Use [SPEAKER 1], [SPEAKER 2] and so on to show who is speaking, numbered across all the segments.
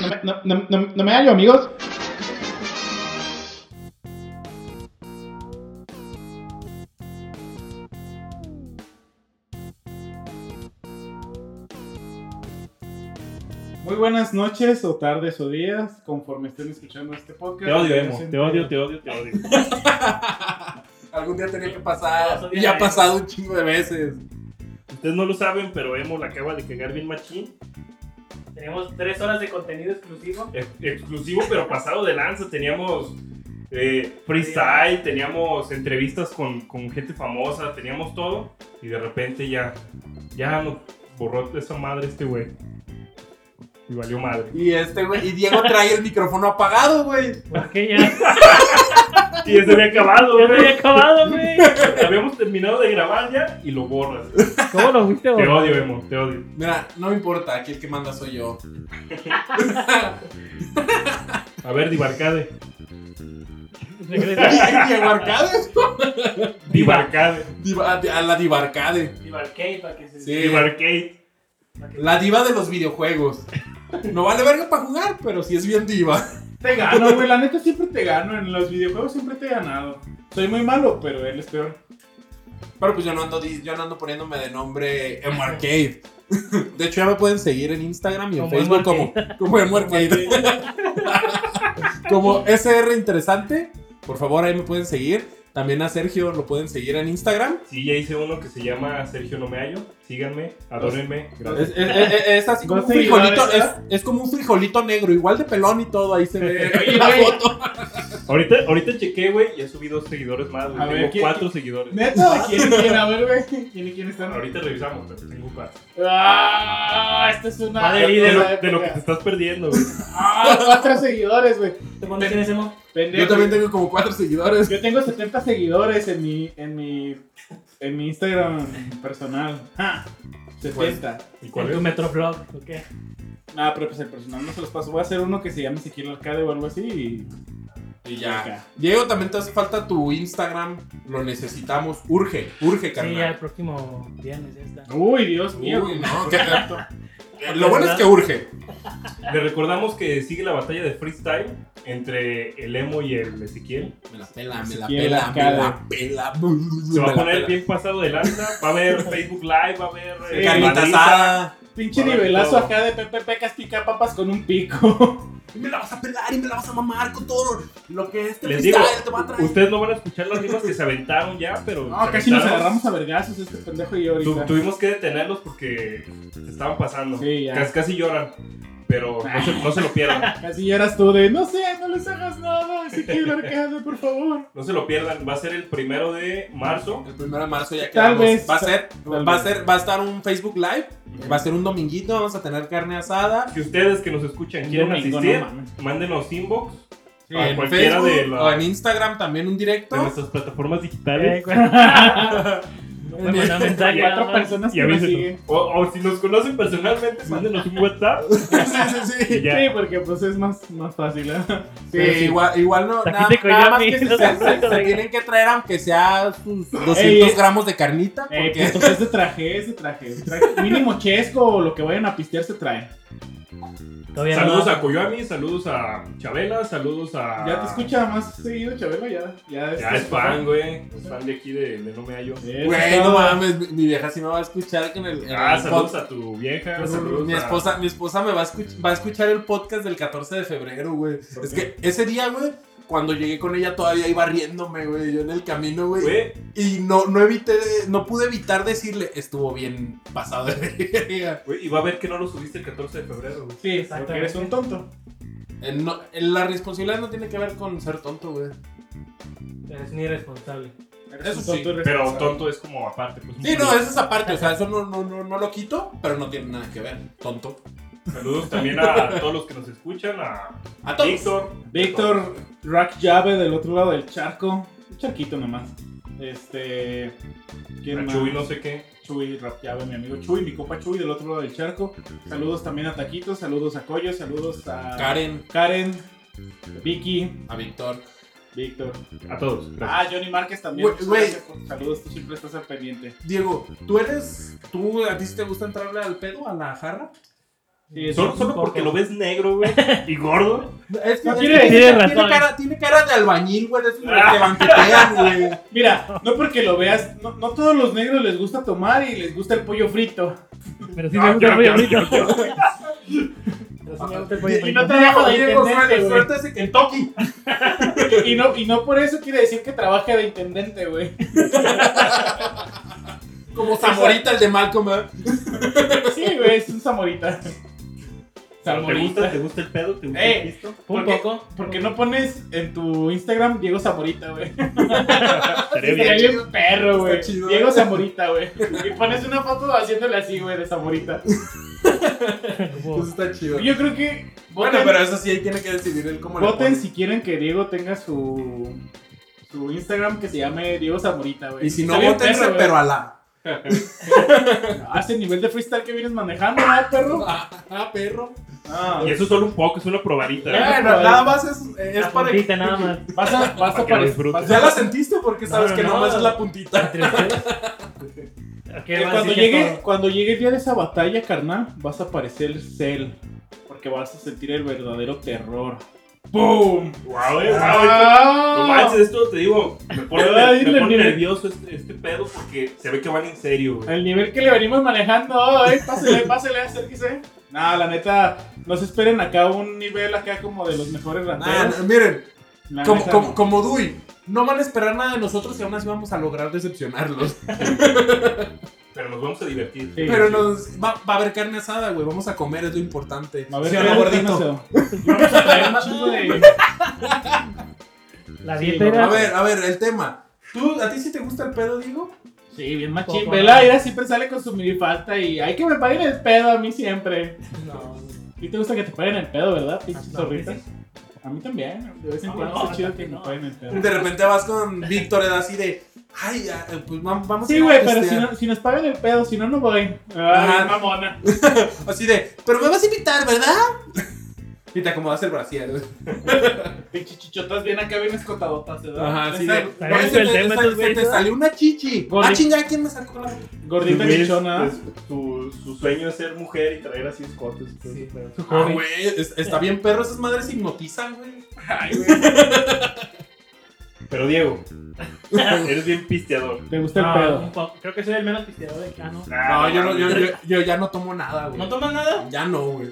[SPEAKER 1] no, me- no- no- no- no me hallo, amigos. Muy buenas noches, o tardes, o días, conforme estén escuchando este podcast.
[SPEAKER 2] Te odio,
[SPEAKER 1] No
[SPEAKER 2] Emo.
[SPEAKER 1] sé-
[SPEAKER 2] Te odio, te odio, te odio.
[SPEAKER 3] Algún día tenía que pasar. Y ya ha pasado un chingo de veces.
[SPEAKER 2] Ustedes no lo saben, pero Emo la acaba de cagar bien machín.
[SPEAKER 4] Tenemos tres horas de contenido exclusivo.
[SPEAKER 2] Ex- exclusivo, pero pasado de lanza. Teníamos eh, freestyle, teníamos entrevistas con, con gente famosa, teníamos todo. Y de repente ya, ya nos borró esa madre este güey. Y valió madre.
[SPEAKER 3] Y este, güey. Y Diego trae el micrófono apagado, güey.
[SPEAKER 4] ¿Por qué ya? Ya
[SPEAKER 2] Y ya se había acabado,
[SPEAKER 4] lo había
[SPEAKER 2] güey.
[SPEAKER 4] acabado, güey.
[SPEAKER 2] Habíamos terminado de grabar ya y lo borras.
[SPEAKER 4] ¿Cómo lo fuiste,
[SPEAKER 2] Te
[SPEAKER 4] güey?
[SPEAKER 2] odio, Emo, te odio.
[SPEAKER 3] Mira, no me importa. Aquí el que manda soy yo.
[SPEAKER 2] A ver, Divarcade.
[SPEAKER 4] Regresa.
[SPEAKER 3] Diego Arcade.
[SPEAKER 2] Divarcade.
[SPEAKER 3] Diva- a la Diva Arcade.
[SPEAKER 4] Y barqué para que se.
[SPEAKER 3] Sí.
[SPEAKER 2] Divarcade.
[SPEAKER 4] para que-
[SPEAKER 3] La diva de los videojuegos. No vale verga para jugar, pero sí es bien diva.
[SPEAKER 1] Te gano, güey. La neta siempre te gano. En los videojuegos siempre te he ganado. Soy muy malo, pero él es peor.
[SPEAKER 3] Pero pues yo no ando, di- yo no ando poniéndome de nombre Emo Arcade. De hecho, ya me pueden seguir en Instagram y en
[SPEAKER 4] Como
[SPEAKER 3] Facebook
[SPEAKER 4] Emo
[SPEAKER 3] como, como Emo Arcade. como SR Interesante. Por favor, ahí me pueden seguir. También a Sergio lo pueden seguir en Instagram.
[SPEAKER 2] Sí, ya hice uno que se llama Sergio No Me Hallo. Síganme, adórenme. Gracias.
[SPEAKER 3] Es, es- es- es así como un
[SPEAKER 1] Dos seguidores,
[SPEAKER 3] frijolito, es,
[SPEAKER 1] ¿verdad?
[SPEAKER 3] es como un frijolito negro, igual de pelón y todo, ahí se ve la
[SPEAKER 1] güey.
[SPEAKER 3] foto.
[SPEAKER 2] Ahorita, ahorita chequé, güey, y he subido dos seguidores más, güey.
[SPEAKER 1] A ver,
[SPEAKER 2] Tengo
[SPEAKER 1] ¿quién-
[SPEAKER 2] cuatro seguidores.
[SPEAKER 1] Neta, ¿quién es quién? A ver, güey. ¿Quién y quién están?
[SPEAKER 2] Ahorita revisamos, pero tengo cuatro.
[SPEAKER 1] Ah, esta es una.
[SPEAKER 4] Madre
[SPEAKER 2] De
[SPEAKER 4] mía,
[SPEAKER 2] lo,
[SPEAKER 1] esta
[SPEAKER 2] de lo que
[SPEAKER 1] época.
[SPEAKER 2] te estás perdiendo, güey.
[SPEAKER 1] Ah, cuatro seguidores, güey.
[SPEAKER 4] ¿Tú cuántos tienes, Emo?
[SPEAKER 1] Pendejo.
[SPEAKER 3] Yo también tengo como cuatro seguidores.
[SPEAKER 1] Yo tengo 70 seguidores en mi, en mi, en mi Instagram personal. Ja, 70.
[SPEAKER 2] ¿Y
[SPEAKER 4] Con
[SPEAKER 2] cuál
[SPEAKER 4] tu
[SPEAKER 2] es?
[SPEAKER 4] Metroflog, ¿o qué?
[SPEAKER 1] Ah, pero pues el personal no se los paso. Voy a hacer uno que se llame Siquiera Arcade o algo así. Y...
[SPEAKER 3] Y ya. Diego, también te hace falta tu Instagram. Lo necesitamos. Urge, urge,
[SPEAKER 4] Sí, ya el
[SPEAKER 3] carnal.
[SPEAKER 4] próximo viernes ya está.
[SPEAKER 1] Uy, Dios mío.
[SPEAKER 3] Uy,
[SPEAKER 1] güey.
[SPEAKER 3] no, qué tanto. Lo bueno es que urge.
[SPEAKER 2] Le recordamos que sigue la batalla de freestyle entre el Emo y el Ezequiel.
[SPEAKER 3] Me la pela, me la
[SPEAKER 1] Quiero
[SPEAKER 3] pela,
[SPEAKER 1] la
[SPEAKER 3] me
[SPEAKER 1] cara.
[SPEAKER 3] la pela.
[SPEAKER 2] Se va
[SPEAKER 3] Me
[SPEAKER 2] a
[SPEAKER 3] la
[SPEAKER 2] poner
[SPEAKER 3] pela.
[SPEAKER 2] bien pasado de lanza. Va a haber Facebook Live, va a haber. eh,
[SPEAKER 3] Carnita
[SPEAKER 2] madriza.
[SPEAKER 3] asada.
[SPEAKER 1] Pinche
[SPEAKER 2] Vale,
[SPEAKER 1] nivelazo
[SPEAKER 2] todo.
[SPEAKER 1] acá de Pepe Pecas pica papas con un pico.
[SPEAKER 3] Y Me la vas a pelar y me la vas a mamar con todo lo que este
[SPEAKER 2] Les digo,
[SPEAKER 3] freestyle te va a traer.
[SPEAKER 2] ustedes no van a escuchar las rimas que se aventaron ya, pero.
[SPEAKER 1] No,
[SPEAKER 2] se
[SPEAKER 1] casi nos
[SPEAKER 2] aventaron.
[SPEAKER 1] agarramos a vergazos este pendejo y yo
[SPEAKER 2] Tu-
[SPEAKER 1] ahorita.
[SPEAKER 2] tuvimos que detenerlos porque se estaban pasando.
[SPEAKER 1] Sí, ya.
[SPEAKER 2] Casi, casi lloran. Pero no se, no se lo pierdan.
[SPEAKER 1] Casi eras tú de, no sé, no les hagas nada, Siquiera Arcade, por favor.
[SPEAKER 2] No se lo pierdan. Va a ser el primero de marzo.
[SPEAKER 3] El primero de marzo ya
[SPEAKER 1] Tal
[SPEAKER 3] quedamos.
[SPEAKER 1] vez.
[SPEAKER 3] Va a ser,
[SPEAKER 1] Tal
[SPEAKER 3] va a
[SPEAKER 1] vez.
[SPEAKER 3] ser, va a estar un Facebook Live, va a ser un dominguito, vamos a tener carne asada.
[SPEAKER 2] Si ustedes que nos escuchan
[SPEAKER 1] Un
[SPEAKER 2] quieren
[SPEAKER 1] domingo,
[SPEAKER 2] asistir,
[SPEAKER 1] no mames.
[SPEAKER 2] mándenos inbox a
[SPEAKER 3] En
[SPEAKER 2] cualquiera
[SPEAKER 3] Facebook
[SPEAKER 2] de, la-
[SPEAKER 3] o en Instagram también un
[SPEAKER 2] de
[SPEAKER 3] directo.
[SPEAKER 2] nuestras plataformas digitales.
[SPEAKER 4] Eh, güey.
[SPEAKER 3] En-
[SPEAKER 4] Me mandó mensaje.
[SPEAKER 1] cuatro personas
[SPEAKER 2] Y
[SPEAKER 1] que me
[SPEAKER 2] avísenos.
[SPEAKER 1] siguen.
[SPEAKER 2] O, o si nos conocen personalmente, mándenos un WhatsApp.
[SPEAKER 3] sí, sí,
[SPEAKER 2] y
[SPEAKER 3] sí.
[SPEAKER 2] ya.
[SPEAKER 1] Sí, porque pues es más, más fácil. ¿eh?
[SPEAKER 3] Pero
[SPEAKER 1] Sí.
[SPEAKER 3] igual, igual no,
[SPEAKER 4] Aquí
[SPEAKER 3] nada,
[SPEAKER 4] te cogió
[SPEAKER 3] nada
[SPEAKER 4] a
[SPEAKER 3] más
[SPEAKER 4] mí,
[SPEAKER 3] que se,
[SPEAKER 4] no
[SPEAKER 3] se-
[SPEAKER 4] te
[SPEAKER 3] se-
[SPEAKER 4] cogió.
[SPEAKER 3] se tienen que traer aunque sea sus 200
[SPEAKER 1] Ey.
[SPEAKER 3] gramos de carnita,
[SPEAKER 1] Eh,
[SPEAKER 3] porque
[SPEAKER 1] pues entonces se traje, se traje, se traje. Mínimo chesco o lo que vayan a pistear se trae.
[SPEAKER 4] Todavía no.
[SPEAKER 2] Saludos a Coyoami, saludos a Chabela, saludos a.
[SPEAKER 1] Ya te Este, escucha más seguido, Chabelo, ya. Ya
[SPEAKER 2] Ya es fan, güey. Es fan de aquí de, de No Me Hallo.
[SPEAKER 1] Eso
[SPEAKER 3] güey,
[SPEAKER 1] es
[SPEAKER 3] no
[SPEAKER 1] todo.
[SPEAKER 3] mames, mi, mi vieja sí me va a escuchar con el, en
[SPEAKER 2] Ah,
[SPEAKER 3] el
[SPEAKER 2] saludos
[SPEAKER 3] pod-
[SPEAKER 2] a tu vieja.
[SPEAKER 1] Pues, Mi
[SPEAKER 2] saludos
[SPEAKER 3] Mi
[SPEAKER 2] a-
[SPEAKER 3] esposa, mi esposa me va a, escuch- va a escuchar el podcast del 14 de febrero, güey.
[SPEAKER 1] ¿Por
[SPEAKER 3] Es
[SPEAKER 1] qué?
[SPEAKER 3] que ese día, güey, cuando llegué con ella todavía iba riéndome, güey, yo en el camino, güey.
[SPEAKER 2] Güey,
[SPEAKER 3] Y no, no evité, no pude evitar decirle, estuvo bien pasado de verga".
[SPEAKER 2] Güey, y va a ver que no lo subiste el 14 de febrero, güey.
[SPEAKER 1] Sí,
[SPEAKER 4] Exactamente.
[SPEAKER 1] porque eres un tonto.
[SPEAKER 3] Eh, no, eh, la responsabilidad no tiene que ver con ser tonto, güey.
[SPEAKER 4] Eres un irresponsable.
[SPEAKER 1] Eres
[SPEAKER 3] Eso
[SPEAKER 1] un
[SPEAKER 3] sí,
[SPEAKER 1] tonto
[SPEAKER 2] Pero
[SPEAKER 1] irresponsable.
[SPEAKER 2] tonto es como aparte. Pues,
[SPEAKER 3] Sí, no, eso es aparte, o sea, eso no, no, no, no lo quito, pero no tiene nada que ver, tonto.
[SPEAKER 2] Saludos también a todos los que nos escuchan, a
[SPEAKER 3] A todos.
[SPEAKER 2] Víctor.
[SPEAKER 1] Víctor Rack Llave del otro lado del charco. Un charquito nomás. Este. ¿Quién
[SPEAKER 2] A
[SPEAKER 1] más?
[SPEAKER 2] Chuy, no sé qué.
[SPEAKER 1] Chuy Rapiave, mi amigo Chuy, mi copa Chuy del otro lado del charco. Saludos también a Taquitos, saludos a Coyo, saludos a
[SPEAKER 3] Karen,
[SPEAKER 1] Karen, Vicky,
[SPEAKER 3] a Víctor.
[SPEAKER 1] Víctor.
[SPEAKER 2] A todos. gracias.
[SPEAKER 1] Ah, Johnny Márquez también.
[SPEAKER 3] Güey, güey.
[SPEAKER 1] Saludos, tú siempre estás al pendiente.
[SPEAKER 3] Diego, ¿tú eres, tú, a ti sí te gusta entrarle al pedo, a la jarra?
[SPEAKER 1] Sí,
[SPEAKER 2] Solo,
[SPEAKER 1] sí.
[SPEAKER 2] solo porque lo ves negro, güey, y gordo.
[SPEAKER 3] Es que
[SPEAKER 1] No,
[SPEAKER 3] tiene,
[SPEAKER 1] tiene-
[SPEAKER 3] tiene-
[SPEAKER 4] tiene
[SPEAKER 3] tiene
[SPEAKER 4] razón.
[SPEAKER 3] cara, tiene cara de albañil, güey. de esos güey,
[SPEAKER 1] Ah.
[SPEAKER 3] que banquetean, güey.
[SPEAKER 1] Mira, no porque lo veas, no, no todos los negros les gusta tomar y les gusta el pollo frito.
[SPEAKER 4] Pero sí
[SPEAKER 2] No,
[SPEAKER 4] me gusta el
[SPEAKER 2] quiero,
[SPEAKER 4] pollo
[SPEAKER 2] quiero,
[SPEAKER 4] frito.
[SPEAKER 2] quiero,
[SPEAKER 4] Pero sí me gusta el pollo
[SPEAKER 1] Y, y no
[SPEAKER 4] frito.
[SPEAKER 1] trabaja de
[SPEAKER 3] Diego
[SPEAKER 1] intendente,
[SPEAKER 3] Suárez,
[SPEAKER 1] güey.
[SPEAKER 3] suelta ese Kentucky.
[SPEAKER 1] Y no, y no por eso quiere decir que trabaje de intendente, güey.
[SPEAKER 3] Como Zamorita, el de Malcolm. ¿eh?
[SPEAKER 1] Sí, güey, es un zamorita.
[SPEAKER 2] ¿Te gusta,
[SPEAKER 1] Zamorita.
[SPEAKER 2] ¿Te gusta el pedo? ¿Te gusta
[SPEAKER 1] Eh.
[SPEAKER 2] el pisto?
[SPEAKER 1] ¿Por
[SPEAKER 4] Un
[SPEAKER 1] qué?
[SPEAKER 4] poco.
[SPEAKER 1] ¿Por qué no pones en tu Instagram Diego Zamorita, güey?
[SPEAKER 2] Estaría
[SPEAKER 1] Sería
[SPEAKER 2] bien.
[SPEAKER 1] bien perro, güey.
[SPEAKER 3] Está chido. ¿eh?
[SPEAKER 1] Diego Zamorita, güey. Y pones una foto haciéndole así, güey, de Zamorita.
[SPEAKER 3] Eso está chido.
[SPEAKER 1] Yo creo que.
[SPEAKER 3] Bueno,
[SPEAKER 1] voten-
[SPEAKER 3] pero eso sí, ahí tiene que decidir él cómo le
[SPEAKER 1] Voten
[SPEAKER 3] pone.
[SPEAKER 1] si quieren que Diego tenga su. Su Instagram que se llame Diego Zamorita, güey.
[SPEAKER 3] Y si no,
[SPEAKER 1] Está bien
[SPEAKER 3] votense,
[SPEAKER 1] perro, güey.
[SPEAKER 3] pero alá.
[SPEAKER 1] Ah, ese nivel de freestyle que vienes manejando, ¿verdad, perro?
[SPEAKER 3] Ah, perro.
[SPEAKER 1] Ah,
[SPEAKER 2] Y eso es solo un poco, es una probadita.
[SPEAKER 1] Ya.
[SPEAKER 3] Bueno, nada más es, es
[SPEAKER 4] La
[SPEAKER 3] para que.
[SPEAKER 4] puntita nada más.
[SPEAKER 1] vas a, vas a
[SPEAKER 2] que lo
[SPEAKER 1] pare-
[SPEAKER 2] disfrutes.
[SPEAKER 1] vas a-
[SPEAKER 3] Ya la sentiste porque sabes
[SPEAKER 4] no,
[SPEAKER 3] que
[SPEAKER 4] no.
[SPEAKER 3] nomás es la puntita.
[SPEAKER 1] Que cuando, llegue, cuando llegue el día de esa batalla, carnal, vas a aparecer Cell. Porque vas a sentir el verdadero terror. ¡Boom!
[SPEAKER 2] Guau, eh, guau, esto- No
[SPEAKER 1] ¡Ah!
[SPEAKER 2] manches, esto te digo, me pone,
[SPEAKER 1] Ah,
[SPEAKER 2] me
[SPEAKER 1] dile,
[SPEAKER 2] pone
[SPEAKER 1] mire.
[SPEAKER 2] nervioso este, este pedo porque se ve que van en serio, güey.
[SPEAKER 1] El nivel que le venimos manejando, eh, pásele, pásele, acérquese. No, la neta, no se esperen acá un nivel acá como de los mejores
[SPEAKER 3] Ah,
[SPEAKER 1] rateros.
[SPEAKER 3] no, miren,
[SPEAKER 1] La
[SPEAKER 3] como,
[SPEAKER 1] neta,
[SPEAKER 3] como,
[SPEAKER 1] no.
[SPEAKER 3] como Dewey, no van a esperar nada de nosotros y aún así vamos a lograr decepcionarlos.
[SPEAKER 2] Pero nos vamos a divertir.
[SPEAKER 1] Sí.
[SPEAKER 3] Pero nos, va, va a haber carne asada, güey. Vamos a comer, es lo importante.
[SPEAKER 1] A ver,
[SPEAKER 3] ¿Sí o
[SPEAKER 1] ¿qué
[SPEAKER 3] no,
[SPEAKER 1] es?
[SPEAKER 3] gordito?
[SPEAKER 1] Vamos a traer un chingo de...
[SPEAKER 4] La
[SPEAKER 1] Sí,
[SPEAKER 4] dieta
[SPEAKER 1] no,
[SPEAKER 4] era.
[SPEAKER 3] A ver, a ver, el tema. ¿Tú, ¿A ti sí te gusta el pedo, Diego?
[SPEAKER 1] Sí, bien machín.
[SPEAKER 4] Poco,
[SPEAKER 1] Vela,
[SPEAKER 4] ¿no?
[SPEAKER 1] mira, siempre sale con su minifalta y hay que me paguen el pedo a mí siempre.
[SPEAKER 4] No,
[SPEAKER 1] ¿Y te gusta que te paguen el pedo, verdad, pinche
[SPEAKER 4] Ah, No,
[SPEAKER 1] zorrita?
[SPEAKER 4] sí,
[SPEAKER 1] A mí también. De vez en
[SPEAKER 4] No,
[SPEAKER 1] cuando
[SPEAKER 4] no,
[SPEAKER 1] está chido
[SPEAKER 4] no,
[SPEAKER 1] que me
[SPEAKER 4] no.
[SPEAKER 1] paguen el pedo.
[SPEAKER 3] De repente vas con Víctor, era así de. Ay, ya, eh, pues vam- vamos
[SPEAKER 1] Sí,
[SPEAKER 3] ir
[SPEAKER 1] güey, pero si,
[SPEAKER 3] festear".
[SPEAKER 1] no- si nos pagan el pedo, si no, no voy.
[SPEAKER 3] Ajá.
[SPEAKER 1] Ay, mamona.
[SPEAKER 3] Así de, pero me vas a invitar, ¿verdad? Y te acomodas el brasier. güey.
[SPEAKER 1] Pinche chichotas bien acá, bien escotadotas, ¿verdad?
[SPEAKER 3] Ajá, así
[SPEAKER 1] Esa
[SPEAKER 3] de.
[SPEAKER 4] está
[SPEAKER 3] "No,
[SPEAKER 4] bien
[SPEAKER 3] se
[SPEAKER 4] el
[SPEAKER 3] te-
[SPEAKER 4] tema,
[SPEAKER 3] se-
[SPEAKER 4] estos
[SPEAKER 3] se te
[SPEAKER 4] güeyes".
[SPEAKER 3] salió una chichi.
[SPEAKER 1] Gordi-
[SPEAKER 3] Ah, chinga, ¿quién me sacó la.?
[SPEAKER 1] Gordita
[SPEAKER 2] Luis,
[SPEAKER 1] chichona.
[SPEAKER 2] pues, su, su sueño es ser mujer y traer así escotes. pues,
[SPEAKER 3] Sí.
[SPEAKER 2] pero-
[SPEAKER 3] Ah, güey, es- está bien, perro, esas madres hipnotizan, güey.
[SPEAKER 2] Pero Diego, eres bien pisteador.
[SPEAKER 1] ¿Te gusta el
[SPEAKER 4] No, un
[SPEAKER 1] pedo?
[SPEAKER 4] poco. Creo que soy el menos pisteador de acá, ¿no?
[SPEAKER 2] Ah,
[SPEAKER 3] No, yo, no- yo, yo, yo ya no tomo nada, güey.
[SPEAKER 4] ¿No tomas nada?
[SPEAKER 3] Ya no, güey.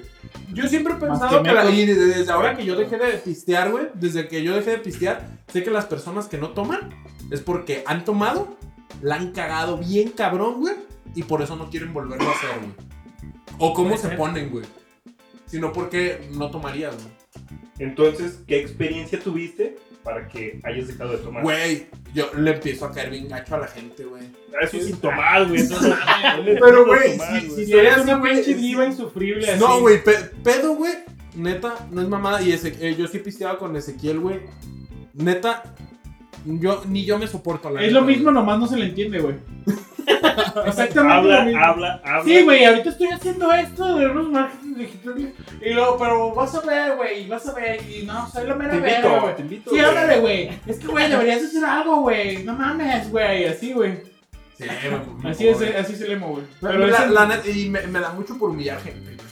[SPEAKER 3] Yo siempre he
[SPEAKER 1] Más
[SPEAKER 3] pensado
[SPEAKER 1] que
[SPEAKER 3] que, la-
[SPEAKER 1] meco.
[SPEAKER 3] y desde, desde ahora que yo dejé de pistear, güey, desde que yo dejé de pistear, sé que las personas que no toman es porque han tomado, la han cagado bien cabrón, güey, y por eso no quieren volverlo a hacer, güey. O cómo
[SPEAKER 4] Puede
[SPEAKER 3] se
[SPEAKER 4] ser.
[SPEAKER 3] ponen, güey. Sino porque no tomarías, güey.
[SPEAKER 2] Entonces, ¿qué experiencia tuviste para que hayas dejado de tomar?
[SPEAKER 3] Güey, yo le empiezo a caer bien gacho a la gente, güey.
[SPEAKER 2] Ah, Eso es sin tomar, güey. entonces, no necesitas
[SPEAKER 3] Pero, güey,
[SPEAKER 2] tomar,
[SPEAKER 3] si-
[SPEAKER 2] güey.
[SPEAKER 3] si-
[SPEAKER 1] Si eres
[SPEAKER 3] Sí,
[SPEAKER 1] una
[SPEAKER 3] güey,
[SPEAKER 1] pinche
[SPEAKER 3] sí.
[SPEAKER 1] diva insufrible así.
[SPEAKER 3] No, güey, pe- pedo, güey. Neta, no es mamada. Y Eze- eh, yo sí pisteaba con Ezequiel, güey. Neta, yo ni yo me soporto. La
[SPEAKER 1] Es
[SPEAKER 3] neta,
[SPEAKER 1] lo mismo,
[SPEAKER 3] güey.
[SPEAKER 1] nomás no se le entiende, güey. Exactamente
[SPEAKER 2] Habla,
[SPEAKER 1] lo mismo.
[SPEAKER 2] habla, habla.
[SPEAKER 1] Sí, güey, ahorita estoy haciendo esto de unos marketing digitales. Y luego, pero vas a ver, güey, vas a ver. Y no, soy la
[SPEAKER 2] Te
[SPEAKER 1] mera verga,
[SPEAKER 2] invito,
[SPEAKER 1] güey.
[SPEAKER 2] te invito.
[SPEAKER 1] Sí,
[SPEAKER 2] güey.
[SPEAKER 1] háblale, güey. Es que, güey, deberías hacer algo, güey. No mames, güey. Así, güey.
[SPEAKER 3] Sí, me-
[SPEAKER 1] Así es,
[SPEAKER 3] me-
[SPEAKER 1] así es el emo, güey.
[SPEAKER 3] Pero
[SPEAKER 1] Pero es
[SPEAKER 3] la,
[SPEAKER 1] el-
[SPEAKER 3] la neta, y me, me da mucho por humillar gente, güey,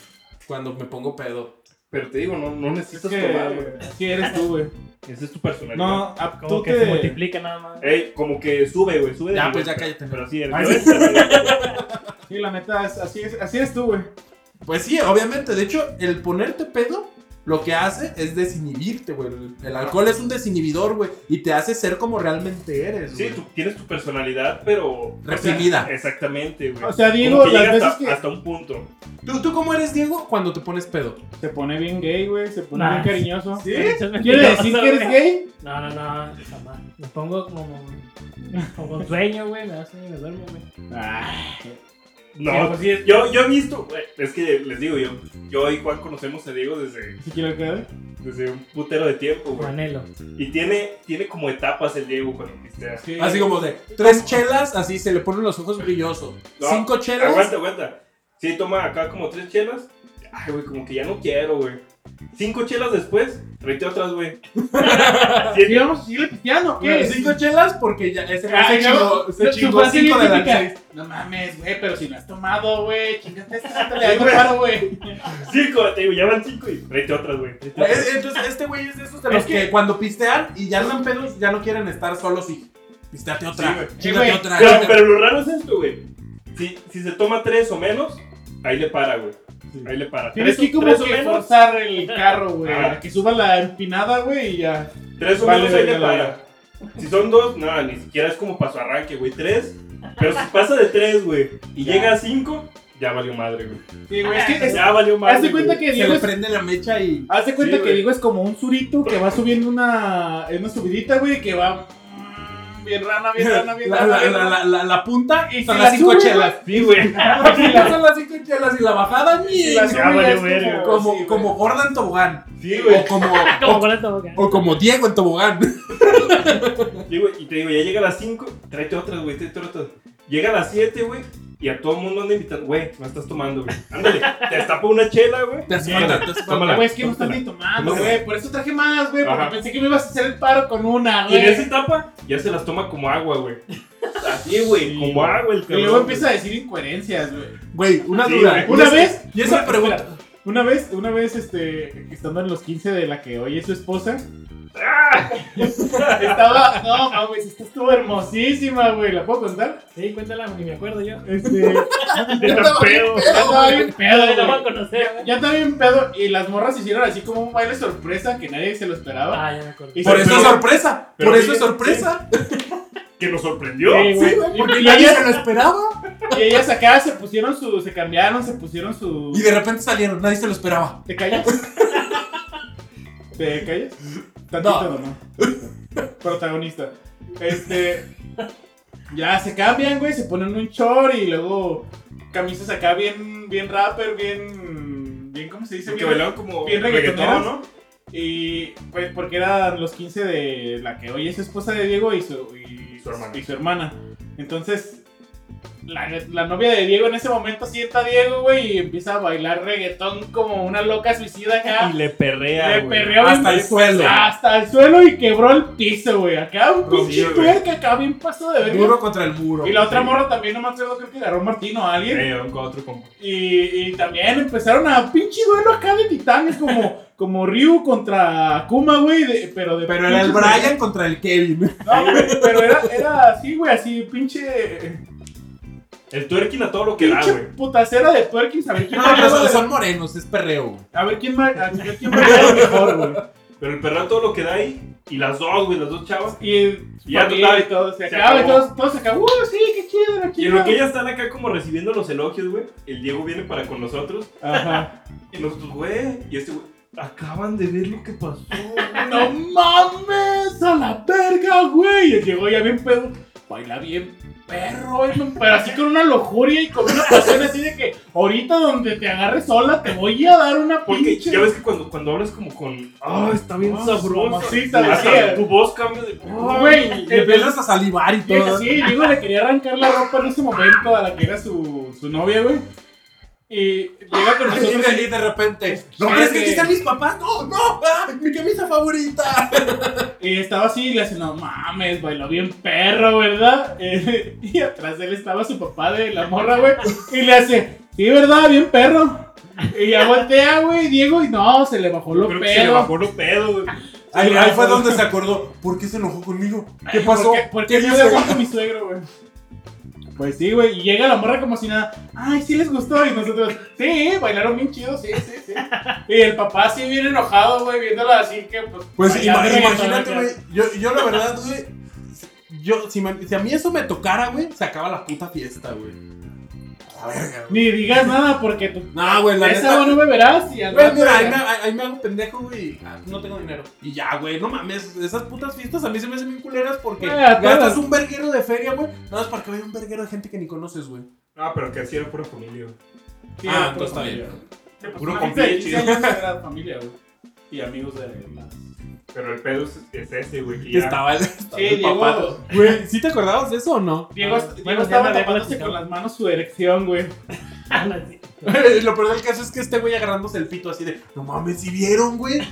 [SPEAKER 3] Cuando me pongo pedo.
[SPEAKER 2] Pero te digo, no, no necesitas
[SPEAKER 1] es
[SPEAKER 2] tomar, güey.
[SPEAKER 1] que así eres tú, güey.
[SPEAKER 2] Esa es tu personalidad.
[SPEAKER 1] No, a-
[SPEAKER 4] Como
[SPEAKER 1] tú
[SPEAKER 4] que se
[SPEAKER 1] te...
[SPEAKER 4] multiplica nada más.
[SPEAKER 2] Ey, como que sube, güey, sube. de
[SPEAKER 3] Ya,
[SPEAKER 2] nivel,
[SPEAKER 3] pues, ya
[SPEAKER 2] pero-
[SPEAKER 3] cállate.
[SPEAKER 2] Pero sí, el
[SPEAKER 3] Ay,
[SPEAKER 2] nivel-
[SPEAKER 1] Sí, la neta, es- así, es, así eres tú, güey.
[SPEAKER 3] Pues sí, obviamente. De hecho, el ponerte pedo lo que hace es desinhibirte, güey. El, el alcohol es un desinhibidor, güey. Y te hace ser como realmente eres,
[SPEAKER 2] Sí,
[SPEAKER 3] güey.
[SPEAKER 2] tú tienes tu personalidad, pero.
[SPEAKER 3] Reprimida.
[SPEAKER 2] o sea, exactamente, güey.
[SPEAKER 1] O sea,
[SPEAKER 2] Como
[SPEAKER 1] Diego,
[SPEAKER 2] que
[SPEAKER 1] las
[SPEAKER 2] llega
[SPEAKER 1] veces
[SPEAKER 2] hasta,
[SPEAKER 1] que
[SPEAKER 2] hasta un punto.
[SPEAKER 3] ¿Tú, ¿Tú cómo eres, Diego, cuando te pones pedo?
[SPEAKER 1] se pone bien gay, güey, se pone
[SPEAKER 4] Nah.
[SPEAKER 1] bien cariñoso.
[SPEAKER 4] Eso es
[SPEAKER 1] ¿Quiere
[SPEAKER 4] mentiroso,
[SPEAKER 1] decir que eres
[SPEAKER 4] güey.
[SPEAKER 1] gay?
[SPEAKER 4] No, no, no, jamás. Me pongo como. Como con sueño, güey. Me da sueño y me duermo, güey.
[SPEAKER 1] Ah,
[SPEAKER 2] No, pues sí, es- yo, yo he visto. güey, Es que les digo, yo, yo y Juan conocemos a Diego desde,
[SPEAKER 1] Si quiero creer.
[SPEAKER 2] desde un putero de tiempo,
[SPEAKER 4] Como
[SPEAKER 2] güey.
[SPEAKER 4] anhelo.
[SPEAKER 2] Y tiene, tiene como etapas el Diego cuando pistea.
[SPEAKER 1] Sí.
[SPEAKER 3] Así Ah, como de tres chelas, así se le ponen los ojos brillosos.
[SPEAKER 2] No,
[SPEAKER 3] Cinco chelas.
[SPEAKER 2] Aguanta, aguanta. Sí, toma acá como tres chelas. Ay, güey, como que ya no quiero, güey. Cinco chelas después, trete otras, güey.
[SPEAKER 1] ¿Sí vamos a seguirle pisteando o qué?
[SPEAKER 3] Cinco chelas porque ya ese
[SPEAKER 1] Ah,
[SPEAKER 3] se
[SPEAKER 1] ya,
[SPEAKER 3] chingó,
[SPEAKER 1] Pues, su
[SPEAKER 3] se chingó
[SPEAKER 1] frase
[SPEAKER 3] cinco de las
[SPEAKER 1] típica.
[SPEAKER 3] seis.
[SPEAKER 1] No mames, güey, pero si no has tomado, güey. Chingate esta, te le hago paro, güey.
[SPEAKER 2] Cinco, te digo, ya van cinco y trete otras, güey. tráete
[SPEAKER 3] Güey,
[SPEAKER 2] otras.
[SPEAKER 3] es- Entonces, este güey es de esos de
[SPEAKER 1] Es
[SPEAKER 3] los que,
[SPEAKER 1] que-
[SPEAKER 3] cuando pistean y ya andan pedos, ya no quieren estar solos y pisteate
[SPEAKER 2] Sí,
[SPEAKER 3] otra.
[SPEAKER 2] güey.
[SPEAKER 1] Sí,
[SPEAKER 3] chingate
[SPEAKER 1] güey.
[SPEAKER 3] otra.
[SPEAKER 2] Pero, pero lo raro es esto, güey. Si, si se toma tres o menos, ahí le para, güey. Ahí le para.
[SPEAKER 1] Tienes
[SPEAKER 2] Tres,
[SPEAKER 1] que
[SPEAKER 2] o-
[SPEAKER 1] como
[SPEAKER 2] tres o
[SPEAKER 1] que
[SPEAKER 2] menos,
[SPEAKER 1] forzar el carro, güey.
[SPEAKER 2] Ah.
[SPEAKER 1] a Que suba la empinada, güey, y ya.
[SPEAKER 2] tres o
[SPEAKER 1] Vale,
[SPEAKER 2] menos ahí
[SPEAKER 1] verga
[SPEAKER 2] le
[SPEAKER 1] la
[SPEAKER 2] para. Si son dos, nada, ni siquiera es como para su arranque, güey. Tres, pero si pasa de tres, güey, y
[SPEAKER 1] Ya.
[SPEAKER 2] llega a cinco, ya valió madre, güey.
[SPEAKER 1] Sí, güey, es que... es-
[SPEAKER 2] Ya valió madre.
[SPEAKER 1] Haz de cuenta
[SPEAKER 2] güey.
[SPEAKER 1] que
[SPEAKER 3] Se
[SPEAKER 1] Diego
[SPEAKER 3] le
[SPEAKER 1] es
[SPEAKER 3] prende la mecha y.
[SPEAKER 1] Haz de cuenta
[SPEAKER 2] Sí,
[SPEAKER 1] que
[SPEAKER 2] güey.
[SPEAKER 1] digo es como un surito que va subiendo una, en una subidita, güey, que va mm, bien rana, bien rana, bien
[SPEAKER 3] La,
[SPEAKER 1] rana.
[SPEAKER 3] la,
[SPEAKER 1] bien
[SPEAKER 3] la,
[SPEAKER 1] rana.
[SPEAKER 3] la, la, la punta
[SPEAKER 1] Y si
[SPEAKER 3] son
[SPEAKER 1] la
[SPEAKER 3] las cinco
[SPEAKER 1] sube,
[SPEAKER 3] chelas.
[SPEAKER 2] Sí, güey.
[SPEAKER 3] Son las cinco chelas y la bajada,
[SPEAKER 1] Y
[SPEAKER 3] ni.
[SPEAKER 1] la
[SPEAKER 2] Ya
[SPEAKER 1] subida
[SPEAKER 2] valió
[SPEAKER 1] es
[SPEAKER 2] verga.
[SPEAKER 3] Como,
[SPEAKER 1] sí,
[SPEAKER 3] como Gordon Tobogán.
[SPEAKER 2] Sí, güey.
[SPEAKER 3] O como,
[SPEAKER 4] Ah, Como con esta boca.
[SPEAKER 3] o como Diego en Tobogán.
[SPEAKER 2] Sí, güey. Y te digo, ya llega a las cinco, tráete otras, güey, tráete otras. Llega a las siete, güey. Y a todo el mundo anda invitando, güey, no estás tomando, güey. Ándale, te destapa una chela, güey.
[SPEAKER 3] Te hace
[SPEAKER 2] Tómala,
[SPEAKER 3] falta, te hace falta.
[SPEAKER 2] tómala,
[SPEAKER 1] Güey, es que no estás
[SPEAKER 2] tómala.
[SPEAKER 1] ni tomando,
[SPEAKER 2] Tómala.
[SPEAKER 1] güey. Por eso traje más, güey, porque
[SPEAKER 2] Ajá.
[SPEAKER 1] pensé que me ibas a hacer el paro con una,
[SPEAKER 2] Y en esa
[SPEAKER 1] güey.
[SPEAKER 2] etapa ya se las toma como agua, güey. Así, güey, como agua el
[SPEAKER 1] Y
[SPEAKER 2] cabrón.
[SPEAKER 1] luego
[SPEAKER 2] güey.
[SPEAKER 1] empieza a decir incoherencias, güey.
[SPEAKER 3] Güey, una
[SPEAKER 2] Sí,
[SPEAKER 3] duda.
[SPEAKER 2] güey.
[SPEAKER 1] Una
[SPEAKER 3] Y esa-
[SPEAKER 1] vez-
[SPEAKER 3] Y esa
[SPEAKER 1] una-
[SPEAKER 3] pregunta.
[SPEAKER 1] Una vez, una vez, este, estando en los 15 de la que hoy es su esposa,
[SPEAKER 2] ¡Ah!
[SPEAKER 1] estaba, no, no, güey, esta estuvo hermosísima, güey, ¿la puedo contar?
[SPEAKER 4] Sí, cuéntala, ni me acuerdo yo.
[SPEAKER 1] Este,
[SPEAKER 2] De tan pedo.
[SPEAKER 1] estaba bien pedo,
[SPEAKER 4] Pero la voy
[SPEAKER 1] güey.
[SPEAKER 4] a conocer, güey.
[SPEAKER 1] Ya también pedo y las morras hicieron así como un baile sorpresa que nadie se lo esperaba.
[SPEAKER 4] Ah, ya me acuerdo.
[SPEAKER 1] Y
[SPEAKER 3] Por
[SPEAKER 1] se-
[SPEAKER 3] eso es sorpresa.
[SPEAKER 2] pero
[SPEAKER 3] Por eso es
[SPEAKER 2] sí,
[SPEAKER 3] sorpresa.
[SPEAKER 2] Que nos sorprendió.
[SPEAKER 1] Sí, güey. Y-
[SPEAKER 3] Porque
[SPEAKER 1] y,
[SPEAKER 3] nadie se
[SPEAKER 1] ellas,
[SPEAKER 3] lo esperaba.
[SPEAKER 1] y ellas acá se pusieron su, se cambiaron, se pusieron su.
[SPEAKER 3] Y de repente salieron. Nadie se lo esperaba.
[SPEAKER 1] ¿Te callas? ¿Te callas? Tantito no. Protagonista. Este. Ya se cambian, güey, se ponen un short y luego camisas acá bien, bien rapper, bien, bien, ¿cómo se dice?
[SPEAKER 2] Porque
[SPEAKER 1] Bien-
[SPEAKER 2] bailaban como
[SPEAKER 1] Bien
[SPEAKER 2] reggaetón,
[SPEAKER 1] reggaetoneras.
[SPEAKER 2] ¿no?
[SPEAKER 1] Y pues porque eran los 15 de la que hoy es esposa de Diego y su, y,
[SPEAKER 2] Su hermana.
[SPEAKER 1] y su hermana. Entonces, la, la novia de Diego en ese momento sienta a Diego, güey, y empieza a bailar reggaetón como una loca suicida acá.
[SPEAKER 2] Y le perrea,
[SPEAKER 1] Le
[SPEAKER 2] güey.
[SPEAKER 1] perreó
[SPEAKER 3] Hasta
[SPEAKER 1] bien-
[SPEAKER 3] el suelo.
[SPEAKER 1] Hasta el suelo y quebró el piso, güey. Acá un
[SPEAKER 2] Rompió,
[SPEAKER 1] pinche
[SPEAKER 2] güey.
[SPEAKER 1] tuerca, acá bien paso de verga.
[SPEAKER 3] Muro contra el muro.
[SPEAKER 1] Y la otra
[SPEAKER 2] Sí.
[SPEAKER 1] morra también, no me acuerdo, creo que agarró a Martín o a alguien.
[SPEAKER 2] Eh, un con otro compa.
[SPEAKER 1] Y, y también empezaron a pinche duelo acá de titanes, como, como Ryu contra Akuma, güey, de- pero de
[SPEAKER 3] Pero era el
[SPEAKER 1] pinches-
[SPEAKER 3] Brian contra el Kevin.
[SPEAKER 1] No, güey, pero era, era así, güey, así, pinche.
[SPEAKER 2] El twerking a todo lo que da,
[SPEAKER 1] Pinche
[SPEAKER 2] güey.
[SPEAKER 1] putacera de twerking, a ver quién
[SPEAKER 3] No,
[SPEAKER 1] va
[SPEAKER 3] pero son-
[SPEAKER 1] a
[SPEAKER 3] son morenos, es perreo.
[SPEAKER 1] A ver quién va a ver quién bailaba mejor, güey.
[SPEAKER 2] Pero el perreo a todo lo que da ahí. Y las dos, güey, las dos chavas.
[SPEAKER 1] Y,
[SPEAKER 2] Ya
[SPEAKER 1] familia
[SPEAKER 2] total,
[SPEAKER 1] y todo, se,
[SPEAKER 2] se
[SPEAKER 1] acaba y
[SPEAKER 2] acabó.
[SPEAKER 1] todos, todos acá, ¡uh, sí, qué chido, qué
[SPEAKER 2] Y
[SPEAKER 1] chido!
[SPEAKER 2] en lo que ellas están acá como recibiendo los elogios, güey. El Diego viene para con nosotros.
[SPEAKER 1] Ajá.
[SPEAKER 2] Y nosotros, güey. Y este, güey. Acaban de ver lo que pasó.
[SPEAKER 1] ¡No mames! ¡A la verga, güey! Y Llegó ya bien pedo. Baila bien perro, güey, no- pero así con una lujuria y con una pasión así de que ahorita donde te agarres sola te voy a dar una
[SPEAKER 2] Porque
[SPEAKER 1] pinche.
[SPEAKER 2] ya ves que cuando, cuando hablas como con. ¡Ah, está bien
[SPEAKER 1] Ah,
[SPEAKER 2] sabroso!
[SPEAKER 1] mamacita,
[SPEAKER 2] Hasta
[SPEAKER 1] decía.
[SPEAKER 2] tu voz cambia de.
[SPEAKER 1] Ah, Güey,
[SPEAKER 3] Y empiezas a salivar y todo.
[SPEAKER 1] Sí, digo, le quería arrancar la ropa en ese momento a la que era su, su novia, güey. Y llega con
[SPEAKER 3] Y
[SPEAKER 1] nosotros.
[SPEAKER 3] de, y de repente, ¿no
[SPEAKER 1] Espérate.
[SPEAKER 3] crees que aquí están mis papás? No, no, ah, mi camisa favorita.
[SPEAKER 1] Y estaba así y le hace, no mames, bailó bien perro, ¿verdad? Eh, y atrás de él estaba su papá de la morra, güey. Y le hace, sí, ¿verdad? Bien perro. Y ya voltea, güey, Diego, y no, se le bajó lo
[SPEAKER 2] Creo que se le
[SPEAKER 1] pedo.
[SPEAKER 2] bajó lo pedo, güey.
[SPEAKER 3] Ahí, ahí fue donde se acordó, ¿por qué se enojó conmigo? ¿Qué pasó?
[SPEAKER 1] ¿Por qué, por qué
[SPEAKER 3] ¿Qué
[SPEAKER 1] yo
[SPEAKER 3] hice?
[SPEAKER 1] dejé con mi suegro, güey? Pues sí, güey, y llega la morra como si nada, ay, sí les gustó, y nosotros, sí, bailaron bien chido, sí, sí, sí. Y el papá así bien enojado, güey, viéndola así que, pues...
[SPEAKER 3] Pues
[SPEAKER 1] bailando
[SPEAKER 3] ima-
[SPEAKER 1] reggaetón,
[SPEAKER 3] imagínate,
[SPEAKER 1] acá.
[SPEAKER 3] güey. Yo, yo la verdad, güey. Yo, si, me- si a mí eso me tocara, güey, se acaba la puta fiesta, güey. A la verga, güey.
[SPEAKER 1] Ni digas nada porque tú...
[SPEAKER 3] No, güey, la
[SPEAKER 1] Esa
[SPEAKER 3] neta.
[SPEAKER 1] no me verás y al
[SPEAKER 3] Güey,
[SPEAKER 1] rato
[SPEAKER 3] mira, ahí
[SPEAKER 1] ya-
[SPEAKER 3] me, ahí- ahí me hago pendejo, güey. Ah, No tengo dinero. Y ya, güey, no mames. Esas putas fiestas a mí se me hacen bien culeras porque
[SPEAKER 1] Güey, a
[SPEAKER 3] gastas
[SPEAKER 1] todas.
[SPEAKER 3] un verguero de feria, güey. Nada más para que vaya un verguero de gente que ni conoces, güey.
[SPEAKER 2] No, pero que así era pura familia, güey.
[SPEAKER 1] Sí,
[SPEAKER 3] Ah,
[SPEAKER 1] era pura
[SPEAKER 3] entonces está bien.
[SPEAKER 1] familia. Sí, pues,
[SPEAKER 2] Puro
[SPEAKER 1] una
[SPEAKER 2] compilla,
[SPEAKER 1] fiesta de 15
[SPEAKER 2] chido.
[SPEAKER 1] años era familia, güey. Y amigos de las.
[SPEAKER 2] Pero el pedo es, es ese, güey. que
[SPEAKER 3] Que
[SPEAKER 2] ya-
[SPEAKER 3] estaba el, estaba el
[SPEAKER 1] Diego.
[SPEAKER 3] papá. Güey, ¿sí te acordabas de eso o no?
[SPEAKER 1] Diego,
[SPEAKER 4] Ah,
[SPEAKER 1] Diego
[SPEAKER 4] bueno, ya
[SPEAKER 1] estaba
[SPEAKER 4] me había
[SPEAKER 1] tapándose
[SPEAKER 4] platicado.
[SPEAKER 1] con las manos su erección, güey.
[SPEAKER 4] Ah, sí.
[SPEAKER 3] Lo peor del caso es que este güey agarrándose el pito así de, no mames, si vieron, güey? si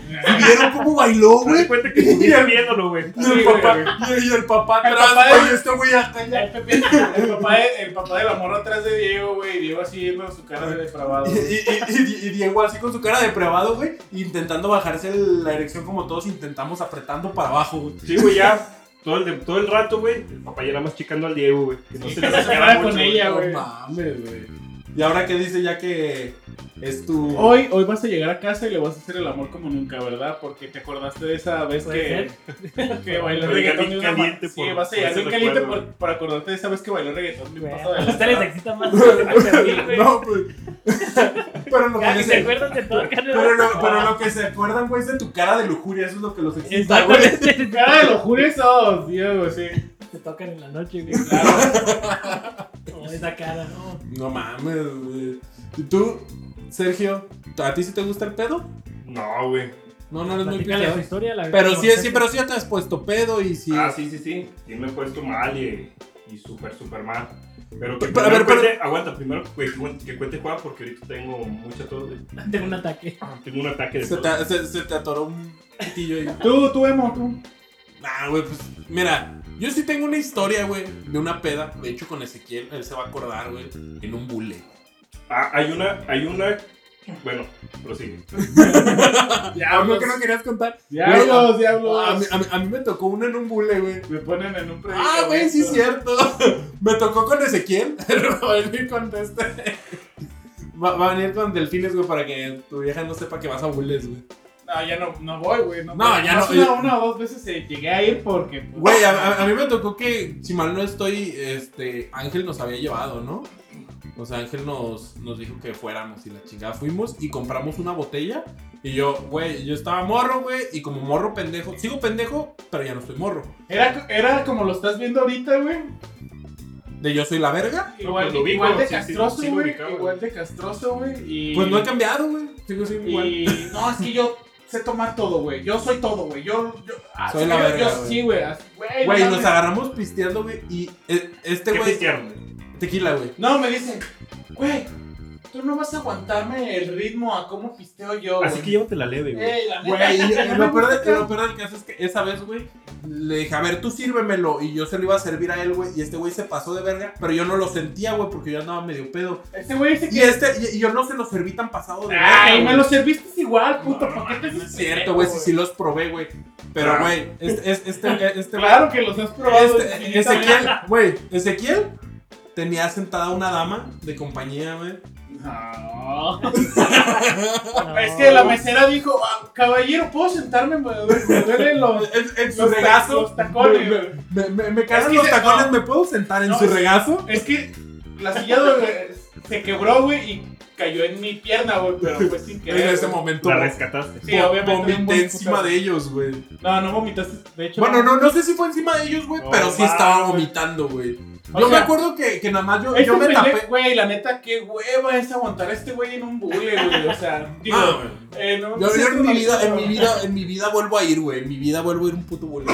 [SPEAKER 3] vieron cómo
[SPEAKER 2] Me
[SPEAKER 3] bailó,
[SPEAKER 2] di
[SPEAKER 3] güey?
[SPEAKER 2] cuenta que estuviste viéndolo, güey.
[SPEAKER 3] Y el papá, y el papá
[SPEAKER 1] El
[SPEAKER 3] atrás,
[SPEAKER 1] papá
[SPEAKER 3] güey,
[SPEAKER 1] de-
[SPEAKER 3] este güey acá ya.
[SPEAKER 1] El, Pepe- el papá de, el papá de la morra atrás de Diego, güey. y Diego así viendo su cara de depravado.
[SPEAKER 3] Y,
[SPEAKER 1] güey.
[SPEAKER 3] y- y- y Diego así con su cara depravado, güey, intentando bajarse el- la erección como todos intentamos apretando para abajo, güey.
[SPEAKER 2] Sí, güey, ya. Todo el, todo el rato, güey, el papá ya nada más checando al Diego, güey. Que no
[SPEAKER 1] Y que
[SPEAKER 2] se le
[SPEAKER 1] no se
[SPEAKER 2] sacara
[SPEAKER 1] fuera
[SPEAKER 2] mucho,
[SPEAKER 1] con
[SPEAKER 2] güey.
[SPEAKER 1] ella. Ya,
[SPEAKER 3] No
[SPEAKER 1] güey.
[SPEAKER 3] mames, güey. Y ahora que dice ya que es tu...
[SPEAKER 1] Hoy, hoy vas a llegar a casa y le vas a hacer el amor como nunca, ¿verdad? Porque te acordaste de esa vez
[SPEAKER 4] Puede
[SPEAKER 1] que, que bailó
[SPEAKER 2] Pero
[SPEAKER 1] reggaetón
[SPEAKER 2] bien
[SPEAKER 1] de una ma-
[SPEAKER 2] caliente
[SPEAKER 1] Sí,
[SPEAKER 2] por-
[SPEAKER 1] vas a
[SPEAKER 2] por
[SPEAKER 1] llegar
[SPEAKER 2] ese
[SPEAKER 1] bien caliente
[SPEAKER 2] recuerdo,
[SPEAKER 1] por, por acordarte de esa vez que bailó reggaetón. bien pasado de
[SPEAKER 4] A ustedes les
[SPEAKER 1] lanza.
[SPEAKER 4] excita más. No,
[SPEAKER 3] No, pues. Pero lo
[SPEAKER 4] ya
[SPEAKER 3] que
[SPEAKER 4] que se
[SPEAKER 3] dice-
[SPEAKER 4] acuerdan de todo, carnal.
[SPEAKER 3] Pero lo, pero lo que se acuerdan, güey, es de tu cara de lujuria. Eso es lo que los excita, güey.
[SPEAKER 4] Exactamente.
[SPEAKER 1] Cara de locura esos, Diego, sí.
[SPEAKER 4] Te tocan en la noche, güey.
[SPEAKER 1] Claro.
[SPEAKER 4] Oh, esa cara, no.
[SPEAKER 3] No mames, güey. ¿Y tú, Sergio, a ti sí te gusta el pedo?
[SPEAKER 2] No, güey.
[SPEAKER 3] No, no eres muy
[SPEAKER 4] Platícale su
[SPEAKER 3] peleón.
[SPEAKER 4] historia. La
[SPEAKER 3] Pero sí, sí, pero sí ya te has puesto pedo y sí.
[SPEAKER 2] Ah, sí, sí, sí. Sí me he puesto mal y, y súper, súper mal. Pero que
[SPEAKER 3] Pero,
[SPEAKER 2] primero
[SPEAKER 3] a ver, pero-
[SPEAKER 2] cuente- aguanta, primero que, cuen- que cuente Juan porque ahorita tengo mucha tos. güey.
[SPEAKER 4] Tengo un ataque.
[SPEAKER 2] Ah, Tengo un ataque de
[SPEAKER 3] se,
[SPEAKER 2] tos.
[SPEAKER 3] te, se- se te atoró un pitillo ahí.
[SPEAKER 1] Tú, tú, Emo, tú.
[SPEAKER 3] Nah, güey, pues mira, yo sí tengo una historia, güey, de una peda. De hecho, con Ezequiel, él se va a acordar, güey, en un bule.
[SPEAKER 2] Ah, hay una, hay una... Bueno, prosigue.
[SPEAKER 3] ¿Algo
[SPEAKER 1] Diablos,
[SPEAKER 3] que no querías contar?
[SPEAKER 1] diablos,
[SPEAKER 3] A mí,
[SPEAKER 1] diablos.
[SPEAKER 3] a mí- a mí ah, me tocó una en un bule, güey.
[SPEAKER 1] Me ponen en un
[SPEAKER 3] Ah, güey, sí es
[SPEAKER 1] predicamento.
[SPEAKER 3] cierto. Me tocó con Ezequiel. Va a venir con este. Va, va a venir con delfines, güey, para que tu vieja no sepa que vas a bules, güey.
[SPEAKER 1] No, Ah, ya no, no voy, güey. No,
[SPEAKER 3] No,
[SPEAKER 1] voy.
[SPEAKER 3] ya
[SPEAKER 1] Más
[SPEAKER 3] no-
[SPEAKER 1] Una, una o dos veces eh, llegué a ir porque. pues,
[SPEAKER 3] Güey, a, a- a mí me tocó que, si mal no estoy, este, Ángel nos había llevado, ¿no? O sea, Ángel nos, nos dijo que fuéramos y la chingada fuimos y compramos una botella. Y yo, güey, yo estaba morro, güey, y como morro pendejo, sigo pendejo, pero ya no soy morro.
[SPEAKER 1] Era, era como lo estás viendo ahorita, güey.
[SPEAKER 3] De yo soy la verga,
[SPEAKER 1] Igual,
[SPEAKER 2] pues lo ubico,
[SPEAKER 1] igual de
[SPEAKER 2] sí, sí,
[SPEAKER 1] castroso,
[SPEAKER 2] sí lo
[SPEAKER 1] güey.
[SPEAKER 2] ubicaba,
[SPEAKER 1] igual de castroso, güey. Y,
[SPEAKER 3] pues no he cambiado, güey. Sigo siendo igual.
[SPEAKER 1] y no, es que yo sé tomar todo, güey. Yo soy todo, güey. Yo, yo así
[SPEAKER 3] Soy la
[SPEAKER 1] yo-
[SPEAKER 3] verga,
[SPEAKER 1] yo
[SPEAKER 3] güey.
[SPEAKER 1] sí, güey. así, Güey,
[SPEAKER 3] Güey,
[SPEAKER 1] no
[SPEAKER 3] nos
[SPEAKER 1] mames.
[SPEAKER 3] agarramos pisteando, güey. Y eh, este
[SPEAKER 2] ¿Qué
[SPEAKER 3] güey.
[SPEAKER 2] pistearon?
[SPEAKER 3] Tequila, güey.
[SPEAKER 1] No, me dice, güey, tú no vas a aguantarme el ritmo a cómo pisteo yo, güey.
[SPEAKER 2] Así que llévate la leve,
[SPEAKER 3] Eh,
[SPEAKER 2] güey.
[SPEAKER 1] Ey, la neta,
[SPEAKER 3] Güey, y- y
[SPEAKER 1] no me
[SPEAKER 3] lo peor
[SPEAKER 1] gusta.
[SPEAKER 3] de- lo peor del caso es que esa vez, güey, le dije, a ver, tú sírvemelo. Y yo se lo iba a servir a él, güey. Y este güey se pasó de verga. Pero yo no lo sentía, güey, porque yo andaba medio pedo.
[SPEAKER 1] Este güey dice
[SPEAKER 3] Y
[SPEAKER 1] que.
[SPEAKER 3] este, y, y yo no se lo serví tan pasado de verga.
[SPEAKER 1] Ay, me
[SPEAKER 3] güey.
[SPEAKER 1] lo serviste igual, puto.
[SPEAKER 2] No,
[SPEAKER 1] ¿Por qué te
[SPEAKER 3] No
[SPEAKER 1] haces
[SPEAKER 3] es
[SPEAKER 1] pendejo,
[SPEAKER 3] cierto, güey, sí, sí los probé, güey. Pero,
[SPEAKER 2] Ah.
[SPEAKER 3] güey, este, este, este, este
[SPEAKER 1] Claro que los has probado.
[SPEAKER 3] Este, Ezequiel, güey, Ezequiel tenía sentada una dama de compañía, güey.
[SPEAKER 1] No.
[SPEAKER 4] No.
[SPEAKER 1] Es que la mesera dijo, "Ah, caballero, ¿puedo sentarme? Me duele- me duelen los,
[SPEAKER 3] En, en su
[SPEAKER 1] los,
[SPEAKER 3] regazo.
[SPEAKER 1] los tacones.
[SPEAKER 3] Me,
[SPEAKER 1] güey.
[SPEAKER 3] me, me- me cagan
[SPEAKER 1] Es que
[SPEAKER 3] los
[SPEAKER 1] se-
[SPEAKER 3] tacones,
[SPEAKER 1] no.
[SPEAKER 3] ¿me puedo sentar en
[SPEAKER 1] No,
[SPEAKER 3] su
[SPEAKER 1] es-
[SPEAKER 3] regazo?
[SPEAKER 1] Es que la silla de- se quebró, güey, y cayó en mi pierna, güey, pero fue sin querer.
[SPEAKER 3] en ese
[SPEAKER 1] güey.
[SPEAKER 3] momento
[SPEAKER 2] La
[SPEAKER 3] vo-
[SPEAKER 2] rescataste.
[SPEAKER 1] Sí, obviamente. un buen
[SPEAKER 3] vomité encima
[SPEAKER 1] putazo.
[SPEAKER 3] de ellos, güey.
[SPEAKER 1] No, no vomitaste, de hecho.
[SPEAKER 3] Bueno, no, no sé si fue encima de ellos, güey,
[SPEAKER 2] No,
[SPEAKER 3] pero sí
[SPEAKER 2] va,
[SPEAKER 3] estaba
[SPEAKER 2] güey.
[SPEAKER 3] vomitando, güey.
[SPEAKER 1] O
[SPEAKER 3] Yo me
[SPEAKER 1] sea,
[SPEAKER 3] acuerdo que, que nada más yo,
[SPEAKER 1] Este
[SPEAKER 3] yo me
[SPEAKER 1] pendejo,
[SPEAKER 3] tapé.
[SPEAKER 1] Güey, la neta, qué hueva es aguantar a este güey en un bule, güey. O sea, digo.
[SPEAKER 3] Ah, güey.
[SPEAKER 1] eh, no,
[SPEAKER 3] yo,
[SPEAKER 1] no sé
[SPEAKER 3] yo en mi
[SPEAKER 1] cómo-
[SPEAKER 3] vida, en mi vida, en mi vida vuelvo a ir, güey. En mi vida vuelvo a ir un puto boludo.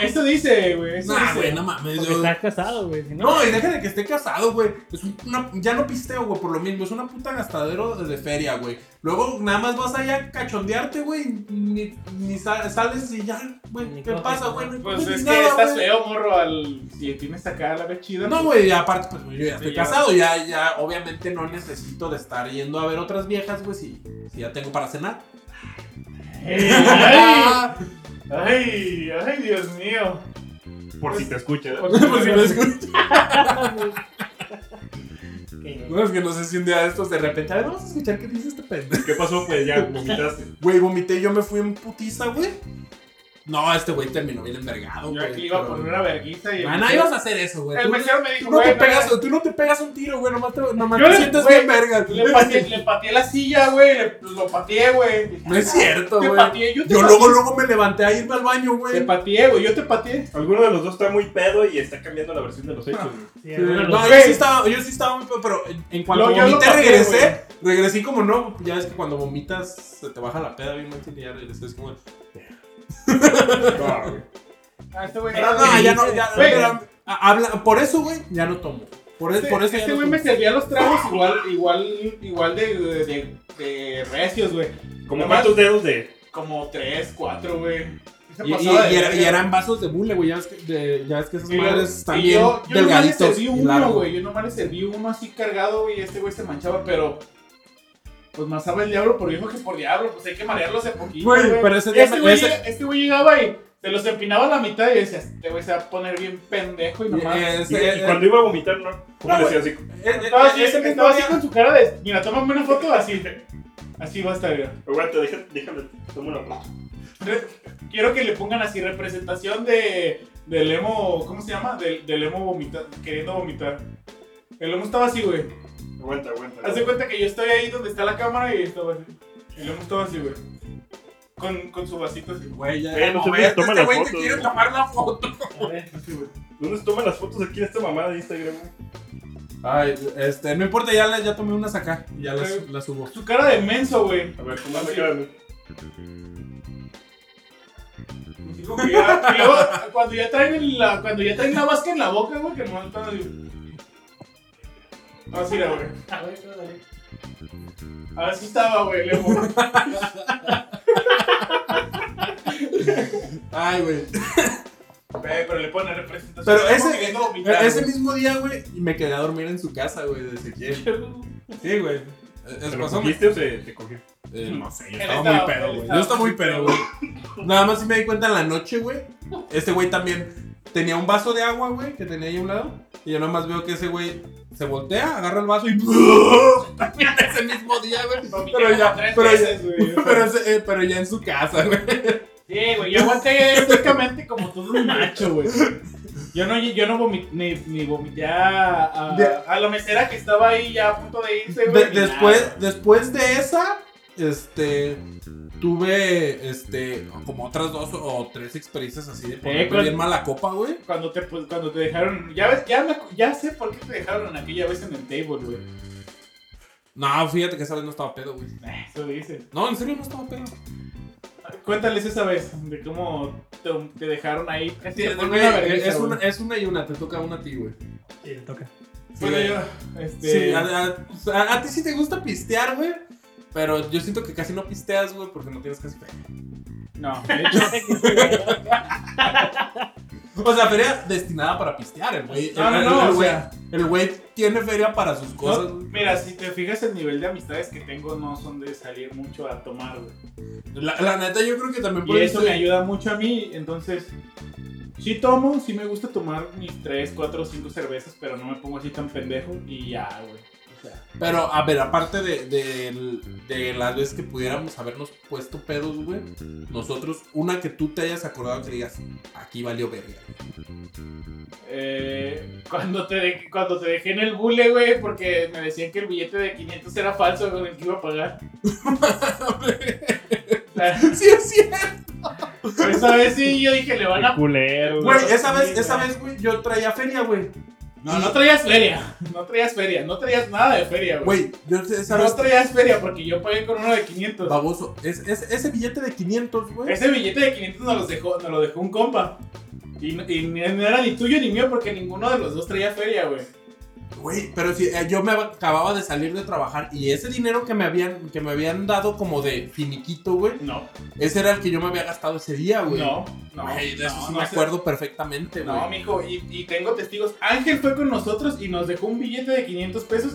[SPEAKER 1] Eso dice, güey. Eso
[SPEAKER 3] Nah,
[SPEAKER 1] dice.
[SPEAKER 3] güey, no mames.
[SPEAKER 4] Porque
[SPEAKER 3] yo-
[SPEAKER 4] estás casado, güey. Si no,
[SPEAKER 3] No, y deja de que esté casado, güey. Es una- ya no pisteo, güey, por lo mismo. Es una puta gastadero de feria, güey. Luego nada más vas allá a cachondearte, güey. Ni, ni sa- sales y ya, güey.
[SPEAKER 4] Ni
[SPEAKER 3] ¿Qué
[SPEAKER 4] coges,
[SPEAKER 3] pasa,
[SPEAKER 4] güey?
[SPEAKER 3] güey? No
[SPEAKER 1] Pues
[SPEAKER 3] coges
[SPEAKER 1] es
[SPEAKER 3] nada,
[SPEAKER 1] que estás
[SPEAKER 3] güey.
[SPEAKER 1] feo, morro, al. Si tienes acá la vez chida.
[SPEAKER 3] No, güey, y aparte, pues güey, yo ya estoy
[SPEAKER 1] ya.
[SPEAKER 3] casado. Ya, ya, obviamente no necesito de estar yendo a ver otras viejas, güey, si, si ya tengo para cenar.
[SPEAKER 1] Ey, pues, eh, ay, ay, ay, Dios mío.
[SPEAKER 2] Por si te ¿eh? escuchas.
[SPEAKER 3] Pues si me escuchas.
[SPEAKER 4] que-
[SPEAKER 3] No, es que no sé si un día de estos de repente. A ver, vamos a escuchar qué dice este pendejo.
[SPEAKER 2] ¿Qué pasó? Pues ya vomitaste.
[SPEAKER 3] Güey, vomité, yo me fui en putiza, güey. No, este güey terminó bien envergado,
[SPEAKER 1] Yo
[SPEAKER 3] güey.
[SPEAKER 1] aquí iba a
[SPEAKER 3] pero-
[SPEAKER 1] poner una verguiza y.
[SPEAKER 3] Ah, no ibas a hacer eso, güey.
[SPEAKER 1] El
[SPEAKER 3] Tú-
[SPEAKER 1] mesero me dijo,
[SPEAKER 3] Tú no, te
[SPEAKER 1] güey,
[SPEAKER 3] pegas, tú no te pegas un tiro, güey, nomás te, nomás
[SPEAKER 1] Yo
[SPEAKER 3] te
[SPEAKER 1] le-
[SPEAKER 3] sientes
[SPEAKER 1] güey,
[SPEAKER 3] bien vergas.
[SPEAKER 1] Le pateé, le pateé la silla, güey. le- pues, Lo pateé, güey.
[SPEAKER 3] No es cierto,
[SPEAKER 1] Te
[SPEAKER 3] güey.
[SPEAKER 1] pateé, yo te
[SPEAKER 3] Yo
[SPEAKER 1] pateé.
[SPEAKER 3] luego, luego me levanté a irme al baño,
[SPEAKER 1] Te
[SPEAKER 3] güey.
[SPEAKER 1] pateé, güey. Yo te pateé.
[SPEAKER 2] Alguno de los dos está muy pedo y está cambiando la versión de los hechos, güey.
[SPEAKER 4] Sí,
[SPEAKER 3] Sí,
[SPEAKER 4] alguno de los-
[SPEAKER 3] No, yo
[SPEAKER 1] Güey.
[SPEAKER 3] sí estaba, yo sí estaba muy pedo, pero en- en cuanto
[SPEAKER 1] Lo- yo lo
[SPEAKER 3] vomité
[SPEAKER 1] pateé,
[SPEAKER 3] regresé, regresé y como no, ya ves que cuando vomitas se te baja la peda bien mucho y ya regresé, es como...
[SPEAKER 2] No, güey.
[SPEAKER 1] Ah, este güey.
[SPEAKER 3] Pero no, ya no, ya,
[SPEAKER 1] Güey.
[SPEAKER 3] pero, a- habla, por eso, güey, ya no tomo. Por,
[SPEAKER 1] Este,
[SPEAKER 3] es- por eso ya
[SPEAKER 1] este
[SPEAKER 3] no
[SPEAKER 1] güey me
[SPEAKER 3] fumo.
[SPEAKER 1] servía los tragos igual, igual, igual de, de, de- de recios, güey.
[SPEAKER 2] Como
[SPEAKER 1] Nomás-
[SPEAKER 2] cuántos dedos de.
[SPEAKER 1] Como tres, cuatro, güey. Se
[SPEAKER 3] Y, y-
[SPEAKER 1] pasaba de
[SPEAKER 3] y era- y
[SPEAKER 1] verga.
[SPEAKER 3] eran vasos de bule, güey. Ya ves que, de- ya ves que esas
[SPEAKER 1] Y luego-
[SPEAKER 3] madres están
[SPEAKER 1] y
[SPEAKER 3] bien
[SPEAKER 1] yo, yo nomás le
[SPEAKER 3] delgaditos.
[SPEAKER 1] serví
[SPEAKER 3] y
[SPEAKER 1] uno,
[SPEAKER 3] largos.
[SPEAKER 1] güey. Yo nomás le serví uno así cargado, güey. y Este güey se manchaba, pero. Pues masaba el diablo por viejo que por diablo. Pues hay que marearlos de poquito.
[SPEAKER 3] Güey,
[SPEAKER 1] güey.
[SPEAKER 3] pero ese día
[SPEAKER 1] este
[SPEAKER 3] me-
[SPEAKER 1] güey
[SPEAKER 3] ese-
[SPEAKER 1] llega- este güey llegaba y se los empinaba a la mitad y decía, este güey se va a poner bien pendejo y nomás.
[SPEAKER 3] Eh,
[SPEAKER 2] Y,
[SPEAKER 3] ese-
[SPEAKER 2] y
[SPEAKER 3] eh,
[SPEAKER 2] cuando iba a vomitar, ¿no? ¿Cómo
[SPEAKER 1] No,
[SPEAKER 2] le decía así?
[SPEAKER 3] eh, eh,
[SPEAKER 1] estaba así,
[SPEAKER 3] ese mismo
[SPEAKER 1] estaba así
[SPEAKER 3] día-
[SPEAKER 1] con su cara de. Mira, tómame una foto así. Así va a estar bien.
[SPEAKER 2] Aguanta, déjame, déjame, tomo una foto.
[SPEAKER 1] Re- Quiero que le pongan así representación de del emo, ¿cómo se llama? Del, del emo vomita- queriendo vomitar. El emo estaba así, güey.
[SPEAKER 2] Aguanta, aguanta.
[SPEAKER 1] Haz de cuenta que yo estoy ahí donde está la cámara y estaba así. El emo estaba así, güey. Con, con su vasito así.
[SPEAKER 3] Güey, ya.
[SPEAKER 2] Güey, no sé cómo
[SPEAKER 3] vete,
[SPEAKER 2] toma
[SPEAKER 3] este
[SPEAKER 2] las
[SPEAKER 3] güey te
[SPEAKER 2] fotos,
[SPEAKER 3] quiere
[SPEAKER 2] güey.
[SPEAKER 3] tomar la foto.
[SPEAKER 4] A ver,
[SPEAKER 1] así, güey.
[SPEAKER 2] ¿Dónde se toman las fotos aquí en esta mamada de Instagram? güey?
[SPEAKER 3] Ay, este, no importa, ya, le- ya tomé unas acá. Ya las,
[SPEAKER 1] Güey.
[SPEAKER 3] las subo.
[SPEAKER 1] Su cara de menso, güey.
[SPEAKER 2] A ver, ¿cómo anda cada uno?
[SPEAKER 1] Dijo que ya- y luego, cuando ya traen la, cuando ya traen la vasca en la boca, güey, que no están así. Así era, güey.
[SPEAKER 4] a ver, dale.
[SPEAKER 1] Así estaba, güey, el emo.
[SPEAKER 3] Ay, güey.
[SPEAKER 1] Güey, Pero le ponen representación.
[SPEAKER 3] Pero
[SPEAKER 1] del emo
[SPEAKER 3] ese,
[SPEAKER 1] queriendo
[SPEAKER 3] eh,
[SPEAKER 1] vomitar,
[SPEAKER 3] ese
[SPEAKER 1] güey.
[SPEAKER 3] mismo día, güey, me quedé a dormir en su casa, güey, de Ezequiel. Sí, güey. Eh,
[SPEAKER 2] ¿Te
[SPEAKER 3] Eso
[SPEAKER 2] lo
[SPEAKER 3] pasó.
[SPEAKER 2] cogiste o se te cogió?
[SPEAKER 3] Eh, no sé, yo
[SPEAKER 1] Él
[SPEAKER 3] estaba
[SPEAKER 1] estaba-
[SPEAKER 3] muy pedo,
[SPEAKER 1] él
[SPEAKER 3] güey.
[SPEAKER 1] estaba-
[SPEAKER 3] Yo estaba muy pedo, güey. Nada más si me di cuenta en la noche, güey. Este güey también tenía un vaso de agua, güey, que tenía ahí a un lado. Y yo nada más veo que ese güey se voltea, agarra el vaso y. También ese mismo día, güey.
[SPEAKER 1] Vomité
[SPEAKER 3] Pero ya,
[SPEAKER 1] como tres
[SPEAKER 3] pero ya.
[SPEAKER 1] veces, güey.
[SPEAKER 3] Pero, ese- eh, pero ya en su casa, güey.
[SPEAKER 1] Sí, güey, yo aguanté prácticamente como todo un macho, güey. Yo no, yo no vomi- ni, ni vomité a, a,
[SPEAKER 3] De-
[SPEAKER 1] a la mesera que estaba ahí ya a punto de irse, güey.
[SPEAKER 3] De-
[SPEAKER 1] ni
[SPEAKER 3] después,
[SPEAKER 1] nada.
[SPEAKER 3] después de esa, este. Tuve, este, como otras dos o tres experiencias así de ponerme
[SPEAKER 1] Eh, con-
[SPEAKER 3] bien mala copa, güey.
[SPEAKER 1] Cuando te, pues, cuando te dejaron, ya ves, ya, me acu- ya sé por qué te dejaron aquella vez en el table, güey.
[SPEAKER 3] No, fíjate que esa vez no estaba pedo, güey.
[SPEAKER 1] Eh, Eso dice.
[SPEAKER 3] No, en serio no estaba pedo.
[SPEAKER 1] Cuéntales esa vez de cómo te, te dejaron ahí. Casi te ponen
[SPEAKER 3] Güey,
[SPEAKER 1] una vergüenza,
[SPEAKER 3] es,
[SPEAKER 1] güey.
[SPEAKER 3] una, es una y una, te toca una a ti, güey.
[SPEAKER 4] Sí, le toca.
[SPEAKER 1] Bueno,
[SPEAKER 3] Sí,
[SPEAKER 1] yo, este,
[SPEAKER 3] Sí, a, a- a- a ti sí te gusta pistear, güey. Pero yo siento que casi no pisteas, güey, porque no tienes casi fe.
[SPEAKER 1] no, de hecho,
[SPEAKER 3] O sea, feria destinada para pistear, el güey.
[SPEAKER 1] No, no,
[SPEAKER 3] El-
[SPEAKER 1] no,
[SPEAKER 3] el
[SPEAKER 1] o
[SPEAKER 3] güey-
[SPEAKER 1] sea.
[SPEAKER 3] El güey tiene feria para sus cosas,
[SPEAKER 1] no,
[SPEAKER 3] güey.
[SPEAKER 1] mira, si te fijas el nivel de amistades que tengo no son de salir mucho a tomar, güey.
[SPEAKER 3] La, la neta, yo creo que
[SPEAKER 1] Y
[SPEAKER 3] también por
[SPEAKER 1] eso
[SPEAKER 3] eso.
[SPEAKER 1] me ayuda mucho a mí, entonces sí tomo, sí me gusta tomar mis 3, 4, 5 cervezas, pero no me pongo así tan pendejo y ya, güey. O sea,
[SPEAKER 3] Pero, a ver, aparte de, de, de las veces que pudiéramos habernos puesto pedos, güey, nosotros, una que tú te hayas acordado que digas, aquí valió verga.
[SPEAKER 1] eh, cuando, te de- cuando te dejé en el bule, güey, porque me decían que el billete de 500 era falso con el que iba a pagar. O sea,
[SPEAKER 3] Sí, es cierto.
[SPEAKER 1] Esa vez sí, yo dije, le van
[SPEAKER 2] Qué
[SPEAKER 1] a...
[SPEAKER 2] culero,
[SPEAKER 3] Güey,
[SPEAKER 1] Güey,
[SPEAKER 3] esa vez,
[SPEAKER 1] sí,
[SPEAKER 3] esa
[SPEAKER 1] güey.
[SPEAKER 3] vez, güey, yo traía feria, güey.
[SPEAKER 1] No, no traías feria, no traías feria, no traías nada de feria, güey.
[SPEAKER 3] Güey, yo esa
[SPEAKER 1] No
[SPEAKER 3] vez,
[SPEAKER 1] traías feria porque yo pagué con uno de 500.
[SPEAKER 3] baboso, es, es- ese billete de 500, güey.
[SPEAKER 1] Ese billete de 500 nos, los dejó, nos lo dejó un compa. Y, no- y ni- no era ni tuyo ni mío porque ninguno de los dos traía feria, güey.
[SPEAKER 3] Güey, pero si eh, yo me acababa de salir de trabajar y ese dinero que me habían, que me habían dado como de finiquito, güey,
[SPEAKER 1] No,
[SPEAKER 3] ese era el que yo me había gastado ese día, güey.
[SPEAKER 1] no, no.
[SPEAKER 3] Güey, de eso
[SPEAKER 1] no,
[SPEAKER 3] sí
[SPEAKER 1] no
[SPEAKER 3] me
[SPEAKER 1] sé.
[SPEAKER 3] acuerdo perfectamente, güey.
[SPEAKER 1] No, mijo, y, y tengo testigos. Ángel fue con nosotros y nos dejó un billete de 500 pesos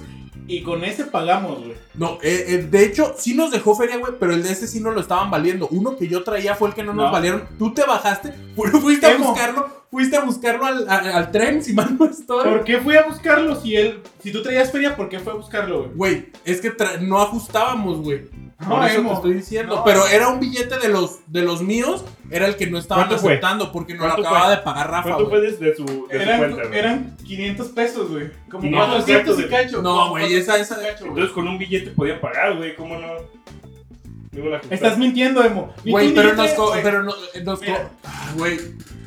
[SPEAKER 1] y con ese pagamos, güey.
[SPEAKER 3] No, eh, eh, de hecho, sí nos dejó feria, güey, pero el de ese sí no lo estaban valiendo. Uno que yo traía fue el que no nos
[SPEAKER 1] No.
[SPEAKER 3] valieron. Tú te bajaste, fu- fuiste a
[SPEAKER 1] Emo.
[SPEAKER 3] buscarlo, fuiste a buscarlo al, al- al tren, si mal no estoy.
[SPEAKER 1] ¿Por qué fui a buscarlo si él, si tú traías feria, por qué fue a buscarlo, güey?
[SPEAKER 3] Güey, es que tra- no ajustábamos, güey.
[SPEAKER 1] No,
[SPEAKER 3] Por eso
[SPEAKER 1] Emo.
[SPEAKER 3] te estoy diciendo.
[SPEAKER 1] No.
[SPEAKER 3] Pero era un billete de los, de los míos, era el que no estaban
[SPEAKER 2] ¿Cuánto fue?
[SPEAKER 3] aceptando porque no lo
[SPEAKER 2] ¿Cuánto
[SPEAKER 3] acababa
[SPEAKER 2] fue?
[SPEAKER 3] de pagar Rafa,
[SPEAKER 2] ¿Cuánto
[SPEAKER 3] güey.
[SPEAKER 2] fue de, de su, de su cuenta,
[SPEAKER 1] Eran,
[SPEAKER 2] güey?
[SPEAKER 1] eran 500 pesos, güey. Como
[SPEAKER 2] No,
[SPEAKER 1] 400 y
[SPEAKER 2] güey.
[SPEAKER 1] cacho.
[SPEAKER 3] No, güey, esa-
[SPEAKER 1] 400 y
[SPEAKER 3] esa-
[SPEAKER 1] cacho, güey.
[SPEAKER 2] Entonces con un billete podían pagar, güey, ¿cómo no? Digo, la justa-
[SPEAKER 1] Estás mintiendo, Emo. Ni tú
[SPEAKER 3] Güey,
[SPEAKER 1] ni
[SPEAKER 3] pero
[SPEAKER 1] yo
[SPEAKER 3] nos,
[SPEAKER 1] traía-
[SPEAKER 3] co-
[SPEAKER 1] güey.
[SPEAKER 3] pero no- nos co-
[SPEAKER 1] Mira.
[SPEAKER 3] Ah, Güey.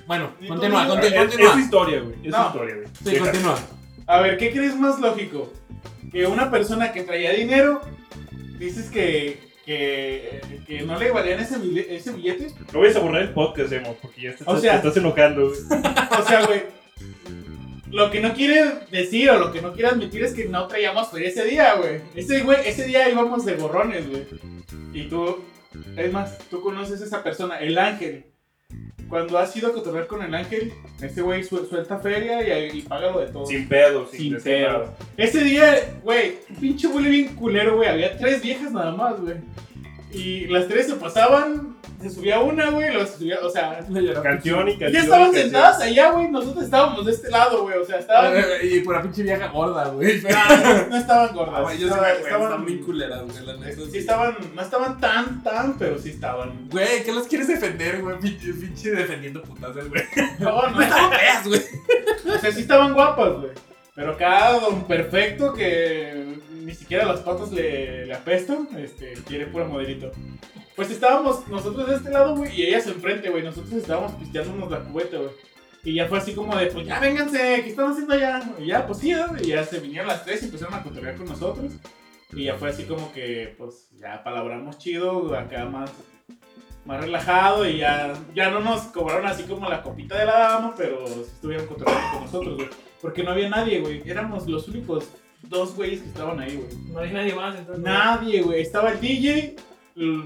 [SPEAKER 3] Bueno,
[SPEAKER 1] Ni tú
[SPEAKER 3] continúa,
[SPEAKER 1] ni yo.
[SPEAKER 2] Ah,
[SPEAKER 3] conti-
[SPEAKER 2] es, es
[SPEAKER 3] continúa.
[SPEAKER 2] su historia, güey. Es
[SPEAKER 1] No.
[SPEAKER 2] su historia, güey.
[SPEAKER 3] Sí, continúa.
[SPEAKER 1] A ver, ¿qué crees más lógico? Que una persona que traía dinero, dices que, que, que no le valían ese, bille- ese billete.
[SPEAKER 2] No vayas a borrar el podcast, Emo, porque ya te
[SPEAKER 1] O
[SPEAKER 2] estás,
[SPEAKER 1] sea-
[SPEAKER 2] te estás enojando, güey.
[SPEAKER 1] O sea, güey, lo que no quiere decir o lo que no quiere admitir es que no traíamos feria ese día, güey. Ese, güey, ese día íbamos de gorrones, güey. Y tú, es más, tú conoces a esa persona, el ángel. Cuando has ido a cotorrear con el ángel, ese güey su- suelta feria y, y paga lo de todo.
[SPEAKER 2] Sin pedo, sin,
[SPEAKER 1] Sin
[SPEAKER 2] decir
[SPEAKER 1] pedo.
[SPEAKER 2] nada.
[SPEAKER 1] Ese día, güey, un pinche huele bien culero, güey. Había tres viejas nada más, güey. Y las tres se pasaban, se subía una, güey, los subía, o sea.
[SPEAKER 2] Canción y canción.
[SPEAKER 1] Ya
[SPEAKER 2] y
[SPEAKER 1] estaban
[SPEAKER 2] canción.
[SPEAKER 1] sentadas allá, güey. Nosotros estábamos de este lado, güey. O sea, estaban.
[SPEAKER 3] eh, Y por la pinche vieja gorda, güey.
[SPEAKER 1] Ah, no estaban gordas.
[SPEAKER 3] Ah, güey, yo sí me
[SPEAKER 1] estaban-
[SPEAKER 3] acuerdo, estaban bien culeras, güey, la neta.
[SPEAKER 1] Sí estaban, no estaban tan, tan, pero sí estaban.
[SPEAKER 3] Güey, ¿qué las quieres defender, güey? Pinche, pinche defendiendo putazas, güey.
[SPEAKER 1] No, no,
[SPEAKER 3] Estaban feas, güey.
[SPEAKER 1] o sea, sí estaban guapas, güey. Pero cada don perfecto que ni siquiera las patas le, le apestan, este, quiere puro modelito. Pues estábamos nosotros de este lado, güey, y ellas enfrente, güey. Nosotros estábamos pisteándonos la cubeta, güey. Y ya fue así como de, pues ya vénganse, ¿qué están haciendo allá? Y ya, pues sí, ¿no? y ya se vinieron las tres y empezaron a cotorrear con nosotros. Y ya fue así como que, pues ya palabramos chido, acá más, más relajado y ya, ya no nos cobraron así como la copita de la dama, pero sí estuvieron cotorreando con nosotros, güey. Porque no había nadie, güey. Éramos los únicos dos güeyes que estaban ahí, güey.
[SPEAKER 4] No hay nadie más, entonces.
[SPEAKER 1] Nadie, güey. Estaba el DJ, l-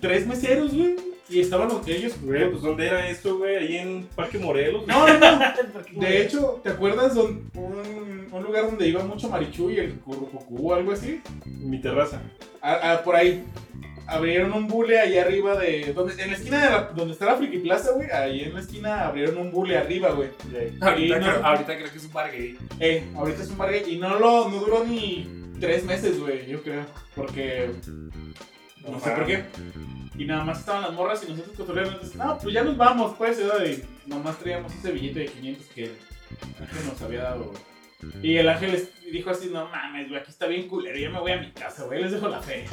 [SPEAKER 1] tres meseros, güey. Y estaban los de ellos,
[SPEAKER 2] Güey,
[SPEAKER 1] güey.
[SPEAKER 2] pues ¿dónde era esto, güey? Ahí en Parque Morelos.
[SPEAKER 1] No, no, no.
[SPEAKER 4] ¿Por qué, güey?
[SPEAKER 1] De hecho, ¿te acuerdas de un, un- un lugar donde iba mucho Marichu y el Currucucú o algo así?
[SPEAKER 2] En mi terraza.
[SPEAKER 1] A- a- por ahí. Abrieron un bule allá arriba de. Donde, en la esquina de la- donde está la Friki Plaza, güey. Ahí en la esquina abrieron un bule arriba, güey.
[SPEAKER 3] Ahorita,
[SPEAKER 1] no.
[SPEAKER 3] creo, ahorita creo que es un bar gay.
[SPEAKER 1] Eh, ahorita es un barrio y no lo no duró ni tres meses, güey, yo creo. Porque no, sé por qué. Y nada más estaban las morras y nosotros cotorreando. Entonces, no, pues ya nos vamos, pues. eh, Y nomás traíamos ese billete de 500 que el ángel nos había dado, güey. Y el ángel es- dijo así: No mames, güey, aquí está bien culero. Yo me voy a mi casa, güey, les dejo la fe.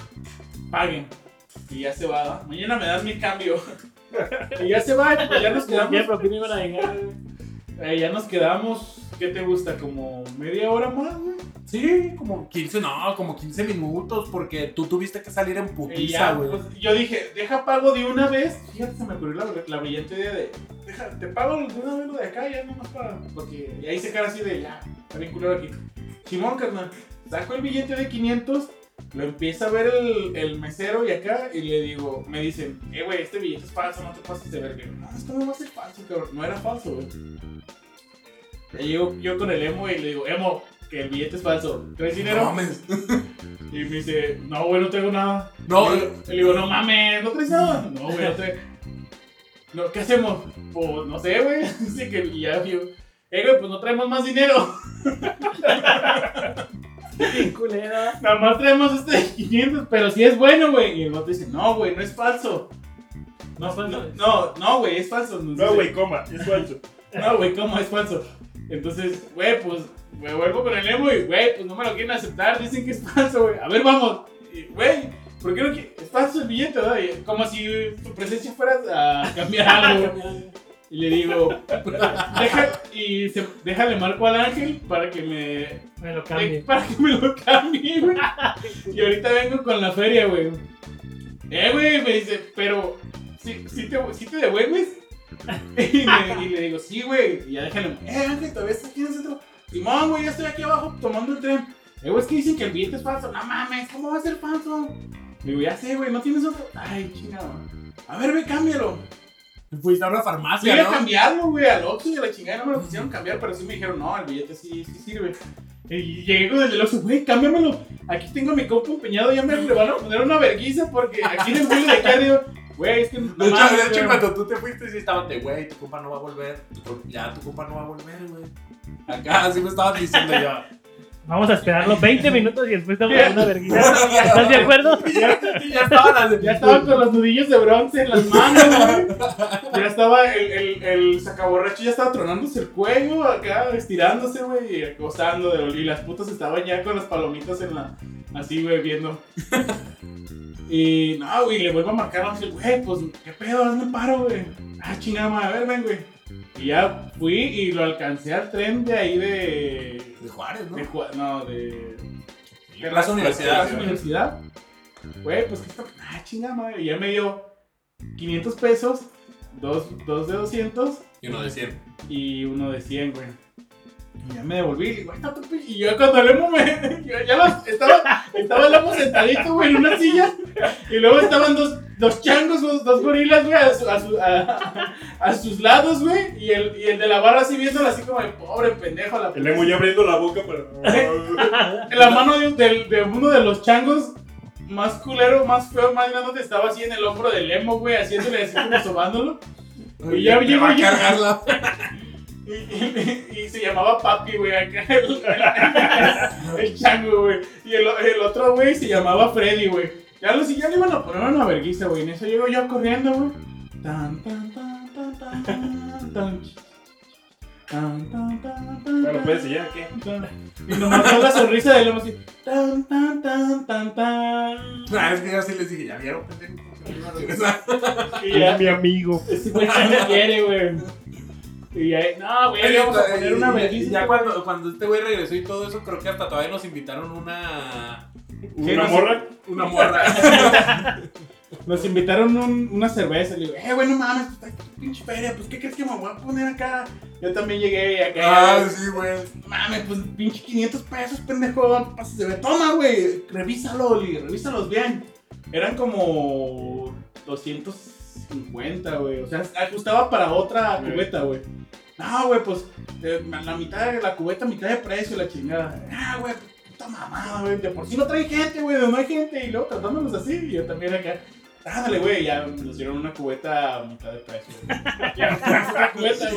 [SPEAKER 1] Paguen. Y ya se va. ¿va? Mañana me das mi cambio. y ya se va, y pues ya nos
[SPEAKER 4] Ya,
[SPEAKER 1] quedamos.
[SPEAKER 4] pero ¿qué me iban a dejar? güey?
[SPEAKER 1] Eh, ya nos quedamos, ¿qué te gusta? Como media hora más, güey.
[SPEAKER 3] Sí, como 15, no, como 15 minutos, porque tú tuviste que salir en
[SPEAKER 1] Y
[SPEAKER 3] putiza,
[SPEAKER 1] ya,
[SPEAKER 3] güey.
[SPEAKER 1] pues, yo dije, deja pago de una vez. Fíjate, se me ocurrió la, la brillante idea de, deja, te pago de una vez lo de acá, ya nomás para. Porque y ahí se cara así de, ya, está bien culero aquí. Simón, carnal, saco el billete de 500, lo empieza a ver el, el mesero y acá, y le digo, me dicen, eh, güey, este billete es falso, no te pases de verga. No, esto no va a ser falso, cabrón. No era falso, güey. Ya llego yo con el emo y le digo, emo, que el billete es falso. ¿Traes dinero?
[SPEAKER 3] No mames.
[SPEAKER 1] Y me dice, no, güey, no traigo nada.
[SPEAKER 3] No,
[SPEAKER 1] Y le- le digo, no mames, ¿no traes nada? No, güey, no traigo. No, ¿Qué hacemos? Pues no sé, güey. Dice que y ya, yo, eh, güey, pues no traemos más dinero.
[SPEAKER 4] Qué culera.
[SPEAKER 1] Nada más traemos este de 500, pero sí es bueno, güey. Y el otro dice, no, güey, no es falso.
[SPEAKER 4] No, pues,
[SPEAKER 1] No,
[SPEAKER 4] no.
[SPEAKER 1] no, no, güey, es falso. Nos
[SPEAKER 2] No,
[SPEAKER 1] dice,
[SPEAKER 2] güey, coma. Es falso.
[SPEAKER 1] No, güey, ¿cómo es falso? Entonces, güey, pues me vuelvo con el emo y, güey, pues no me lo quieren aceptar, dicen que es falso, güey. A ver, vamos, Y, güey, ¿por qué no quie- Es falso el billete, ¿verdad? Y Como si tu presencia fuera a cambiar algo. Y le digo, deja, y se, déjale marco al ángel para que me
[SPEAKER 4] Me lo cambie.
[SPEAKER 1] para que me lo cambie, güey. Y ahorita vengo con la feria, güey. Eh, güey, me dice, pero, ¿sí, sí te, sí te devuelves? Y le, y le digo, sí, güey. Y ya déjalo. Eh, Ángel, todavía estás aquí en el centro. Simón, güey, ya estoy aquí abajo tomando el tren. Eh, güey, es que dicen que el billete es falso. No mames, ¿cómo va a ser falso? Le digo, ya sé, güey, no tienes otro. Ay, chingado. A ver, ve, cámbialo.
[SPEAKER 3] fuiste a una
[SPEAKER 1] Fui
[SPEAKER 3] farmacia,
[SPEAKER 1] a
[SPEAKER 3] ¿no?
[SPEAKER 1] cambiarlo, güey, al Oxxo y a la chingada, no me lo quisieron cambiar, pero sí me dijeron, no, el billete sí, sí sirve. Y llegué con el del Oxxo, güey, cámbiamelo. Aquí tengo mi compa empeñado, ya me le van a poner una verguiza porque aquí en el güey de aquí arriba, güey, es que no
[SPEAKER 3] De hecho,
[SPEAKER 1] mames,
[SPEAKER 3] de
[SPEAKER 1] güey.
[SPEAKER 3] hecho, cuando tú te fuiste, sí estaban de, güey, tu compa no va a volver. tu compa- ya, tu compa no va a volver, güey. Acá, así me estaban diciendo yo.
[SPEAKER 4] Vamos a esperarlo 20 minutos y después damos una vergüenza. ¿Estás de acuerdo?
[SPEAKER 3] ya, ya estaban así.
[SPEAKER 1] Ya estaba con los nudillos de bronce en las manos, güey. Ya estaba el, el, el sacaborracho, ya estaba tronándose el cuello acá, estirándose, güey, y acostando. De, y las putas estaban ya con las palomitas en la. Así, güey, viendo. Y no, güey, le vuelvo a marcar a Ángel, güey, pues, ¿qué pedo? Hazme paro, güey. Ah, chingada, madre, a ver, ven, güey. Y ya fui y lo alcancé al tren de ahí de.
[SPEAKER 3] De Juárez, ¿no?
[SPEAKER 1] de Ju- no, de.
[SPEAKER 3] De las universidades.
[SPEAKER 1] Plaza Universidad. Güey, pues que está. Ah, chinga madre. Ya me dio 500 pesos, dos, dos de 200
[SPEAKER 3] Y uno de 100.
[SPEAKER 1] y uno de 100, güey. Y ya me devolví y le digo, "Ahí está tu pi-". Y yo cuando Lemo me. yo ya los- estaba, estaba Lemo sentadito, güey, en una silla. Y luego estaban dos, dos changos, dos, dos gorilas, güey, a, su- a su- a- a sus lados, güey. Y el, y el de la barra así viéndolo así como de pobre pendejo. La,
[SPEAKER 2] El Lemo ya abriendo la boca para.
[SPEAKER 1] la mano de, un- del- de uno de los changos más culero, más feo, más grande estaba así en el hombro del Lemo, güey, haciéndole así como sobándolo. Y ya
[SPEAKER 3] me
[SPEAKER 1] llego
[SPEAKER 3] va a
[SPEAKER 1] yo.
[SPEAKER 3] cargar la-
[SPEAKER 1] Y, y- y se llamaba Papi, güey, acá el, el- el chango, güey. Y el, el otro, güey, se llamaba Freddy, güey. Ya, lo, ya le iban a poner una vergüenza, güey. En eso llego yo corriendo, güey. Tan, tan, tan, tan, tan, tan, tan. Tan, tan, tan, tan,
[SPEAKER 2] Bueno, pues,
[SPEAKER 1] tan,
[SPEAKER 2] ¿y ya qué?
[SPEAKER 1] tan. Y nomás con la sonrisa de Lemo así. Tan, tan, tan, tan, tan.
[SPEAKER 3] Ah, es que yo así les dije, ya vieron, pendejo. que me iba a regresar.
[SPEAKER 1] Y ya,
[SPEAKER 2] mi amigo.
[SPEAKER 1] ese güey sí me quiere, güey. Y ya, no, güey, le vamos a poner una
[SPEAKER 3] Y
[SPEAKER 1] vergüenza.
[SPEAKER 3] Ya cuando, cuando este güey regresó y todo eso, creo que hasta todavía nos invitaron una.
[SPEAKER 2] ¿Una morra?
[SPEAKER 3] Una morra.
[SPEAKER 1] Nos invitaron un- una cerveza. Le digo, eh, güey, no mames, está aquí tu pinche feria. Pues, ¿qué crees que me voy a poner acá? Yo también llegué acá.
[SPEAKER 3] ah, sí, güey.
[SPEAKER 1] No mames, pues, pinche 500 pesos, pendejo. Pasas de ver. Toma, güey, revísalo, Oli, revísalos bien. Eran como 250, güey. O sea, ajustaba para otra
[SPEAKER 2] Ok.
[SPEAKER 1] cubeta, güey. No, güey, pues, eh, la mitad de la cubeta, mitad de precio, la chingada. Ah, güey, puta mamada, güey. De por sí no trae gente, güey, de no hay gente. Y luego tratándonos así, y yo también acá. Ándale, güey, ya nos dieron una cubeta a mitad de precio. güey. Ya, una cubeta,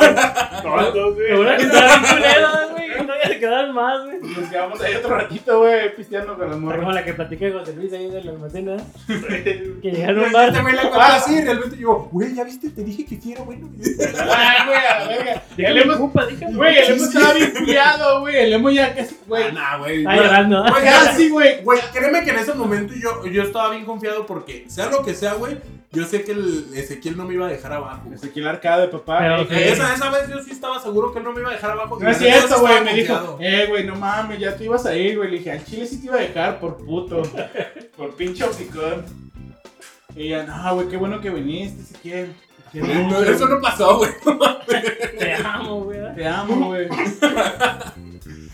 [SPEAKER 1] güey.
[SPEAKER 2] Tontos, güey.
[SPEAKER 4] Seguro que estaban culeras, güey. que Todavía se quedaron más, güey.
[SPEAKER 1] Nos quedamos ahí otro ratito, güey, pisteando con las
[SPEAKER 4] Está
[SPEAKER 1] morras.
[SPEAKER 4] como la que platiqué José Luis ahí del almacén, ¿verdad?
[SPEAKER 2] Sí.
[SPEAKER 4] Que llegaron a un bar.
[SPEAKER 3] Este güey la contó así, realmente yo, güey, ya viste, te dije que quiero, güey. no".
[SPEAKER 1] Ah, güey, a la verga. El
[SPEAKER 4] Déjame,
[SPEAKER 1] emo,
[SPEAKER 4] compa, déjame.
[SPEAKER 1] güey, el emo estaba bien cuidado, güey. El emo ya casi,
[SPEAKER 3] Ah,
[SPEAKER 1] güey.
[SPEAKER 3] nah, güey.
[SPEAKER 4] Está
[SPEAKER 3] Güey,
[SPEAKER 4] llorando. ¿eh?
[SPEAKER 3] güey,
[SPEAKER 1] Casi, güey.
[SPEAKER 3] Güey, créeme que en ese momento yo, yo estaba bien confiado porque, sea lo que sea, güey, yo sé que el Ezequiel no me iba a dejar abajo. güey.
[SPEAKER 1] Ezequiel Arcade, papá.
[SPEAKER 4] Pero,
[SPEAKER 1] eh,
[SPEAKER 4] sí.
[SPEAKER 3] Esa, esa vez yo sí estaba seguro que él no me iba a dejar abajo.
[SPEAKER 1] No es
[SPEAKER 3] Y la neta,
[SPEAKER 1] cierto,
[SPEAKER 3] yo
[SPEAKER 1] güey.
[SPEAKER 3] estaba
[SPEAKER 1] Me dijo,
[SPEAKER 3] confiado.
[SPEAKER 1] eh, güey, no mames, ya te ibas a ir, güey. Le dije, al chile sí te iba a dejar por puto. Por pinche hocicón. Y ella, no, güey, qué bueno que viniste, Ezequiel. Te quiero
[SPEAKER 3] No,
[SPEAKER 1] mucho,
[SPEAKER 3] eso no pasó, güey.
[SPEAKER 4] Te amo, güey.
[SPEAKER 1] Te amo, güey.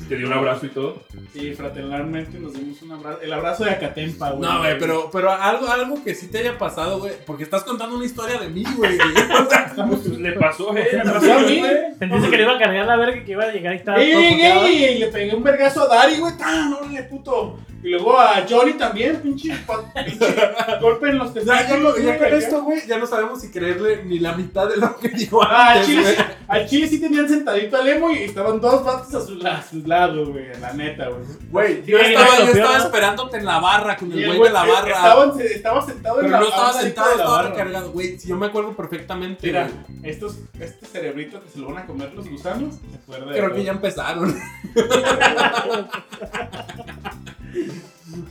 [SPEAKER 2] Te dio un abrazo y todo.
[SPEAKER 1] Sí, fraternalmente nos dimos un abrazo. El abrazo de Acatempa, güey.
[SPEAKER 3] No, güey, pero, pero algo, algo que sí te haya pasado, güey. Porque estás contando una historia de mí, güey. O sea,
[SPEAKER 2] Ah, pues, Le pasó eh, a él.
[SPEAKER 1] Me pasó a mí.
[SPEAKER 4] Sentiste que le iba a cargar la verga y que iba a llegar y estaba
[SPEAKER 1] Ey,
[SPEAKER 4] todo
[SPEAKER 1] ey,
[SPEAKER 4] puteado.
[SPEAKER 1] ey, y le pegué un vergazo a Dari, güey. ¡Tan! ¡Órale, puto! Y luego a Johnny también, pinche, pa- pinche golpe en los
[SPEAKER 3] ya, ya,
[SPEAKER 1] testículos.
[SPEAKER 3] lo- ya
[SPEAKER 1] güey,
[SPEAKER 3] con
[SPEAKER 1] acá.
[SPEAKER 3] esto, güey, ya no sabemos si creerle ni la mitad de lo que dijo
[SPEAKER 1] Ah, al
[SPEAKER 3] antes,
[SPEAKER 1] Chile,
[SPEAKER 3] güey.
[SPEAKER 1] sí- al Chile sí tenían sentadito al emo y estaban dos vatos a su, la- a su lado, güey. La neta, güey.
[SPEAKER 3] Güey, yo
[SPEAKER 4] Sí,
[SPEAKER 3] estaba,
[SPEAKER 4] lo
[SPEAKER 3] yo
[SPEAKER 4] peor,
[SPEAKER 3] estaba
[SPEAKER 4] ¿no?
[SPEAKER 3] esperándote en la barra con
[SPEAKER 1] Y
[SPEAKER 3] el
[SPEAKER 1] el
[SPEAKER 3] güey de la
[SPEAKER 1] güey, eh,
[SPEAKER 3] barra.
[SPEAKER 1] Estaba, se- estaba sentado en
[SPEAKER 3] pero
[SPEAKER 1] la
[SPEAKER 3] no estaba
[SPEAKER 1] a un ladito
[SPEAKER 3] sentado,
[SPEAKER 1] de la
[SPEAKER 3] estaba
[SPEAKER 1] barra.
[SPEAKER 3] recargado. Güey, si yo me acuerdo perfectamente,
[SPEAKER 1] Mira,
[SPEAKER 3] güey.
[SPEAKER 1] estos, este cerebrito que se lo van a comer los gusanos, se acuerda de
[SPEAKER 3] Creo que
[SPEAKER 1] todo.
[SPEAKER 3] ya empezaron.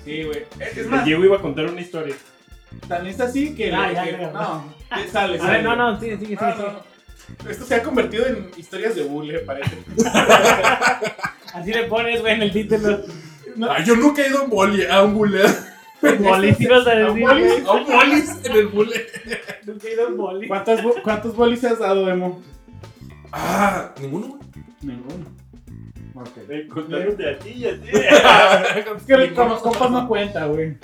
[SPEAKER 1] Sí, güey. Es es
[SPEAKER 2] El
[SPEAKER 1] más,
[SPEAKER 2] Diego iba a contar una historia.
[SPEAKER 1] tan es así que...
[SPEAKER 4] Ah, ya,
[SPEAKER 1] que-
[SPEAKER 4] ya, ya.
[SPEAKER 1] no, te sale,
[SPEAKER 4] A ver,
[SPEAKER 1] sale.
[SPEAKER 4] no, Ah, no, sigue, sigue, sigue.
[SPEAKER 1] No,
[SPEAKER 4] sigue.
[SPEAKER 1] no, Ah, no. Esto se ha convertido en historias de bulle, parece.
[SPEAKER 4] Así le pones, güey, en el título.
[SPEAKER 1] No.
[SPEAKER 3] Ah, yo nunca he ido a un boli, a un bullet.
[SPEAKER 4] Bolis, ibas a
[SPEAKER 1] ¿A
[SPEAKER 4] decir.
[SPEAKER 1] un
[SPEAKER 4] güey.
[SPEAKER 1] boli?
[SPEAKER 3] A un bolis en el bullet.
[SPEAKER 4] Nunca he ido al boli.
[SPEAKER 1] ¿Cuántas bo- ¿Cuántos bolis has dado, Emo?
[SPEAKER 3] Ah, ninguno,
[SPEAKER 1] Ninguno. Ok.
[SPEAKER 2] Eh, Contaron de a ti y a ti.
[SPEAKER 1] Es que el- con los compas no cuenta, güey.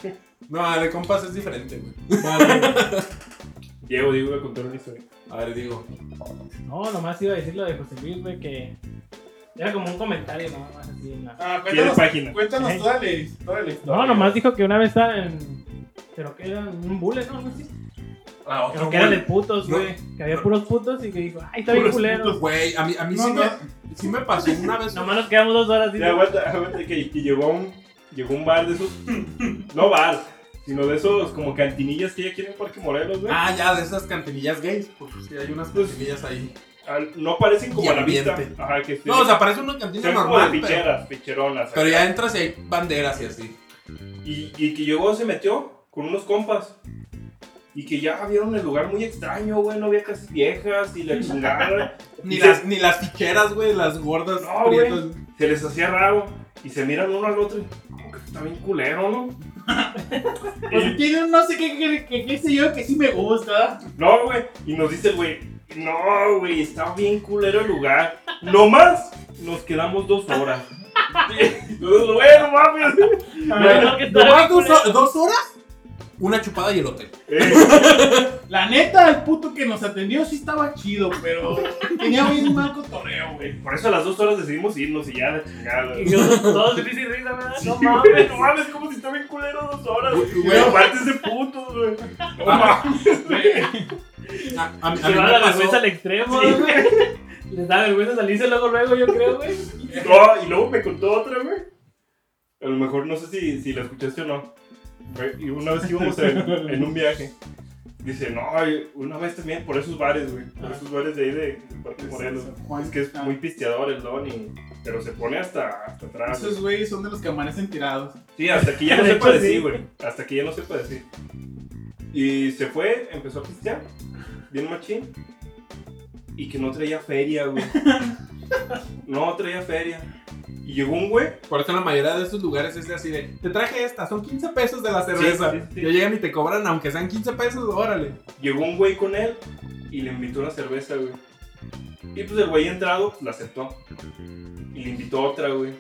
[SPEAKER 3] No, ah, de compas es diferente, güey.
[SPEAKER 2] Diego, Diego iba a contar una historia.
[SPEAKER 3] A ver, digo.
[SPEAKER 4] No, nomás iba a decir lo de José Luis, güey, que era como un comentario, ¿no? Más así en la-
[SPEAKER 1] Ah,
[SPEAKER 2] Tiene página.
[SPEAKER 1] cuéntanos
[SPEAKER 4] Eh.
[SPEAKER 1] toda la, his- toda la historia.
[SPEAKER 4] No, nomás dijo que una vez estaba en. Pero que era en un bullet, ¿no? Algo así.
[SPEAKER 3] Ah,
[SPEAKER 4] Pero
[SPEAKER 3] otro
[SPEAKER 4] que era de
[SPEAKER 3] bullet.
[SPEAKER 4] putos,
[SPEAKER 3] No.
[SPEAKER 4] güey. Que había puros putos y que dijo, ay, está bien
[SPEAKER 2] Puros
[SPEAKER 4] culero.
[SPEAKER 3] Güey, a mí, a mí
[SPEAKER 1] No,
[SPEAKER 3] sí,
[SPEAKER 1] no.
[SPEAKER 3] Me, sí me pasó una vez.
[SPEAKER 4] Nomás nos quedamos dos horas.
[SPEAKER 2] Ya, aguanta, aguanta, que, que llegó a un, llegó a un bar de esos. No bar, sino de esos como cantinillas que ya quieren Parque Morelos, güey.
[SPEAKER 3] Ah, ya, de esas cantinillas gays. Porque sí, hay unas cantinillas ahí.
[SPEAKER 2] Al- No parecen como
[SPEAKER 3] Y
[SPEAKER 2] a la
[SPEAKER 3] ambiente.
[SPEAKER 2] vista. Ajá, que sí.
[SPEAKER 3] No, o sea, parece una
[SPEAKER 2] son
[SPEAKER 3] cantina
[SPEAKER 2] como
[SPEAKER 3] normal.
[SPEAKER 2] de
[SPEAKER 3] pero-
[SPEAKER 2] picheras, picheronas.
[SPEAKER 3] Pero
[SPEAKER 2] acá.
[SPEAKER 3] ya entras y hay banderas y así.
[SPEAKER 2] Y, y que llegó, se metió con unos compas. Y que ya vieron el lugar muy extraño, güey. No había casas viejas y la chingada.
[SPEAKER 3] Ni
[SPEAKER 2] Y
[SPEAKER 3] las,
[SPEAKER 2] se-
[SPEAKER 3] ni las ficheras, güey, las gordas
[SPEAKER 2] No,
[SPEAKER 3] prietas.
[SPEAKER 2] Se les hacía raro. Y se miran uno al otro. y, Como que está bien culero, ¿no?
[SPEAKER 1] Pues tiene un no sé qué, qué, qué, qué sé yo que sí me gusta.
[SPEAKER 2] No, güey. Y nos dice el güey, no, güey, está bien culero el lugar. Nomás nos quedamos dos horas. Entonces, bueno, mames.
[SPEAKER 4] Bueno, que está
[SPEAKER 3] Nomás dos,
[SPEAKER 4] bien,
[SPEAKER 3] ho- dos horas, una chupada y el hotel.
[SPEAKER 2] Eh,
[SPEAKER 1] La neta, el puto que nos atendió sí estaba chido, pero tenía bien mal cotorreo, güey.
[SPEAKER 2] por eso a las dos horas decidimos irnos y ya de chingada.
[SPEAKER 4] Y yo, todos difícil risa, ¿verdad?
[SPEAKER 2] Sí,
[SPEAKER 4] No
[SPEAKER 2] güey, No mames,
[SPEAKER 4] mames.
[SPEAKER 2] no mames, como si estaba bien culero dos horas.
[SPEAKER 3] Güey.
[SPEAKER 2] Güey, aparte es de putos, güey. No mames.
[SPEAKER 3] A, a mí- a mí
[SPEAKER 4] Se va
[SPEAKER 3] me
[SPEAKER 4] la
[SPEAKER 3] pasó-
[SPEAKER 4] vergüenza al extremo, güey. Les da vergüenza salirse luego, luego, yo creo, güey.
[SPEAKER 2] No, y luego me contó otra, güey. A lo mejor no sé si, si la escuchaste o no. Güey, Y una vez que íbamos en, en un viaje, dice, no, y una vez también por esos bares, güey. Por esos bares de ahí de, del Parque Morelos. Es que es muy pisteador el don, y, pero se pone hasta, hasta atrás. güey.
[SPEAKER 1] Esos güeyes son de los que amanecen tirados.
[SPEAKER 2] Sí, hasta que ya no
[SPEAKER 4] De
[SPEAKER 2] sepa
[SPEAKER 4] hecho, sí.
[SPEAKER 2] decir, güey. Hasta que ya no sepa decir. Y se fue, empezó a pistear, bien machín. Y que no traía feria, güey. No traía feria. Y llegó un güey.
[SPEAKER 3] Por eso la mayoría de estos lugares es de así de, te traje esta, son 15 pesos de la cerveza.
[SPEAKER 2] Sí, sí, sí.
[SPEAKER 3] Ya llegan y te cobran, aunque sean 15 pesos, órale.
[SPEAKER 2] Llegó un güey con él y le invitó una cerveza, güey. Y pues el güey entrado la aceptó. Y le invitó otra, güey.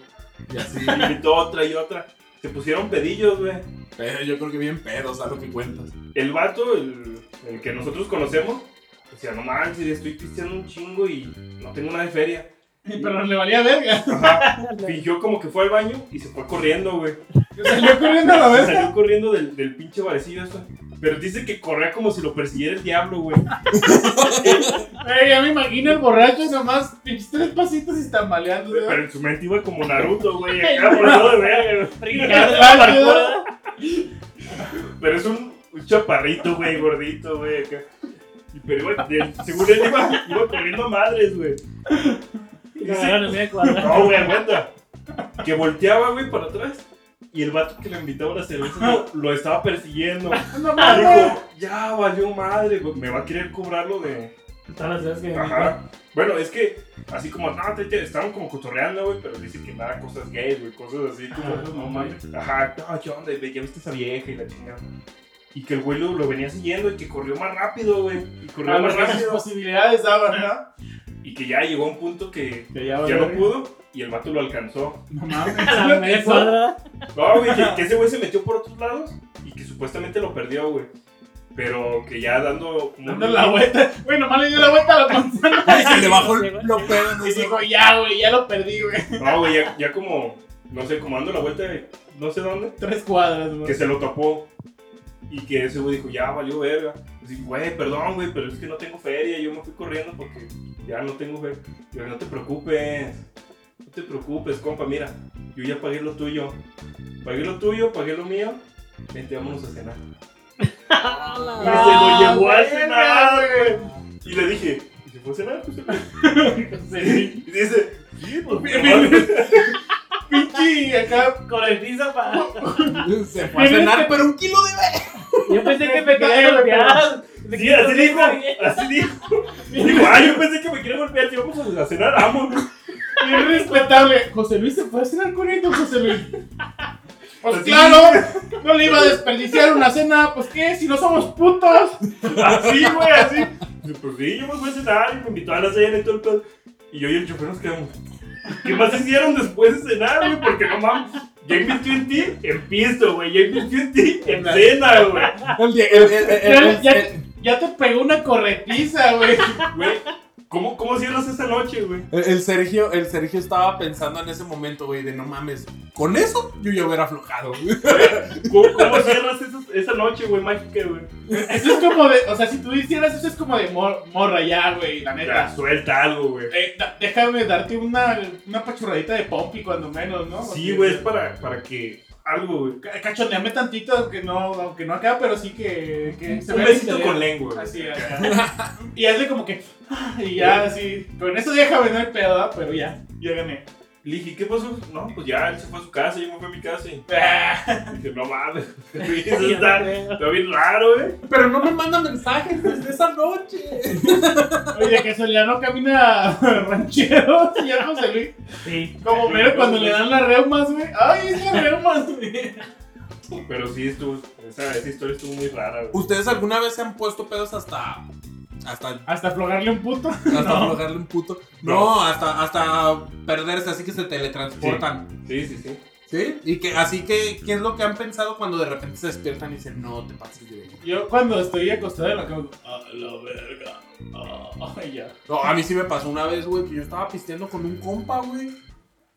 [SPEAKER 3] Y así.
[SPEAKER 2] Le invitó otra y otra. Se pusieron pedillos, güey.
[SPEAKER 3] Pero yo creo que bien pedos, a lo que cuentas.
[SPEAKER 2] el vato, el, el que nosotros conocemos, decía, no manches, estoy pisteando un chingo y no tengo nada de feria.
[SPEAKER 1] Pero le valía verga.
[SPEAKER 2] Fingió como que fue al baño y se fue corriendo, güey.
[SPEAKER 1] Salió corriendo a la
[SPEAKER 2] Se
[SPEAKER 1] vez.
[SPEAKER 2] salió corriendo del, del pinche barecillo esto. Pero dice que corría como si lo persiguiera el diablo, güey.
[SPEAKER 1] Ey, ya me imagino el borracho nomás, pinches tres pasitos y tambaleando. ¿verdad?
[SPEAKER 2] Pero en su mente iba como Naruto, güey. Acá por todo de verga,
[SPEAKER 4] Brincando,
[SPEAKER 1] Ay,
[SPEAKER 4] parkour,
[SPEAKER 1] Dios.
[SPEAKER 4] ¿verdad?
[SPEAKER 2] güey. Pero es un, un chaparrito, güey, gordito, güey. acá. Y Pero iba, de- según él iba, iba corriendo a madres, güey.
[SPEAKER 4] Y lo agarraron en media cuadra.
[SPEAKER 2] No, güey, aguanta. Que volteaba, güey, para atrás. Y el vato que le invitaba a la cerveza lo, lo estaba persiguiendo.
[SPEAKER 1] No
[SPEAKER 2] Y
[SPEAKER 1] mames.
[SPEAKER 2] dijo, ya valió madre, güey. Me va a querer cobrarlo de.
[SPEAKER 4] Todas las veces que me
[SPEAKER 2] Ajá. Bueno, es que así como, no, te, te- estaban como cotorreando, güey, pero dice que nada, cosas gays, güey, cosas así como,
[SPEAKER 4] Ah,
[SPEAKER 2] no mames. Ajá, no, ¿qué onda? güey? Ya viste esa vieja y la chingada. Y que el güey lo, lo venía siguiendo y que corrió más rápido, güey. Y corrió
[SPEAKER 1] A
[SPEAKER 2] Ah, más
[SPEAKER 1] las que sus
[SPEAKER 2] rápido.
[SPEAKER 1] posibilidades daban, ¿no?
[SPEAKER 2] Y que ya llegó a un punto que
[SPEAKER 1] Que ya
[SPEAKER 2] ya
[SPEAKER 1] valió
[SPEAKER 2] no
[SPEAKER 1] verga.
[SPEAKER 2] pudo y el vato lo alcanzó.
[SPEAKER 1] No mames.
[SPEAKER 4] A la media cuadra.
[SPEAKER 2] No, güey, que, que ese güey se metió por otros lados y que supuestamente lo perdió, güey. Pero que ya dando como.
[SPEAKER 1] Dando la vuelta. Güey, nomás le dio la vuelta a la manzana.
[SPEAKER 3] Güey, se le bajó el, lo pedo, no
[SPEAKER 1] Y
[SPEAKER 3] sé.
[SPEAKER 1] dijo, ya, güey, ya lo perdí, güey.
[SPEAKER 2] No, güey, ya, ya como. No sé, como dando la vuelta de no sé dónde.
[SPEAKER 1] Tres cuadras, güey.
[SPEAKER 2] Que se lo tapó. Y que ese güey dijo, ya valió verga. Así, güey, perdón, güey, pero es que no tengo feria. Yo me fui corriendo porque ya no tengo feria. Yo, no te preocupes. No te preocupes, compa, mira. Yo ya pagué lo tuyo. Pagué lo tuyo, pagué lo mío. Vente, vámonos a cenar. Y
[SPEAKER 1] Ah,
[SPEAKER 2] se lo llevó a
[SPEAKER 1] verga,
[SPEAKER 2] cenar, güey. Y le dije, ¿y se fue a cenar? Pues,
[SPEAKER 1] Sí.
[SPEAKER 2] Y dice, sí, pues,
[SPEAKER 1] Bien,
[SPEAKER 2] nomás-
[SPEAKER 1] Pinche acá.
[SPEAKER 4] Con el tiza para.
[SPEAKER 3] Se fue a cenar, pero un kilo de verga.
[SPEAKER 4] Yo pensé que me quería golpear. Pensé
[SPEAKER 2] Sí,
[SPEAKER 4] que
[SPEAKER 2] así
[SPEAKER 4] me
[SPEAKER 2] dijo,
[SPEAKER 4] quería golpear.
[SPEAKER 2] así dijo. Digo, ay, yo pensé que me quería golpear, si vamos a cenar, vamos.
[SPEAKER 1] Bien respetable. José Luis se puede cenar con él, don José Luis. Pues
[SPEAKER 2] Así.
[SPEAKER 1] claro, no le iba a desperdiciar una cena, pues qué, si no somos putos.
[SPEAKER 2] Así, güey, así. Dice, Pues sí, yo me fui a cenar y me invitó a la cena y todo el pedo. Y yo y el chofer nos quedamos. ¿Qué más hicieron después de cenar, güey? Porque no mames. Ya invirtió en ti en pisto, güey. Ya invirtió en ti en cena, güey.
[SPEAKER 3] El, die- el- el- el-
[SPEAKER 1] Ya-
[SPEAKER 3] el-
[SPEAKER 1] ya-
[SPEAKER 3] el-
[SPEAKER 1] Ya te pegó una corretiza, güey.
[SPEAKER 2] Güey, ¿cómo, cómo cierras esa noche, güey?
[SPEAKER 3] El, el Sergio, el Sergio estaba pensando en ese momento, güey, de no mames. Con eso yo ya hubiera aflojado.
[SPEAKER 2] ¿Cómo, cómo cierras esas- esa noche, güey, mágica, güey?
[SPEAKER 1] Eso es como de, o sea, si tú hicieras eso es como de mor- morra ya, güey, la
[SPEAKER 2] Ya,
[SPEAKER 1] neta.
[SPEAKER 2] suelta algo, güey.
[SPEAKER 1] Eh, da- déjame darte una, una pachurradita de pompi cuando menos, ¿no?
[SPEAKER 2] Sí, güey, es para, para que algo, güey.
[SPEAKER 1] Ca- Cachoneame tantito, aunque no, aunque no acá, pero sí que, que
[SPEAKER 2] Un
[SPEAKER 1] vea
[SPEAKER 2] besito
[SPEAKER 1] interés.
[SPEAKER 2] con lengua, güey.
[SPEAKER 1] Así, acá. Y hazle como que. ah, Y ya, así. Con eso déjame, no hay pedo, ¿ah? pero ya, ya gané.
[SPEAKER 2] Le dije, ¿qué pasó? No, pues ya, él se fue a su casa, yo me fui a mi casa y
[SPEAKER 1] Ah,
[SPEAKER 2] dije, no mames, güey,
[SPEAKER 4] Yo
[SPEAKER 2] eso
[SPEAKER 4] no
[SPEAKER 2] está,
[SPEAKER 4] creo.
[SPEAKER 2] está bien raro, güey.
[SPEAKER 3] Pero no me manda mensajes desde esa noche.
[SPEAKER 1] Oye, que Soliano camina ranchero, ya José Luis.
[SPEAKER 4] Sí.
[SPEAKER 1] Como mero cuando le dan las reumas, güey. Ay, es las reumas, güey.
[SPEAKER 2] Pero sí, estuvo, esa, esa historia estuvo muy rara, güey.
[SPEAKER 3] ¿Ustedes alguna vez se han puesto pedos hasta Hasta,
[SPEAKER 1] Hasta aflojarle un puto.
[SPEAKER 3] hasta
[SPEAKER 1] No.
[SPEAKER 3] aflojarle un puto. No,
[SPEAKER 2] No.
[SPEAKER 3] hasta, hasta perderse, así que se teletransportan.
[SPEAKER 2] Sí, sí, sí.
[SPEAKER 3] ¿Sí? Y que, así que, ¿qué es lo que han pensado cuando de repente se despiertan y dicen, no te pases de verga?
[SPEAKER 1] Yo cuando estoy acostado en la cama, a la verga. ah, ay, ya.
[SPEAKER 3] No, a mí sí me pasó una vez, güey, que yo estaba pisteando con un compa, güey.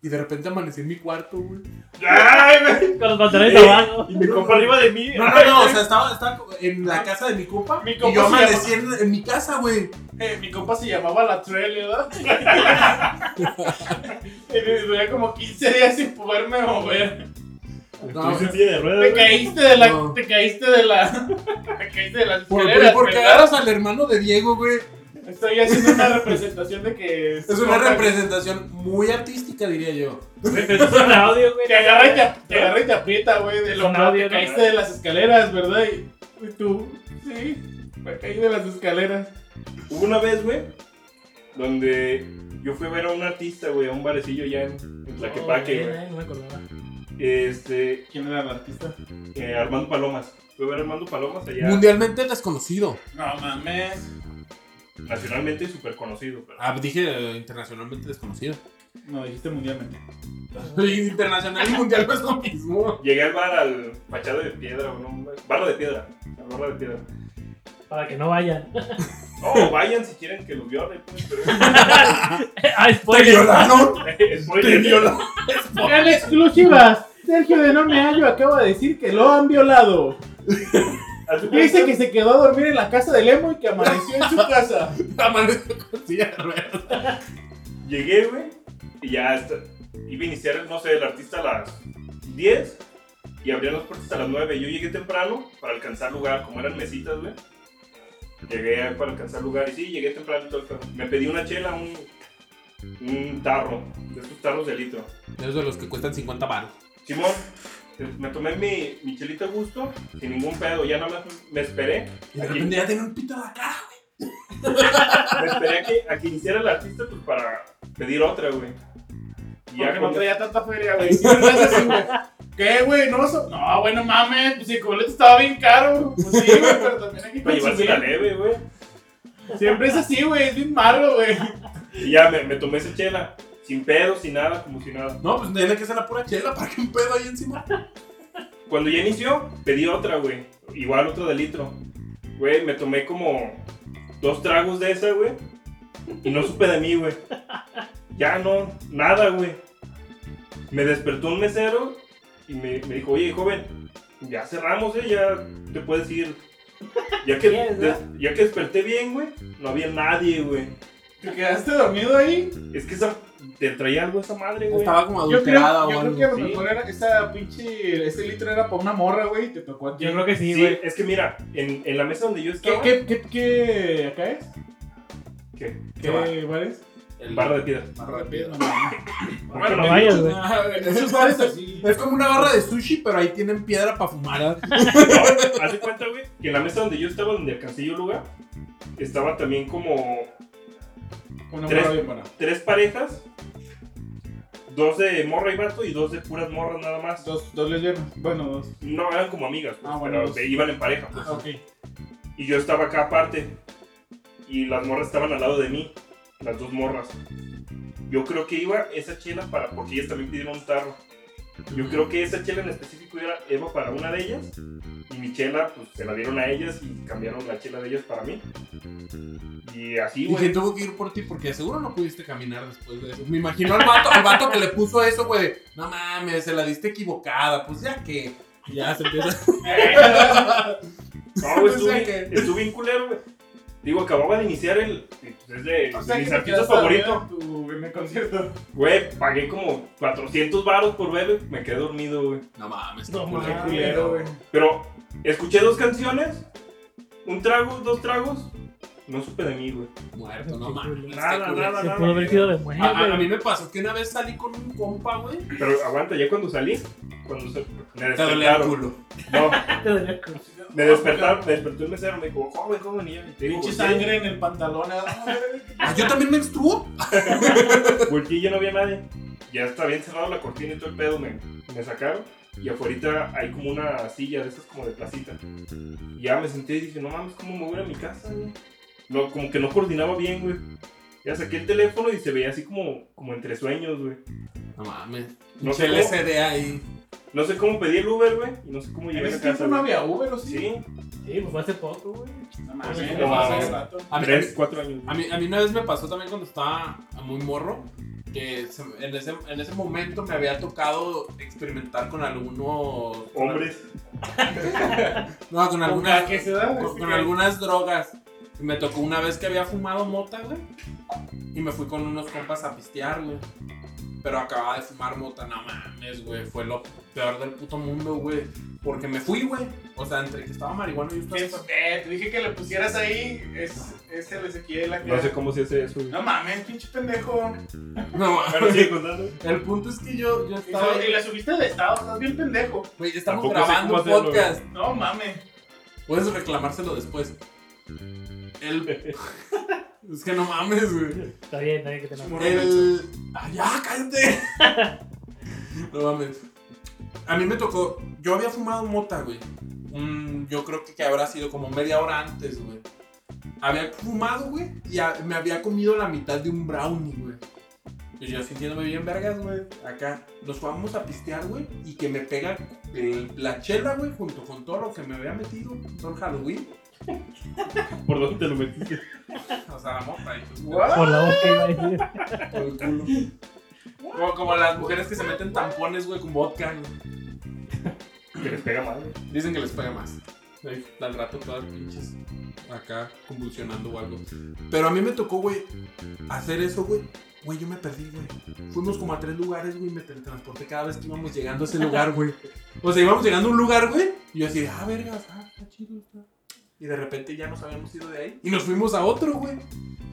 [SPEAKER 3] Y de repente amanecí en mi cuarto, güey.
[SPEAKER 2] ¡Ay, güey!
[SPEAKER 4] Con los pantalones abajo.
[SPEAKER 2] Y mi compa arriba de mí.
[SPEAKER 3] No, no, no, o sea, estaba, estaba en la casa de mi compa.
[SPEAKER 1] Mi
[SPEAKER 3] y
[SPEAKER 1] compa
[SPEAKER 3] yo
[SPEAKER 1] se
[SPEAKER 3] amanecí en, en mi casa, güey.
[SPEAKER 1] Eh, mi compa se llamaba La Trele, ¿verdad? y duré como 15 días sin poderme mover.
[SPEAKER 2] Estuviste en silla de ruedas,
[SPEAKER 1] Te
[SPEAKER 2] güey.
[SPEAKER 1] caíste de la.
[SPEAKER 3] No.
[SPEAKER 1] Te caíste de la. te caíste de las
[SPEAKER 3] Por,
[SPEAKER 1] escaleras,
[SPEAKER 3] porque
[SPEAKER 1] ¿verdad?
[SPEAKER 3] agarras al hermano de Diego, güey.
[SPEAKER 1] Estoy haciendo una representación de que.
[SPEAKER 3] Es una representación muy artística, diría yo.
[SPEAKER 4] Es un audio, güey.
[SPEAKER 1] Te agarra y te, ap- te, agarra y te aprieta, güey, del
[SPEAKER 4] Son
[SPEAKER 1] hombro. Te
[SPEAKER 4] audio, ¿no?
[SPEAKER 1] caíste de las escaleras, ¿verdad? Y, y tú, sí, me caí de las escaleras.
[SPEAKER 2] Hubo una vez, güey, donde yo fui a ver a un artista, güey, a un barecillo ya en, en Tlaquepaque,
[SPEAKER 4] Oh,
[SPEAKER 2] güey.
[SPEAKER 4] eh, No me acordaba.
[SPEAKER 2] Este,
[SPEAKER 1] ¿Quién era el artista?
[SPEAKER 2] eh, Armando Palomas. Fui a ver a Armando Palomas allá,
[SPEAKER 3] Mundialmente desconocido.
[SPEAKER 1] No mames.
[SPEAKER 2] nacionalmente súper conocido. pero-
[SPEAKER 3] Ah, dije eh, internacionalmente desconocido.
[SPEAKER 1] No, dijiste mundialmente.
[SPEAKER 3] Internacional y mundial no es lo mismo.
[SPEAKER 2] Llegué al bar, al fachado de piedra, o no, barra de piedra, la barra de piedra.
[SPEAKER 4] Para que no vayan.
[SPEAKER 2] No, vayan si quieren que los violen, pues, pero...
[SPEAKER 4] ah,
[SPEAKER 3] ¡Te
[SPEAKER 4] spoiler.
[SPEAKER 3] violaron!
[SPEAKER 2] Spoiler.
[SPEAKER 3] ¡Te violaron!
[SPEAKER 1] En exclusiva, Sergio de No Me Hallo acaba de decir que lo han violado.
[SPEAKER 2] Haz de
[SPEAKER 1] Dice
[SPEAKER 2] cuenta-
[SPEAKER 1] que se quedó a dormir en la casa de Lemo y que amaneció en su casa.
[SPEAKER 3] Amaneció con silla de ruedas.
[SPEAKER 2] Llegué, güey, y ya está. Iba a iniciar, no sé, el artista a las 10 y abrían las puertas a las 9. Yo llegué temprano para alcanzar lugar, como eran mesitas, güey. Llegué para alcanzar lugar y sí, llegué temprano y todo el pedo. Me pedí una chela, un, un tarro, de estos tarros de litro.
[SPEAKER 3] Esos de los que cuestan 50 baros.
[SPEAKER 2] Simón, me tomé mi, mi chelita a gusto, sin ningún pedo, ya nada más me esperé.
[SPEAKER 3] Y de repente ya tenía un pito en la cara.
[SPEAKER 2] Me esperé a que, a que iniciara el artista pues, para pedir otra, güey. Y
[SPEAKER 1] Ya que no
[SPEAKER 2] cuando-
[SPEAKER 1] traía tanta feria, güey. Sí, me hace así, güey. ¿Qué, güey? No, so- no, bueno, mames. Pues el boleto estaba bien caro. Pues sí, güey, pero también hay que
[SPEAKER 2] Para llevarse la
[SPEAKER 1] consumir.
[SPEAKER 2] leve, güey.
[SPEAKER 1] Siempre es así, güey. Es bien malo, güey.
[SPEAKER 2] Y ya me, me tomé esa chela, sin pedo, sin nada, como si nada.
[SPEAKER 3] No, pues tiene que ser la pura chela para que un pedo ahí encima.
[SPEAKER 2] Cuando ya inició, pedí otra, güey. Igual otra de litro. Güey, me tomé como dos tragos de esa, güey. Y no supe de mí, güey. Ya no, nada, güey. Me despertó un mesero y me, me dijo, oye, joven, ya cerramos, eh, ya te puedes ir. Ya que,
[SPEAKER 4] Sí, es, ¿verdad?
[SPEAKER 2] des- ya que desperté bien, güey, no había nadie, güey.
[SPEAKER 1] ¿Te quedaste dormido ahí?
[SPEAKER 2] Es que esa, te traía algo esa madre, güey.
[SPEAKER 3] Estaba como
[SPEAKER 1] Yo creo,
[SPEAKER 3] adulterada
[SPEAKER 1] yo
[SPEAKER 3] o
[SPEAKER 1] creo
[SPEAKER 3] algo.
[SPEAKER 1] que a lo
[SPEAKER 2] sí.
[SPEAKER 1] mejor era esa pinche. Ese litro era para una morra, güey. y Te tocó a ti.
[SPEAKER 4] Yo creo que sí,
[SPEAKER 2] Sí,
[SPEAKER 4] güey.
[SPEAKER 2] es que mira, en, en la mesa donde yo
[SPEAKER 1] ¿Qué,
[SPEAKER 2] estaba.
[SPEAKER 1] qué, qué, qué acá es?
[SPEAKER 2] ¿Qué?
[SPEAKER 1] ¿Qué
[SPEAKER 3] bar?
[SPEAKER 1] bares?
[SPEAKER 2] El barra de piedra.
[SPEAKER 3] Barra de
[SPEAKER 1] No,
[SPEAKER 3] piedra.
[SPEAKER 1] mames.
[SPEAKER 2] Bueno,
[SPEAKER 4] no
[SPEAKER 2] me
[SPEAKER 4] vayas, güey.
[SPEAKER 3] Esos
[SPEAKER 1] Esos
[SPEAKER 3] bares
[SPEAKER 1] bares
[SPEAKER 3] así.
[SPEAKER 1] así.
[SPEAKER 3] Es como una barra de sushi, pero ahí tienen piedra para fumar.
[SPEAKER 2] No, Haz de cuenta, güey, que en la mesa donde yo estaba, donde alcancé yo lugar, estaba también como
[SPEAKER 1] Una
[SPEAKER 2] Tres.
[SPEAKER 1] morra bien buena.
[SPEAKER 2] tres parejas: dos de morra y vato y dos de puras morras nada más.
[SPEAKER 1] Dos, dos lesbianas. Bueno, dos.
[SPEAKER 2] No eran como amigas, pues,
[SPEAKER 1] Ah, bueno,
[SPEAKER 2] pero
[SPEAKER 1] dos.
[SPEAKER 2] que iban en pareja. pues.
[SPEAKER 1] Ok.
[SPEAKER 2] Y yo estaba acá aparte, y las morras estaban al lado de mí, las dos morras. Yo creo que iba esa chela para, porque ellas también pidieron un tarro. Yo creo que esa chela en específico era Eva para una de ellas. Y mi chela, pues se la dieron a ellas y cambiaron la chela de ellas para mí. Y así,
[SPEAKER 3] Y que
[SPEAKER 2] güey.
[SPEAKER 3] tuvo que ir por ti porque seguro no pudiste caminar después de eso. Me imagino al vato, al vato que le puso eso, güey. de, No mames, se la diste equivocada. Pues ya que. Ya se empieza.
[SPEAKER 2] No, güey,
[SPEAKER 3] o
[SPEAKER 2] estuve,
[SPEAKER 3] sea que-
[SPEAKER 2] estuve bien culero, güey. Digo, acababa de iniciar el. Pues es de,
[SPEAKER 1] O
[SPEAKER 2] de
[SPEAKER 1] sea, que
[SPEAKER 2] mis
[SPEAKER 1] te
[SPEAKER 2] artistas
[SPEAKER 1] quedaste
[SPEAKER 2] favoritos.
[SPEAKER 1] dormido en tu- En el concierto.
[SPEAKER 2] Güey, pagué como 400 baros por verlo y me quedé dormido, güey.
[SPEAKER 3] No mames.
[SPEAKER 4] No
[SPEAKER 3] qué
[SPEAKER 1] Qué
[SPEAKER 4] mames.
[SPEAKER 3] culero.
[SPEAKER 1] culero, güey.
[SPEAKER 2] Pero escuché dos canciones, un trago, dos tragos, no supe de mí, güey.
[SPEAKER 3] Muerto, no
[SPEAKER 4] Qué
[SPEAKER 3] mames.
[SPEAKER 4] culero.
[SPEAKER 3] qué
[SPEAKER 2] Nada,
[SPEAKER 3] culero.
[SPEAKER 2] nada,
[SPEAKER 4] Se
[SPEAKER 2] nada.
[SPEAKER 4] pudo haber sido de
[SPEAKER 3] A, a- a
[SPEAKER 4] muerte.
[SPEAKER 3] mí me pasó que una vez salí con un compa, güey.
[SPEAKER 2] Pero aguanta, ya cuando salí, cuando se- me
[SPEAKER 3] Te dolía el
[SPEAKER 2] despertaron.
[SPEAKER 3] culo.
[SPEAKER 2] No,
[SPEAKER 4] Te dolía el culo.
[SPEAKER 2] me despertaron, me despertó el mesero, me dijo, "Oh, joven, joven, y ya. y te digo,
[SPEAKER 1] Ah, Pinche
[SPEAKER 2] "Volteé".
[SPEAKER 1] sangre en el pantalón. ah,
[SPEAKER 3] Ah, yo también menstruo.
[SPEAKER 2] Volteé y ya no había nadie. Ya está bien cerrado la cortina y todo el pedo, me, me sacaron. Y afuera hay como una silla de esas como de placita. Y ya me senté y dije, no mames, ¿cómo me voy a ir a mi casa, güey? no, como que no coordinaba bien, güey. Ya saqué el teléfono y se veía así como, como entre sueños, güey.
[SPEAKER 3] No mames.
[SPEAKER 2] No
[SPEAKER 3] No
[SPEAKER 2] sé
[SPEAKER 3] se le CD ahí.
[SPEAKER 2] No sé cómo pedí el Uber, güey, y no sé cómo
[SPEAKER 1] En
[SPEAKER 2] llegué a
[SPEAKER 1] ese
[SPEAKER 2] la casa.
[SPEAKER 1] tiempo no
[SPEAKER 2] güey.
[SPEAKER 1] había Uber, ¿o sí?
[SPEAKER 2] Sí,
[SPEAKER 4] Sí, pues fue hace poco, güey.
[SPEAKER 1] No mames,
[SPEAKER 4] No,
[SPEAKER 1] no,
[SPEAKER 2] no.
[SPEAKER 1] rato.
[SPEAKER 3] A mí,
[SPEAKER 2] tres, cuatro años.
[SPEAKER 3] a, mí, a mí una vez me pasó también cuando estaba muy morro. Que se- en, ese, en ese momento me había tocado experimentar con algunos.
[SPEAKER 2] Hombres.
[SPEAKER 3] No, con algunas.
[SPEAKER 1] qué se da?
[SPEAKER 3] con, con algunas drogas. Y me tocó una vez que había fumado mota, güey. Y me fui con unos compas a pistear, güey. Pero acababa de fumar mota, no mames, güey. Fue lo peor del puto mundo, güey. Porque me fui, güey. O sea, entre que estaba marihuana y yo estaba...
[SPEAKER 1] Eh, te dije que le pusieras ahí. Es, es el Ezequiel la
[SPEAKER 2] No sé cómo se hace eso, güey.
[SPEAKER 1] No mames, pinche pendejo.
[SPEAKER 3] No, mames.
[SPEAKER 2] Pero sigue contando.
[SPEAKER 3] El punto es que yo, yo
[SPEAKER 1] Y
[SPEAKER 3] estaba...
[SPEAKER 1] so- y la subiste de estado, estás bien pendejo.
[SPEAKER 3] Güey, estamos
[SPEAKER 2] Tampoco sé
[SPEAKER 3] grabando
[SPEAKER 2] cómo
[SPEAKER 3] un
[SPEAKER 2] hacerlo,
[SPEAKER 3] podcast.
[SPEAKER 1] No mames.
[SPEAKER 3] Puedes reclamárselo después. El... es que no mames, güey.
[SPEAKER 4] Está bien, está bien que te
[SPEAKER 1] Simón.
[SPEAKER 4] lo
[SPEAKER 3] El... ¡Ah, ya, cállate! no mames. A mí me tocó... Yo había fumado mota, güey. Mm, yo creo que, que habrá sido como media hora antes, güey. Había fumado, güey, y a- me había comido la mitad de un brownie, güey. Y yo sintiéndome bien vergas, güey. Acá nos vamos a pistear, güey, y que me pega el- la chela, güey, junto con todo lo que me había metido, todo el Halloween.
[SPEAKER 2] ¿Por dónde te lo metiste?
[SPEAKER 3] O sea, la mota y todo.
[SPEAKER 4] Por la boca iba a decir.
[SPEAKER 3] Por el culo. Como, como las mujeres que se meten tampones, güey, con vodka. güey.
[SPEAKER 2] Que les pega mal, güey.
[SPEAKER 3] Dicen que les pega más. Ahí, Al rato todas pinches acá convulsionando o algo. Pero a mí me tocó, güey, hacer eso, güey. Güey, yo me perdí, güey. Fuimos como a tres lugares, güey, y me teletransporté cada vez que íbamos llegando a ese lugar, güey. O sea, íbamos llegando a un lugar, güey, y yo así, ah, vergas, ah, está chido, está. Y de repente ya nos habíamos ido de ahí. Y nos fuimos a otro, güey.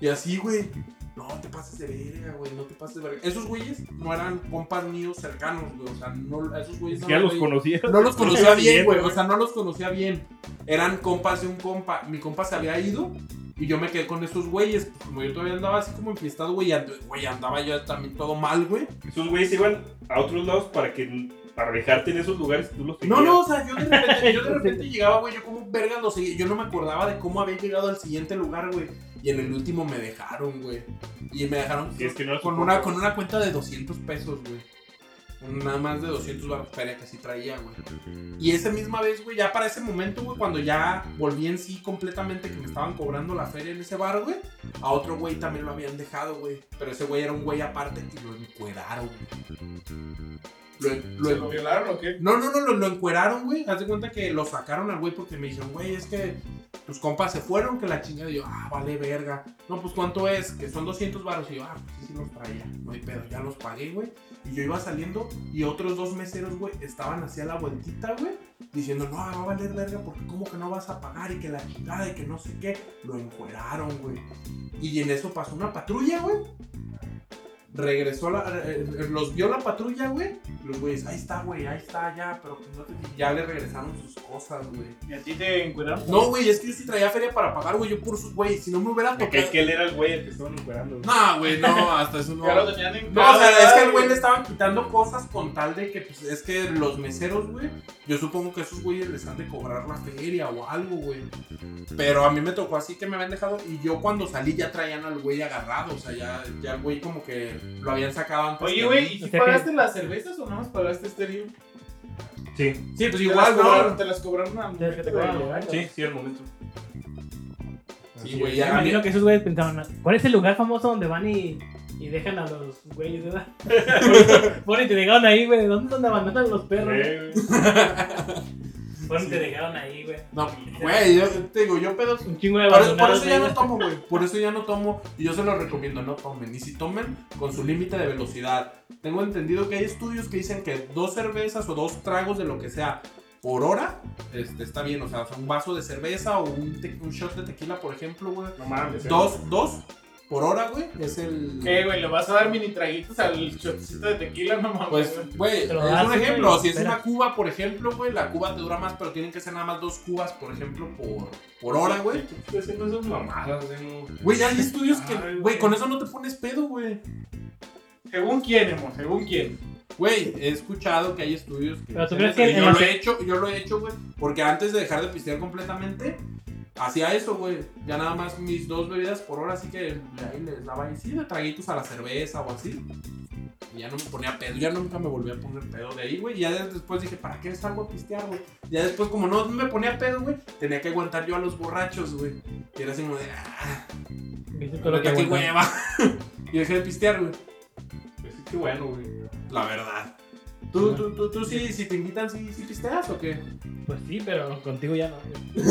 [SPEAKER 3] Y así, güey. No te pases de verga, güey. No te pases de verga. Esos güeyes no eran compas míos cercanos, güey. O sea, no, a esos güeyes no
[SPEAKER 2] Ya
[SPEAKER 3] los
[SPEAKER 2] los
[SPEAKER 3] veía.
[SPEAKER 2] conocía.
[SPEAKER 3] No los conocía
[SPEAKER 2] Era
[SPEAKER 3] bien,
[SPEAKER 2] bien,
[SPEAKER 3] güey. O
[SPEAKER 2] güey.
[SPEAKER 3] sea, no los conocía bien. Eran compas de un compa. Mi compa se había ido y yo me quedé con esos güeyes. Pues, como yo todavía andaba así como enfiestado, güey. and- Güey, andaba yo también todo mal, güey.
[SPEAKER 2] Esos güeyes iban a otros lados para que para dejarte en esos lugares que tú los
[SPEAKER 3] No,
[SPEAKER 2] seguías.
[SPEAKER 3] no, o sea, yo de repente, yo de repente llegaba, güey. Yo como verga lo seguía. Yo no me acordaba de cómo había llegado al siguiente lugar, güey. Y en el último me dejaron, güey. Y me dejaron
[SPEAKER 2] Si es que no los
[SPEAKER 3] con
[SPEAKER 2] soportaba.
[SPEAKER 3] una, con una cuenta de 200 pesos, güey. Nada más de 200 la feria que sí traía, güey. Y esa misma vez, güey, ya para ese momento, güey, cuando ya volví en sí completamente que me estaban cobrando la feria en ese bar, güey, a otro güey también lo habían dejado, güey. Pero ese güey era un güey aparte y lo encueraron, güey. Lo,
[SPEAKER 1] ¿Se
[SPEAKER 3] lo,
[SPEAKER 1] lo violaron o qué?
[SPEAKER 3] no, no, no, lo, lo encueraron, güey. Haz de cuenta que lo sacaron al güey porque me dijeron, güey, es que tus compas se fueron, que la chingada. Y yo, ah, vale, verga. No, pues cuánto es, que son 200 baros. Y yo, ah, pues sí, sí los traía. No hay pedo, ya los pagué, güey. Y yo iba saliendo y otros dos meseros, güey, estaban así a la vueltita, güey, diciendo, no, va a valer verga porque cómo que no vas a pagar y que la chingada y que no sé qué. Lo encueraron, güey. Y en eso pasó una patrulla, güey. Regresó la. eh, eh, los vio la patrulla, güey. Los güeyes, ahí está, güey, ahí está, ya, pero pues no te- Ya le regresaron sus cosas, güey.
[SPEAKER 1] ¿Y a ti te encueraron?
[SPEAKER 3] No, güey, es que yo sí traía feria para pagar, güey. Yo por sus, güey, si no me hubiera
[SPEAKER 2] De que
[SPEAKER 3] tocado.
[SPEAKER 2] es que él era el güey al que estaban encuerando. güey.
[SPEAKER 3] No, güey, no, hasta eso no.
[SPEAKER 1] Ya lo tenían en
[SPEAKER 3] No, o sea, es que al güey le estaban quitando cosas con tal de que, pues, es que los meseros, güey, yo supongo que esos güeyes les han de cobrar la feria o algo, güey. Pero a mí me tocó así que me habían dejado y yo cuando salí ya traían al güey agarrado, o sea, ya, ya el güey como que lo habían sacado antes. que
[SPEAKER 1] Oye,
[SPEAKER 3] a
[SPEAKER 1] güey,
[SPEAKER 3] mí.
[SPEAKER 1] ¿y si
[SPEAKER 4] O sea que-
[SPEAKER 1] pagaste las cervezas o nada más pagaste este río?
[SPEAKER 2] Sí,
[SPEAKER 3] Sí, pues
[SPEAKER 1] Te
[SPEAKER 3] igual,
[SPEAKER 1] las cobraron-
[SPEAKER 3] ¿no?
[SPEAKER 1] Te las cobraron al
[SPEAKER 4] Tienes
[SPEAKER 1] momento
[SPEAKER 4] que te
[SPEAKER 1] de-
[SPEAKER 4] cobran los baños.
[SPEAKER 2] sí, sí, al momento.
[SPEAKER 3] Sí, güey,
[SPEAKER 4] Me
[SPEAKER 3] ya.
[SPEAKER 4] imagino que esos güeyes pensaban, "Ah, ¿cuál es el lugar famoso donde van y, y dejan a los güeyes, verdad? Bueno, y te dejaron ahí, güey. ¿Dónde donde abandonan los perros?
[SPEAKER 2] Eh, güey.
[SPEAKER 4] Bueno, y te
[SPEAKER 3] Sí.
[SPEAKER 4] dejaron ahí, güey.
[SPEAKER 3] No, güey, yo te digo, yo pedo
[SPEAKER 4] Un chingo de
[SPEAKER 3] Por, por
[SPEAKER 4] abandonados.
[SPEAKER 3] eso ya
[SPEAKER 4] ahí,
[SPEAKER 3] no tomo, güey. Por eso ya no tomo. Y yo se lo recomiendo, no tomen. Y si tomen, con su límite de velocidad. Tengo entendido que hay estudios que dicen que dos cervezas o dos tragos de lo que sea por hora este, está bien. O sea, un vaso de cerveza o un, te- un shot de tequila, por ejemplo, güey.
[SPEAKER 2] No mames. eh.
[SPEAKER 3] Dos, dos por hora, güey. Es el.
[SPEAKER 1] Eh, güey, le vas a dar mini traguitos al shotcito de tequila, no mames.
[SPEAKER 3] Pues, güey, es
[SPEAKER 4] Te lo das,
[SPEAKER 3] un
[SPEAKER 4] güey,
[SPEAKER 3] ejemplo.
[SPEAKER 4] y
[SPEAKER 3] Si es
[SPEAKER 4] espera.
[SPEAKER 3] una cuba, por ejemplo, güey, la cuba te dura más, pero tienen que ser nada más dos cubas, por ejemplo, por, por hora, güey.
[SPEAKER 2] Estoy haciendo esas mamadas, eh, no.
[SPEAKER 3] Güey, ya hay estudios que,
[SPEAKER 2] Ay,
[SPEAKER 3] güey,
[SPEAKER 2] güey.
[SPEAKER 3] con eso no te pones pedo, güey.
[SPEAKER 1] Según quién, Emo, según quién.
[SPEAKER 3] Güey, he escuchado que hay estudios que.
[SPEAKER 4] Pero tú
[SPEAKER 3] dicen
[SPEAKER 4] crees que
[SPEAKER 3] eso, y
[SPEAKER 4] en
[SPEAKER 3] yo
[SPEAKER 4] la-
[SPEAKER 3] lo he hecho, yo lo he hecho, güey. Porque antes de dejar de pistear completamente, hacía eso, güey. Ya nada más mis dos bebidas por hora, así que de ahí les daba ahí, sí, de traguitos a la cerveza o así. Y ya no me ponía pedo, ya nunca me volví a poner pedo de ahí, güey. Y Ya des- después dije, ¿para qué salgo a pistear, güey? Ya después, como no me ponía pedo, güey, tenía que aguantar yo a los borrachos, güey. Y era así como de, ah,
[SPEAKER 4] Dice todo lo que
[SPEAKER 3] qué
[SPEAKER 4] aguanta.
[SPEAKER 3] hueva. y dejé de pistear, güey.
[SPEAKER 2] Pues sí, qué bueno, güey.
[SPEAKER 3] La verdad. ¿Tú, tú, tú, tú sí, si te invitan, sí, sí pisteas o qué?
[SPEAKER 4] Pues sí, pero contigo ya no. güey.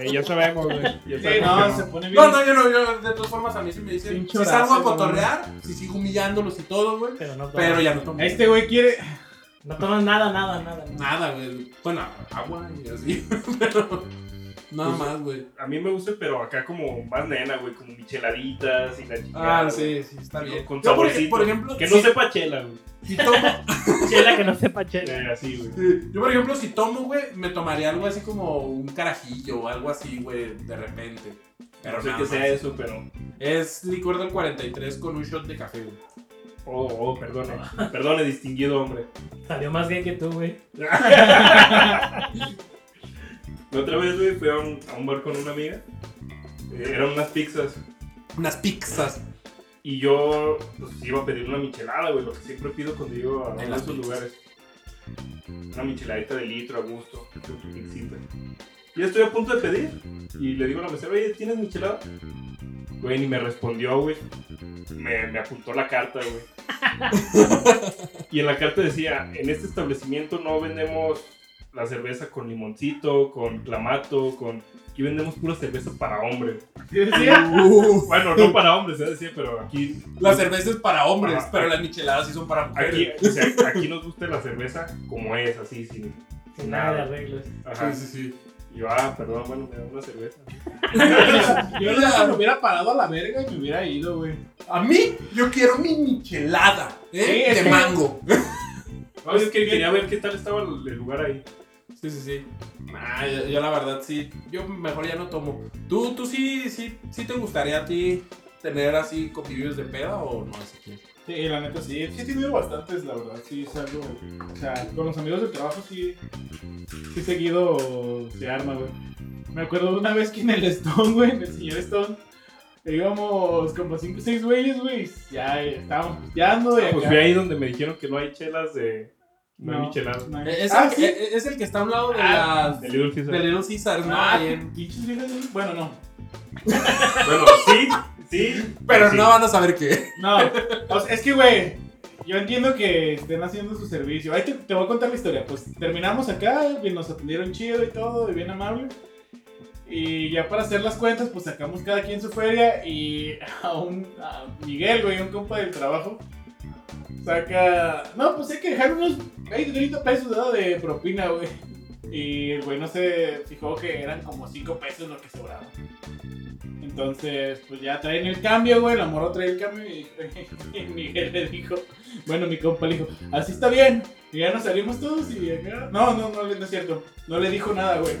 [SPEAKER 2] Eh, ya sabemos, güey. Ya
[SPEAKER 1] Sí,
[SPEAKER 2] sabemos que
[SPEAKER 1] no,
[SPEAKER 2] no.
[SPEAKER 1] se pone bien.
[SPEAKER 3] No, no, yo no, yo de todas formas a mí sí me dicen,
[SPEAKER 1] Pinche
[SPEAKER 3] si salgo a
[SPEAKER 1] brazo,
[SPEAKER 3] cotorrear, si sigo humillándolos y todo, güey.
[SPEAKER 4] Pero no tomas.
[SPEAKER 3] Pero ya no tomo
[SPEAKER 1] Este güey quiere.
[SPEAKER 4] No tomas nada, nada, nada. nada.
[SPEAKER 3] nada, güey. Bueno, agua y así, pero nada
[SPEAKER 2] Pues-
[SPEAKER 3] más, güey.
[SPEAKER 2] A mí me gusta, pero acá como más nena, güey. Como micheladitas y la chica.
[SPEAKER 3] Ah, sí, sí, está bien.
[SPEAKER 2] Con
[SPEAKER 3] Yo, por,
[SPEAKER 2] saborcito.
[SPEAKER 3] por ejemplo,
[SPEAKER 2] Que
[SPEAKER 3] si,
[SPEAKER 2] no sepa chela, güey.
[SPEAKER 3] si tomo,
[SPEAKER 4] Chela que no sepa chela.
[SPEAKER 2] Eh, así, güey.
[SPEAKER 3] Sí, Yo, por ejemplo, si tomo, güey, me tomaría algo así como un carajillo o algo así, güey, de repente. Pero
[SPEAKER 2] no sé
[SPEAKER 3] nada
[SPEAKER 2] qué
[SPEAKER 3] más.
[SPEAKER 2] sea eso, pero.
[SPEAKER 3] Es licor del 43 con un shot de café, güey.
[SPEAKER 2] Oh, oh, perdone.
[SPEAKER 3] Ah.
[SPEAKER 2] Perdone, distinguido hombre.
[SPEAKER 4] Salió más bien que tú, güey.
[SPEAKER 2] La otra vez, güey, fui a un, a un bar con una amiga. Eh, eran unas pizzas.
[SPEAKER 3] Unas pizzas.
[SPEAKER 2] Y yo, pues, iba a pedir una michelada, güey. Lo que siempre pido cuando llego a uno
[SPEAKER 3] En
[SPEAKER 2] de
[SPEAKER 3] las
[SPEAKER 2] esos
[SPEAKER 3] pizzas.
[SPEAKER 2] lugares. Una micheladita de litro a gusto. con tu pizzita. Y estoy a punto de pedir. Y le digo a la mesera, oye, ¿tienes michelada? Güey, ni me respondió, güey. Me, me apuntó la carta, güey. y en la carta decía, en este establecimiento no vendemos la cerveza con limoncito, con clamato, con... Aquí vendemos pura cerveza para hombre.
[SPEAKER 1] ¿Sí decía?
[SPEAKER 3] Uh,
[SPEAKER 2] Bueno, no para hombres, ¿sabes? Decía, pero aquí...
[SPEAKER 3] la cerveza es para hombres,
[SPEAKER 2] Ajá.
[SPEAKER 3] pero las micheladas sí son para
[SPEAKER 2] Aquí,
[SPEAKER 3] mujeres.
[SPEAKER 2] o sea, aquí nos gusta la cerveza como es, así, sin, sin
[SPEAKER 4] Nada de
[SPEAKER 2] nada.
[SPEAKER 4] arreglos.
[SPEAKER 2] Ajá.
[SPEAKER 3] Sí, sí, sí.
[SPEAKER 2] Y yo, ah, perdón, bueno, me da una cerveza.
[SPEAKER 1] Yo no sé si me hubiera parado a la verga y me hubiera ido, güey.
[SPEAKER 3] A mí, yo quiero mi michelada,
[SPEAKER 1] Sí,
[SPEAKER 3] ¿eh?
[SPEAKER 1] es
[SPEAKER 3] de
[SPEAKER 1] que-
[SPEAKER 3] mango.
[SPEAKER 2] No, es que quería ver qué tal estaba el el lugar ahí.
[SPEAKER 3] Sí, sí, sí. Ah, yo, yo la verdad sí. Yo mejor ya no tomo. ¿Tú, tú sí, sí, sí te gustaría a ti tener así convivios de peda o no? Así que...
[SPEAKER 1] Sí, la neta sí. Sí he tenido bastantes, la verdad. Sí, salgo. O sea, con los amigos del trabajo sí. Sí seguido se arma, güey. Me acuerdo una vez que en el Stone, güey, en el señor Stone. Íbamos como 5 o 6 güeyes, güey. Ya eh, estábamos pisteando. y
[SPEAKER 2] Ah, Pues
[SPEAKER 1] acá-
[SPEAKER 2] fui ahí donde me dijeron que no hay chelas de. No, hay micheladas.
[SPEAKER 1] no hay-
[SPEAKER 3] Eh, Es,
[SPEAKER 1] ah,
[SPEAKER 3] el,
[SPEAKER 1] sí.
[SPEAKER 3] eh, es el que está a un lado de las...
[SPEAKER 2] De Little Caesar.
[SPEAKER 3] De Little Caesars, ¿no?
[SPEAKER 1] Ah,
[SPEAKER 3] Ahí en-
[SPEAKER 1] pinches viejas, güey. Bueno, no.
[SPEAKER 2] Bueno, sí, sí.
[SPEAKER 3] Pero
[SPEAKER 2] sí.
[SPEAKER 3] no van a saber qué.
[SPEAKER 1] No, o sea, es que, güey, yo entiendo que estén haciendo su servicio. Ahí te, te voy a contar la historia. Pues terminamos acá, y nos atendieron chido y todo, y bien amable. Y ya para hacer las cuentas, pues sacamos cada quien su feria y a un a Miguel, güey, un compa del trabajo, saca... No, pues hay que dejar unos 20, 30 pesos ¿no? de propina, güey. Y el güey no se fijó que eran como 5 pesos lo que sobraba. Entonces, pues ya traen el cambio, güey. La morra trae el cambio y, y Miguel le dijo, bueno, mi compa le dijo, así está bien. Y ya nos salimos todos y acá- No, no, no, no es cierto. No le dijo nada, güey.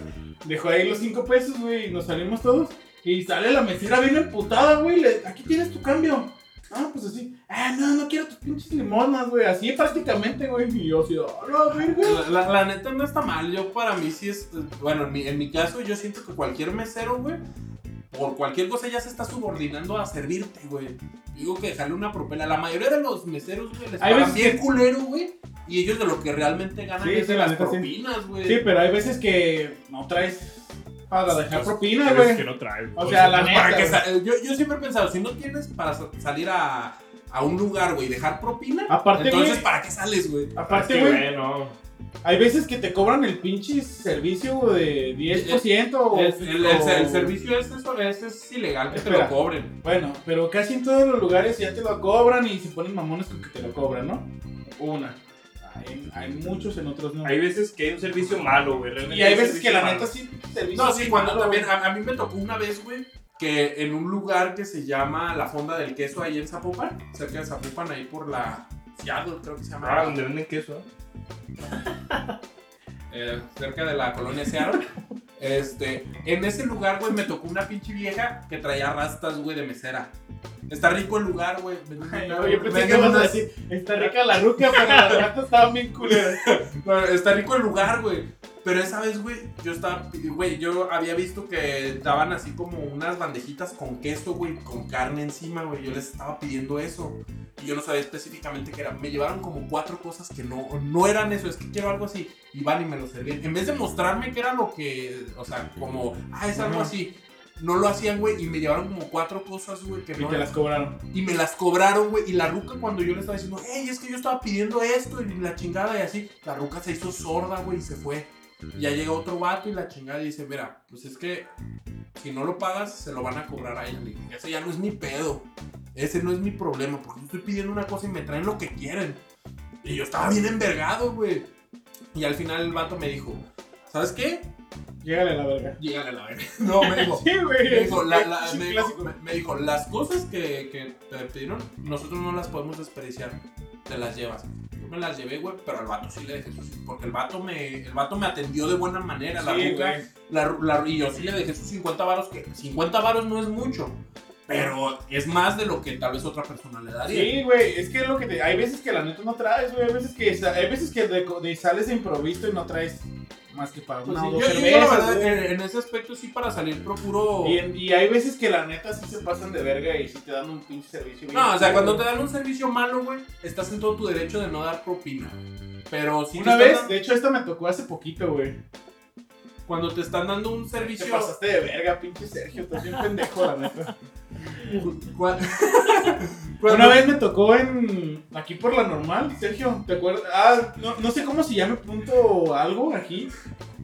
[SPEAKER 1] Dejó ahí los cinco pesos, güey, y nos salimos todos. Y sale la mesera bien emputada, güey. le- Aquí tienes tu cambio. Ah, pues así. Ah, no, no quiero tus pinches limonas, güey. Así prácticamente, güey. Y yo así, "Ah, la verga".
[SPEAKER 3] La, la- la neta no está mal. Yo para mí sí es... Bueno, en mi, en mi caso yo siento que cualquier mesero, güey, por cualquier cosa ya se está subordinando a servirte, güey. Digo que dejarle una propela. La mayoría de los meseros, güey, les
[SPEAKER 1] Hay veces
[SPEAKER 3] pagan bien culero, güey. Y ellos de lo que realmente ganan
[SPEAKER 1] Sí,
[SPEAKER 3] es
[SPEAKER 1] sí,
[SPEAKER 3] de
[SPEAKER 1] la
[SPEAKER 3] las
[SPEAKER 1] neta, sí.
[SPEAKER 3] propinas, güey.
[SPEAKER 1] Sí, pero hay veces que no traes para dejar
[SPEAKER 2] Pues,
[SPEAKER 1] propina,
[SPEAKER 2] Pero es
[SPEAKER 1] güey.
[SPEAKER 2] que no trae.
[SPEAKER 1] O sea, la
[SPEAKER 3] Pues
[SPEAKER 1] neta.
[SPEAKER 3] para que
[SPEAKER 1] güey.
[SPEAKER 3] sa- yo, yo siempre he pensado, si no tienes para sa- salir a, a un lugar, güey, y dejar propina,
[SPEAKER 1] Aparte,
[SPEAKER 3] entonces
[SPEAKER 1] güey.
[SPEAKER 3] ¿para qué sales, güey?
[SPEAKER 1] Aparte,
[SPEAKER 2] Es que,
[SPEAKER 1] güey.
[SPEAKER 2] güey, no.
[SPEAKER 1] Hay veces que te cobran el pinche servicio de 10% o...
[SPEAKER 3] El, el- el-
[SPEAKER 1] o-
[SPEAKER 3] el servicio es eso, es, es ilegal que te
[SPEAKER 1] Espera.
[SPEAKER 3] lo cobren.
[SPEAKER 1] Bueno, pero casi en todos los lugares ya te lo cobran y se ponen mamones con que te lo cobran, ¿no? Una. Hay, hay muchos, en otros no.
[SPEAKER 2] Hay veces que hay un servicio malo, güey. realmente
[SPEAKER 1] y hay veces
[SPEAKER 2] servicio
[SPEAKER 1] que la
[SPEAKER 2] malo.
[SPEAKER 1] neta sí... servicio
[SPEAKER 3] No, sí, cuando
[SPEAKER 1] malo,
[SPEAKER 3] también,
[SPEAKER 1] güey.
[SPEAKER 3] a, a mí me tocó una vez, güey, que en un lugar que se llama La Fonda del Queso, ahí en Zapopan, cerca de Zapopan, ahí por la Seattle, creo que se llama.
[SPEAKER 2] Ah, donde venden queso. ¿eh?
[SPEAKER 3] eh, cerca de la colonia Seattle. Este, en ese lugar, güey, me tocó una pinche vieja que traía rastas, güey, de mesera. Está rico el lugar, güey.
[SPEAKER 1] Ay, no, yo pensé que ibas a decir, está rica la ruca, pero las ratas estaban bien culeras.
[SPEAKER 3] Está rico el lugar, güey. Pero esa vez, güey, yo estaba, güey, yo había visto que daban así como unas bandejitas con queso, güey, con carne encima, güey. Yo les estaba pidiendo eso. Y yo no sabía específicamente qué era. Me llevaron como cuatro cosas que no, no eran eso. Es que quiero algo así. Y van y me lo servían. En vez de mostrarme que era lo que, o sea, como, ah, es algo
[SPEAKER 1] Ajá.
[SPEAKER 3] así. No lo hacían, güey, y me llevaron como cuatro cosas, güey, que
[SPEAKER 1] Y
[SPEAKER 3] no
[SPEAKER 1] te las cobraron.
[SPEAKER 3] y me las cobraron, güey. Y la ruca, cuando yo le estaba diciendo, hey, es que yo estaba pidiendo esto y la chingada y así, la ruca se hizo sorda, güey, y se fue. Y ya llega otro vato y la chingada y dice, mira, pues es que si no lo pagas, se lo van a cobrar a ella. Le dije, Ese ya no es mi pedo. Ese no es mi problema, porque yo estoy pidiendo una cosa y me traen lo que quieren. Y yo estaba bien envergado, güey. Y al final el vato me dijo, ¿sabes qué?
[SPEAKER 1] Llégale a la verga.
[SPEAKER 3] Llegale a la verga. No, me dijo,
[SPEAKER 1] Sí, güey.
[SPEAKER 3] me dijo, la- la-
[SPEAKER 1] es un
[SPEAKER 3] me dijo-
[SPEAKER 1] clásico.
[SPEAKER 3] me- me dijo, las cosas que, que te pidieron, nosotros no las podemos desperdiciar. Te las llevas. Yo me las llevé, güey, pero al vato sí le dejé su Porque el vato me, el vato me atendió de buena manera. la
[SPEAKER 1] Sí,
[SPEAKER 3] ruca.
[SPEAKER 1] claro.
[SPEAKER 3] La- la- y yo sí le dejé sus 50 varos, que 50 varos no es mucho. Pero es más de lo que tal vez otra persona le daría.
[SPEAKER 1] Sí, güey, es que es lo que te... Hay veces que la neta no traes, güey. Hay veces que, sa- hay veces que de, de- sales de improviso y no traes más que para
[SPEAKER 3] Pues
[SPEAKER 1] una
[SPEAKER 3] sí,
[SPEAKER 1] o
[SPEAKER 3] yo,
[SPEAKER 1] dos
[SPEAKER 3] yo, la
[SPEAKER 1] cervezas,
[SPEAKER 3] verdad,
[SPEAKER 1] güey.
[SPEAKER 3] en, en ese aspecto sí para salir procuro...
[SPEAKER 1] Y, en- y hay veces que la neta sí se pasan de verga y sí te dan un pinche servicio. bien
[SPEAKER 3] No, o
[SPEAKER 1] culero,
[SPEAKER 3] sea, cuando te
[SPEAKER 1] güey.
[SPEAKER 3] dan un servicio malo, güey, estás en todo tu derecho de no dar propina. Pero si te
[SPEAKER 1] Una
[SPEAKER 3] están
[SPEAKER 1] vez,
[SPEAKER 3] dando-
[SPEAKER 1] de hecho, esta me tocó hace poquito, güey.
[SPEAKER 3] cuando te están dando un
[SPEAKER 1] Te
[SPEAKER 3] servicio
[SPEAKER 1] pasaste de verga, pinche Sergio. Estás bien pendejo, la neta.
[SPEAKER 3] cu- cua- cuando-
[SPEAKER 1] Una vez me tocó en. Aquí por la normal, Sergio. ¿Te acuerdas? Ah, no, no sé cómo se llame punto algo aquí.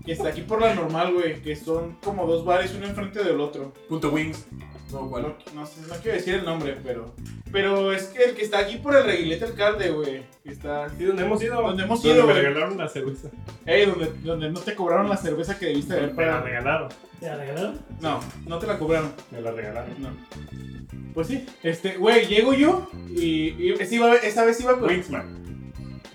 [SPEAKER 1] Que está aquí por la normal, güey. Que son como dos bares, uno enfrente del otro.
[SPEAKER 3] punto wings. No, ¿cuál?
[SPEAKER 1] No, no sé, no quiero decir el nombre, pero. Pero es que el que está aquí por el reguilete alcalde, güey. que Está.
[SPEAKER 2] Sí, donde hemos ido.
[SPEAKER 1] Donde hemos
[SPEAKER 2] Donde
[SPEAKER 1] ido,
[SPEAKER 2] me
[SPEAKER 1] güey.
[SPEAKER 2] regalaron la cerveza.
[SPEAKER 1] Ey, donde, donde no te cobraron la cerveza que debiste haber
[SPEAKER 2] Me la
[SPEAKER 1] pagado.
[SPEAKER 2] regalaron.
[SPEAKER 4] ¿Te la regalaron?
[SPEAKER 1] No, no te la cobraron.
[SPEAKER 2] Me la regalaron.
[SPEAKER 1] No. Pues sí, este, güey, llego yo y, y esa, iba- esa vez iba con
[SPEAKER 2] Wingsman.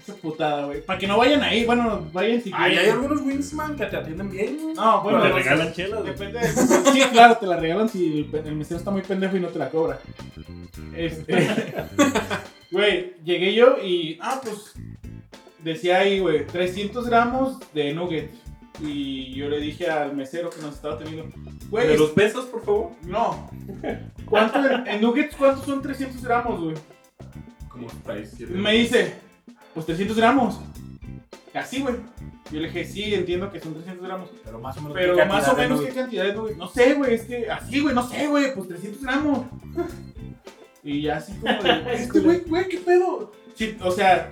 [SPEAKER 1] esa putada, güey. Para que no vayan ahí, bueno, vayan si
[SPEAKER 3] Ay,
[SPEAKER 1] quieren.
[SPEAKER 3] hay algunos wingsman que te atienden bien. güey.
[SPEAKER 1] No, bueno,
[SPEAKER 2] te
[SPEAKER 1] no sé.
[SPEAKER 2] regalan chelas. güey.
[SPEAKER 1] Depende de- Sí, claro, te la regalan si el, pe- el mesero está muy pendejo y no te la cobra. Este. Güey, llegué yo y. Ah, pues. Decía ahí, güey, 300 gramos de nugget. Y yo le dije al mesero que nos estaba teniendo. Güey,
[SPEAKER 2] ¿De los pesos, por favor?
[SPEAKER 1] no. ¿Cuánto en, en nuggets cuántos son 300 gramos, güey?
[SPEAKER 3] Como estáis?
[SPEAKER 1] Y Me dice, pues 300 gramos. Así, güey. Yo le dije, sí, entiendo que son 300 gramos.
[SPEAKER 3] Pero más o menos.
[SPEAKER 1] Pero
[SPEAKER 3] ¿qué
[SPEAKER 1] más o
[SPEAKER 3] cantidad de
[SPEAKER 1] menos, ¿qué
[SPEAKER 3] nugget?
[SPEAKER 1] cantidad de nubes? No sé, güey, es que así, güey, no sé, güey, pues 300 gramos. Y ya así como de, este, güey, güey, qué pedo. Sí, o sea,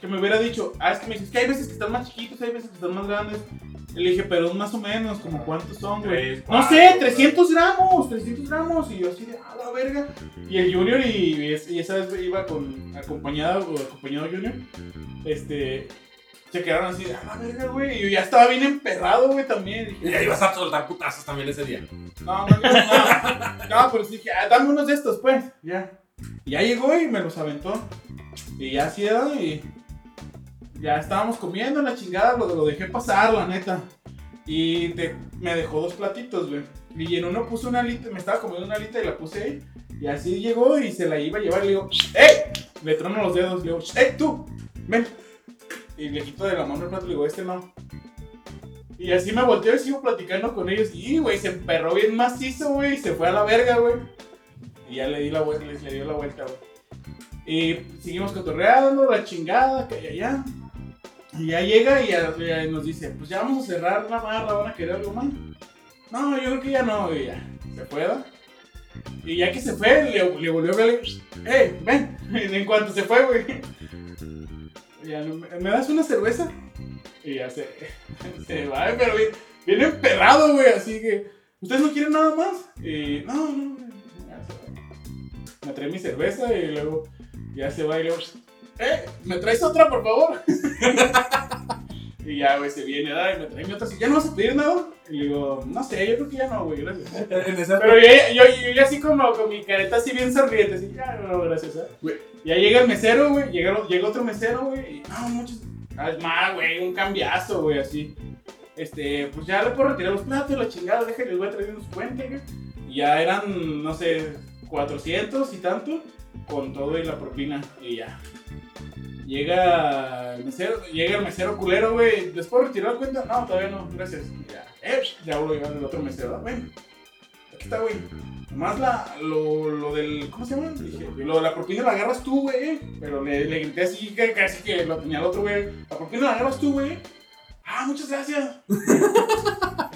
[SPEAKER 1] que me hubiera dicho, ah, es que me dices que hay veces que están más chiquitos, hay veces que están más grandes. Y le dije, pero más o menos, como cuántos son, güey.
[SPEAKER 2] Tres,
[SPEAKER 1] No
[SPEAKER 2] cuatro,
[SPEAKER 1] sé,
[SPEAKER 2] güey.
[SPEAKER 1] 300 gramos, 300 gramos. Y yo así de, ah, la verga. Y el Junior, y, y es- y esa vez iba con acompañado, o acompañado Junior, este, se quedaron así de, ah, la verga, güey. Y yo ya estaba bien emperrado, güey, también.
[SPEAKER 3] Y
[SPEAKER 1] Dije,
[SPEAKER 3] ya ibas a soltar putazos también ese día.
[SPEAKER 1] no, no, no, no. No, pero sí dije, ah, dame unos de estos, pues. Ya. Y ya llegó y me los aventó. Y ya así era, y. Ya estábamos comiendo la chingada, lo, lo dejé pasar, la neta. Y te- me dejó dos platitos, güey. Y en uno puse una alita, me estaba comiendo una alita y la puse ahí. Y así llegó y se la iba a llevar. Le digo, ¡Ey! Le trono los dedos, le digo, ¡Ey, tú! Ven. Y le quito de la mano el plato y le digo, este no. Y así me volteo y sigo platicando con ellos. Y, güey, se emperró bien macizo, güey. Y se fue a la verga, güey. Y ya le di la vuelta, les le dio la vuelta, güey. Y seguimos cotorreando, la chingada, que allá. Y ya llega y ya- ya nos dice, pues ya vamos a cerrar la barra, ¿van a querer algo más? No, yo creo que ya no, güey, ya. Se fue, ¿verdad? Y ya que se fue, le, le volvió a hablar, ¡Ey, ven! En cuanto se fue, güey. Ya, ¿me, me das una cerveza? Y ya se, se va, pero bien, bien emperrado, güey, así que... ¿Ustedes no quieren nada más? Y no, no, no, ya se va. Me trae mi cerveza y luego ya se va y luego... ¡Eh! ¿Me traes otra, por favor? y ya, güey, se viene, da, y me trae mi otra. así, ¿Ya no vas a pedir nada? Y le digo, no sé, yo creo que ya no, güey, gracias.
[SPEAKER 3] En ese
[SPEAKER 1] Pero yo, yo, yo, yo así como con mi careta así bien sonriente, así, ya, no, gracias, ¿eh?".
[SPEAKER 3] Güey.
[SPEAKER 1] Ya llega el mesero, güey, llega, llega otro mesero, güey, y, no, muchos, ah, es más, güey, un cambiazo, güey, así. Este, pues ya le puedo retirar los platos, la chingada, déjenle, les voy a traer unos puentes, güey. Y ya eran, no sé, 400 y tanto, con todo y la propina, y ya. Llega el mesero, llega el mesero culero, güey. ¿Les puedo retirar la cuenta? No, todavía no, gracias. Ya, eh, ya lo llevan el otro mesero. Bueno, aquí está, güey. Nomás la, lo, lo del. ¿Cómo se llama? Dije, lo de la propina la agarras tú, güey. eh. Pero le, le grité así, que casi que lo tenía el otro, güey. La propina la agarras tú, güey. Ah, muchas gracias.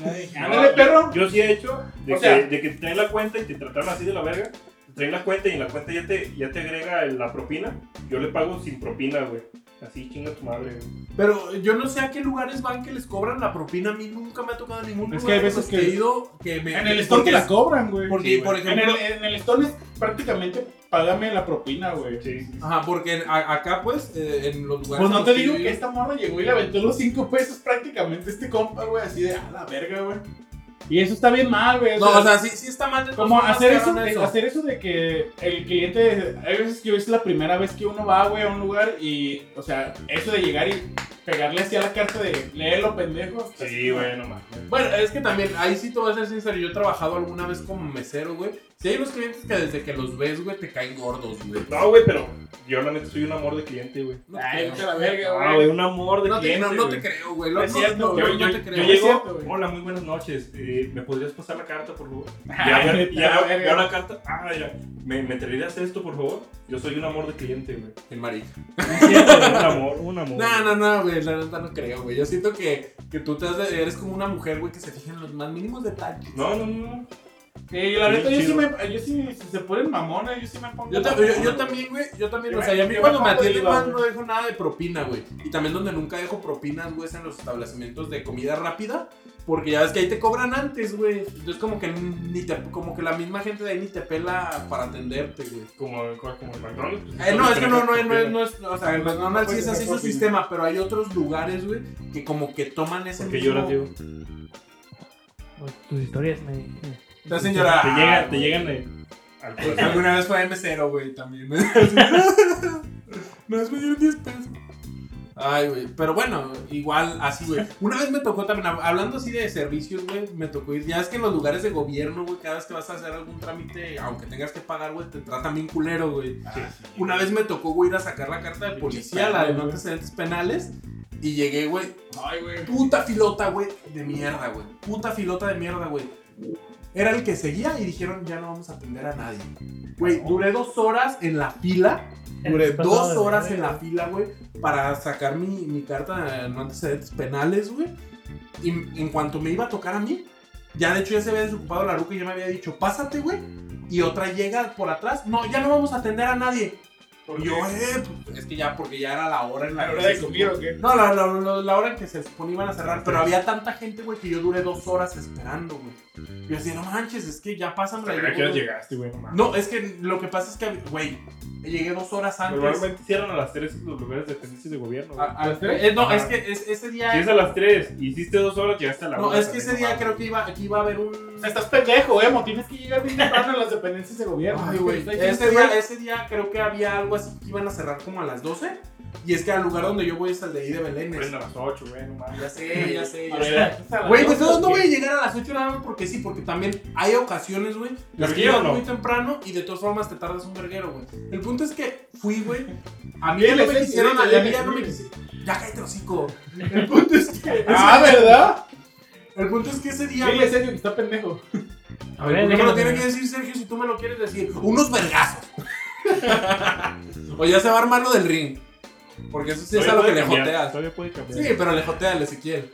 [SPEAKER 1] Ya dije, ándale, perro.
[SPEAKER 2] Yo sí he hecho de,
[SPEAKER 1] O
[SPEAKER 2] que,
[SPEAKER 1] sea-
[SPEAKER 2] de que te traen la cuenta y te trataron así de la verga. Te traen la cuenta y en la cuenta ya te, ya te agrega el- la propina. Yo le pago sin propina, güey. Así chinga tu madre, güey.
[SPEAKER 3] Pero yo no sé a qué lugares van que les cobran la propina. A mí nunca me ha tocado ningún
[SPEAKER 1] Es
[SPEAKER 3] lugar
[SPEAKER 1] que hay
[SPEAKER 3] en
[SPEAKER 1] veces
[SPEAKER 3] los
[SPEAKER 1] que-
[SPEAKER 3] he ido que me.
[SPEAKER 1] En el store
[SPEAKER 3] porque
[SPEAKER 1] te la cobran, güey.
[SPEAKER 3] Porque,
[SPEAKER 1] Sí, güey.
[SPEAKER 3] por ejemplo-
[SPEAKER 1] En el, en el store es prácticamente págame la propina, güey.
[SPEAKER 2] Sí.
[SPEAKER 3] Ajá, porque a- acá, pues, eh, en los lugares.
[SPEAKER 1] Pues no
[SPEAKER 3] en
[SPEAKER 1] te
[SPEAKER 3] los he
[SPEAKER 1] digo que
[SPEAKER 3] ido-
[SPEAKER 1] esta morra llegó y le aventó los 5 pesos prácticamente a este compa, güey, así de a la verga, güey. Y eso está bien mal, güey.
[SPEAKER 3] No, o sea, sí, sí está mal. de todas
[SPEAKER 1] como
[SPEAKER 3] formas
[SPEAKER 1] hacer
[SPEAKER 3] que
[SPEAKER 1] eso,
[SPEAKER 3] hagan
[SPEAKER 1] de- hacer eso de que el cliente, hay veces que es la primera vez que uno va, güey, a un lugar y, o sea, eso de llegar y pegarle así a la carta de léelo, pendejo.
[SPEAKER 2] Sí, güey, no mames.
[SPEAKER 3] Bueno, es que también, ahí sí te voy a ser sincero, yo he trabajado alguna vez como mesero, güey. Si hay unos clientes que desde que los ves, güey, te caen gordos, güey.
[SPEAKER 2] No, güey, pero yo la neta soy un amor de cliente, güey.
[SPEAKER 3] No
[SPEAKER 1] Ay,
[SPEAKER 3] creo.
[SPEAKER 1] vete a la verga,
[SPEAKER 2] Ah,
[SPEAKER 1] güey.
[SPEAKER 2] güey, un amor de
[SPEAKER 3] No te,
[SPEAKER 2] cliente.
[SPEAKER 3] no, no
[SPEAKER 2] güey.
[SPEAKER 3] te creo, güey.
[SPEAKER 1] No
[SPEAKER 3] No,
[SPEAKER 1] es cierto,
[SPEAKER 3] no,
[SPEAKER 2] Yo,
[SPEAKER 1] güey,
[SPEAKER 3] no
[SPEAKER 2] yo,
[SPEAKER 3] te
[SPEAKER 2] yo
[SPEAKER 3] creo.
[SPEAKER 1] Es
[SPEAKER 2] llego,
[SPEAKER 1] cierto, güey.
[SPEAKER 2] hola, muy buenas noches. eh, ¿Me podrías pasar la carta, por favor? Ya,
[SPEAKER 1] Ay,
[SPEAKER 2] veo-
[SPEAKER 1] vete
[SPEAKER 2] ya
[SPEAKER 1] a la
[SPEAKER 2] veo-
[SPEAKER 1] verga.
[SPEAKER 2] veo la carta. Ah, mira, ¿me, ¿me traerías esto, por favor? Yo soy un amor de cliente, güey.
[SPEAKER 3] El marica.
[SPEAKER 2] un amor, un amor.
[SPEAKER 3] No, no, no, güey, la neta no creo, güey. Yo siento que, que tú te has de- eres como una mujer, güey, que se fija en los más mínimos detalles.
[SPEAKER 2] No, no, no.
[SPEAKER 1] Sí, la neta, yo sí,
[SPEAKER 2] Chido.
[SPEAKER 1] me, yo sí, si se ponen mamones, yo sí me pongo.
[SPEAKER 3] Yo, ta-
[SPEAKER 1] mamona,
[SPEAKER 3] yo- yo
[SPEAKER 1] güey.
[SPEAKER 3] también, güey, yo también,
[SPEAKER 1] Yo
[SPEAKER 3] o
[SPEAKER 1] me-
[SPEAKER 3] sea, y a mí
[SPEAKER 1] yo me
[SPEAKER 3] cuando me
[SPEAKER 1] pongo
[SPEAKER 3] atienden
[SPEAKER 1] diva,
[SPEAKER 3] más
[SPEAKER 1] güey.
[SPEAKER 3] no dejo nada de propina, güey. Y también donde nunca dejo propinas, güey, es en los establecimientos de comida rápida. Porque ya ves que ahí te cobran antes, güey. Entonces como que ni te, como que la misma gente de ahí ni te pela para atenderte, güey.
[SPEAKER 2] Como, como el McDonald's. pues,
[SPEAKER 3] Eh, no, es que no, no,
[SPEAKER 2] tenemos propina.
[SPEAKER 3] no, no, no es, o sea, el McDonald's sí es así su sistema, pero hay otros lugares, güey, que como que toman ese
[SPEAKER 2] Porque
[SPEAKER 3] mismo-
[SPEAKER 2] lloras, Diego.
[SPEAKER 4] Pues, Tus historias me.
[SPEAKER 3] Te hacen llorar.
[SPEAKER 2] Te llegan, te llegan eh, al corazón.
[SPEAKER 3] Alguna vez fue M0, güey, también. Nos me dieron 10 pesos. Ay, güey. Pero bueno, igual así, güey. Una vez me tocó también, hab- hablando así de servicios, güey, me tocó ir. Ya es que en los lugares de gobierno, güey, cada vez que vas a hacer algún trámite, aunque tengas que pagar, güey, te tratan bien culero, güey. Una vez me tocó, güey, ir a sacar la carta de policía, la de no antecedentes penales. Y llegué, güey,
[SPEAKER 1] Ay, güey.
[SPEAKER 3] Puta filota, güey, de mierda, güey. Puta filota de mierda, güey. Era el que seguía y dijeron, ya no vamos a atender a nadie. Güey, duré dos horas en la fila. Duré
[SPEAKER 4] Pasado
[SPEAKER 3] dos
[SPEAKER 4] de
[SPEAKER 3] horas
[SPEAKER 4] verga.
[SPEAKER 3] en la fila, güey, para sacar mi, mi carta de no antecedentes penales, güey. Y en cuanto me iba a tocar a mí, ya de hecho ya se había desocupado la ruca y ya me había dicho, pásate, güey. Y otra llega por atrás, no, ya no vamos a atender a nadie.
[SPEAKER 1] ¿Por
[SPEAKER 3] Y
[SPEAKER 1] qué?
[SPEAKER 3] yo, eh, pues, es que ya, porque ya era la hora en la
[SPEAKER 1] ¿A la
[SPEAKER 3] que
[SPEAKER 1] hora de
[SPEAKER 3] se
[SPEAKER 1] comer o qué?
[SPEAKER 3] no, la, la- la- la hora en que se suponía iban a cerrar, pero había tanta gente, güey, que yo duré dos horas esperando, güey. Yo decía, no manches, es que ya pasan
[SPEAKER 2] ¿A qué hora llegaste, güey? No mames.
[SPEAKER 3] No, es que lo que pasa es que, güey, llegué dos horas antes.
[SPEAKER 2] Normalmente cierran a las 3 los lugares de dependencias de gobierno. güey.
[SPEAKER 3] A- a- eh, no,
[SPEAKER 2] Ajá.
[SPEAKER 3] es que es- ese
[SPEAKER 2] Si
[SPEAKER 3] día.
[SPEAKER 2] es a las 3, hiciste 2 horas, llegaste a la 1.
[SPEAKER 3] No, es que ese día creo que iba, que iba a haber un.
[SPEAKER 1] O sea, estás pendejo, Emo. Tienes que llegar bien temprano a las dependencias de gobierno.
[SPEAKER 3] Ay, güey.
[SPEAKER 1] Está diciendo,
[SPEAKER 3] Ese día,
[SPEAKER 1] güey,
[SPEAKER 3] ese día creo que había algo así que iban a cerrar como a las 12. Y es que al lugar donde yo voy es al de ahí de Belén.
[SPEAKER 2] Prenden a las 8, güey, no mames.
[SPEAKER 3] Ya sé, ya sé, ya
[SPEAKER 1] a
[SPEAKER 3] sé.
[SPEAKER 1] ver, hasta las
[SPEAKER 3] Güey,
[SPEAKER 1] dos,
[SPEAKER 3] pues no, no
[SPEAKER 1] ¿o
[SPEAKER 3] voy a
[SPEAKER 1] qué?
[SPEAKER 3] llegar a las 8 nada más porque sí, porque también hay ocasiones, güey, las
[SPEAKER 2] ¿Verguero
[SPEAKER 3] que llegas
[SPEAKER 2] o no?
[SPEAKER 3] muy temprano y de todas formas te tardas un verguero, güey. El punto es que fui, güey, a mí ya no
[SPEAKER 1] Diles,
[SPEAKER 3] me
[SPEAKER 1] eh,
[SPEAKER 3] quisieron, a
[SPEAKER 1] diles,
[SPEAKER 3] mí ya no me
[SPEAKER 1] diles.
[SPEAKER 3] quisieron. Ya cállate, hocico. El punto es que,
[SPEAKER 1] Ah, ¿verdad?
[SPEAKER 3] el punto es que ese día,
[SPEAKER 1] Dile
[SPEAKER 3] güey,
[SPEAKER 1] serio que está pendejo.
[SPEAKER 3] a ver, ¿por qué
[SPEAKER 4] ver,
[SPEAKER 3] me lo
[SPEAKER 4] déjame
[SPEAKER 3] tiene
[SPEAKER 4] ver.
[SPEAKER 3] que decir Sergio si tú me lo quieres decir? Unos vergazos. o ya se va a armar lo del ring. Porque eso sí es a lo
[SPEAKER 2] Todavía
[SPEAKER 3] que
[SPEAKER 2] puede
[SPEAKER 3] le
[SPEAKER 2] cambiar,
[SPEAKER 3] joteas.
[SPEAKER 2] Todavía puede cambiar.
[SPEAKER 3] Sí, pero le jotea al Ezequiel.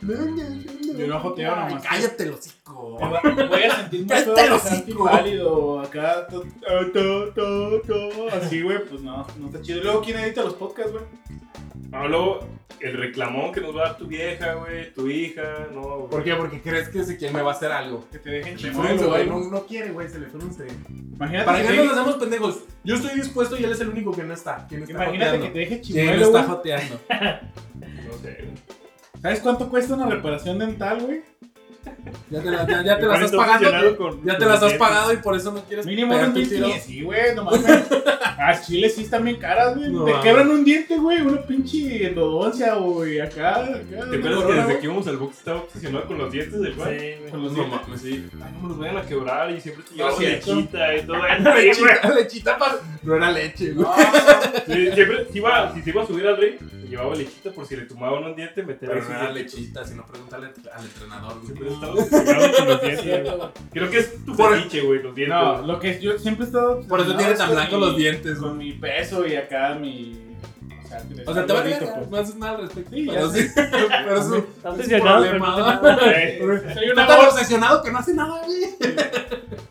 [SPEAKER 1] Yo no joteo
[SPEAKER 3] Ay,
[SPEAKER 1] nomás.
[SPEAKER 3] Cállate, hocico.
[SPEAKER 1] Voy a sentirme
[SPEAKER 3] Cállate
[SPEAKER 1] todo
[SPEAKER 3] el
[SPEAKER 1] acá,
[SPEAKER 3] hocico.
[SPEAKER 1] antiválido, acá, to- to- to- to, así, güey, pues no, no está chido. Y Luego, ¿quién edita los podcasts, güey?
[SPEAKER 2] Pablo, el reclamón que nos va a dar tu vieja, güey, tu hija, no,
[SPEAKER 3] ¿Por
[SPEAKER 2] güey.
[SPEAKER 3] qué? Porque crees que Ezequiel me va a hacer algo.
[SPEAKER 1] Que te dejen
[SPEAKER 3] Se le
[SPEAKER 1] chingón,
[SPEAKER 3] frunce, güey.
[SPEAKER 1] güey.
[SPEAKER 3] No, no quiere, güey. Se le frunce.
[SPEAKER 1] Imagínate
[SPEAKER 3] Para
[SPEAKER 1] que
[SPEAKER 3] que
[SPEAKER 1] te
[SPEAKER 3] no
[SPEAKER 1] deje-
[SPEAKER 3] nos hacemos pendejos. Yo estoy dispuesto y él es el único que no está. ¿Quién está
[SPEAKER 1] Imagínate que
[SPEAKER 3] joteando?
[SPEAKER 1] te deje
[SPEAKER 3] ¿Quién
[SPEAKER 1] chimuelo,
[SPEAKER 3] está
[SPEAKER 1] güey.
[SPEAKER 3] joteando?
[SPEAKER 2] No sé, güey.
[SPEAKER 1] ¿Sabes cuánto cuesta una reparación dental, güey?
[SPEAKER 3] Ya te, la- ya- ya te las
[SPEAKER 2] Igual
[SPEAKER 3] has
[SPEAKER 2] estoy
[SPEAKER 3] pagado.
[SPEAKER 2] obsesionado con-
[SPEAKER 3] Ya
[SPEAKER 2] con
[SPEAKER 3] te las
[SPEAKER 2] los
[SPEAKER 3] has
[SPEAKER 2] dientes.
[SPEAKER 3] pagado y por eso no quieres
[SPEAKER 1] Mínimo unos
[SPEAKER 3] pegarte
[SPEAKER 1] mil
[SPEAKER 3] un tiro.
[SPEAKER 1] Sí, güey, no mames. Las chiles sí están bien caras, güey.
[SPEAKER 3] No
[SPEAKER 1] Te
[SPEAKER 3] mames.
[SPEAKER 1] quebran un diente, güey. Una pinche endodoncia, güey. Acá, acá.
[SPEAKER 2] ¿Te acuerdas que desde que íbamos al box estaba obsesionado con los dientes del Juan?
[SPEAKER 4] güey.
[SPEAKER 2] Con los
[SPEAKER 3] No
[SPEAKER 2] dientes.
[SPEAKER 3] mames, sí.
[SPEAKER 2] Ay, no me los vayan a quebrar y siempre te llevaba
[SPEAKER 3] No es cierto.
[SPEAKER 2] lechita y todo
[SPEAKER 3] Ah.
[SPEAKER 2] eso. Sí, güey.
[SPEAKER 3] Lechita, lechita para. No era leche, güey.
[SPEAKER 2] Sí, siempre, si, iba, si se iba a subir al ring, le llevaba lechita por si le tomaban un diente, meterle
[SPEAKER 3] Pero no
[SPEAKER 2] sus
[SPEAKER 3] era
[SPEAKER 2] dientes.
[SPEAKER 3] lechita, sino pregúntale al entrenador, güey.
[SPEAKER 2] Siempre estaba obsesionado con los dientes, güey.
[SPEAKER 1] desde
[SPEAKER 2] Creo que es tu
[SPEAKER 3] Por-
[SPEAKER 2] fetiche, güey, los dientes.
[SPEAKER 1] No, lo que yo siempre he estado.
[SPEAKER 3] Por eso
[SPEAKER 1] no,
[SPEAKER 3] tiene
[SPEAKER 1] es
[SPEAKER 3] tan
[SPEAKER 1] con
[SPEAKER 3] blancos
[SPEAKER 1] mi-
[SPEAKER 3] los dientes, güey.
[SPEAKER 1] Con mi peso y acá mi. O sea, que
[SPEAKER 3] O sea, te va a
[SPEAKER 1] gordito,
[SPEAKER 3] negar,
[SPEAKER 1] pues.
[SPEAKER 3] no haces nada al respecto.
[SPEAKER 1] Sí,
[SPEAKER 3] pero
[SPEAKER 1] ya
[SPEAKER 3] sí. Pero es un- es un
[SPEAKER 4] Está obsesionado, pero no
[SPEAKER 3] problema.
[SPEAKER 4] hace nada.
[SPEAKER 1] Eh, Soy
[SPEAKER 3] Está
[SPEAKER 1] una
[SPEAKER 3] tan
[SPEAKER 1] bolsa.
[SPEAKER 3] obsesionado que no hace nada, güey.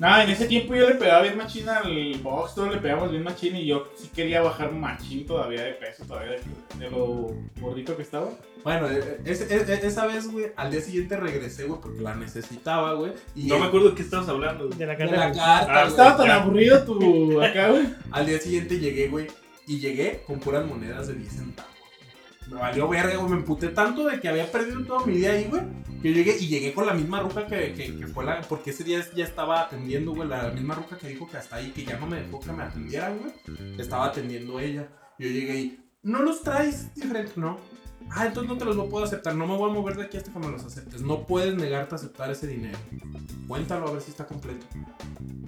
[SPEAKER 1] Nada, en ese tiempo yo le pegaba bien machín al box, todos le pegamos bien machín y yo sí quería bajar machín todavía de peso, todavía de, de lo gordito que estaba.
[SPEAKER 3] Bueno, eh, es- es- es- esa vez, güey, al día siguiente regresé, güey, porque la necesitaba, güey. Y
[SPEAKER 2] No me acuerdo de qué estabas hablando. güey.
[SPEAKER 4] De la
[SPEAKER 3] de
[SPEAKER 4] carta.
[SPEAKER 3] la carta,
[SPEAKER 2] Ah,
[SPEAKER 3] güey.
[SPEAKER 1] Estaba tan
[SPEAKER 2] Ya.
[SPEAKER 1] aburrido tu acá, güey.
[SPEAKER 3] Al día siguiente llegué, güey, y llegué con puras monedas de 10 centavos. Me valió verga, güey, me emputé tanto de que había perdido todo mi día ahí, güey, que llegué y llegué con la misma ruca que, que, que fue la... Porque ese día ya estaba atendiendo, güey, la misma ruca que dijo que hasta ahí, que ya no me dejó que me atendiera, güey, estaba atendiendo ella. Yo llegué y, ¿no los traes diferente? No. Ah, entonces no te los puedo aceptar, no me voy a mover de aquí hasta que me los aceptes. No puedes negarte a aceptar ese dinero. Cuéntalo a ver si está completo.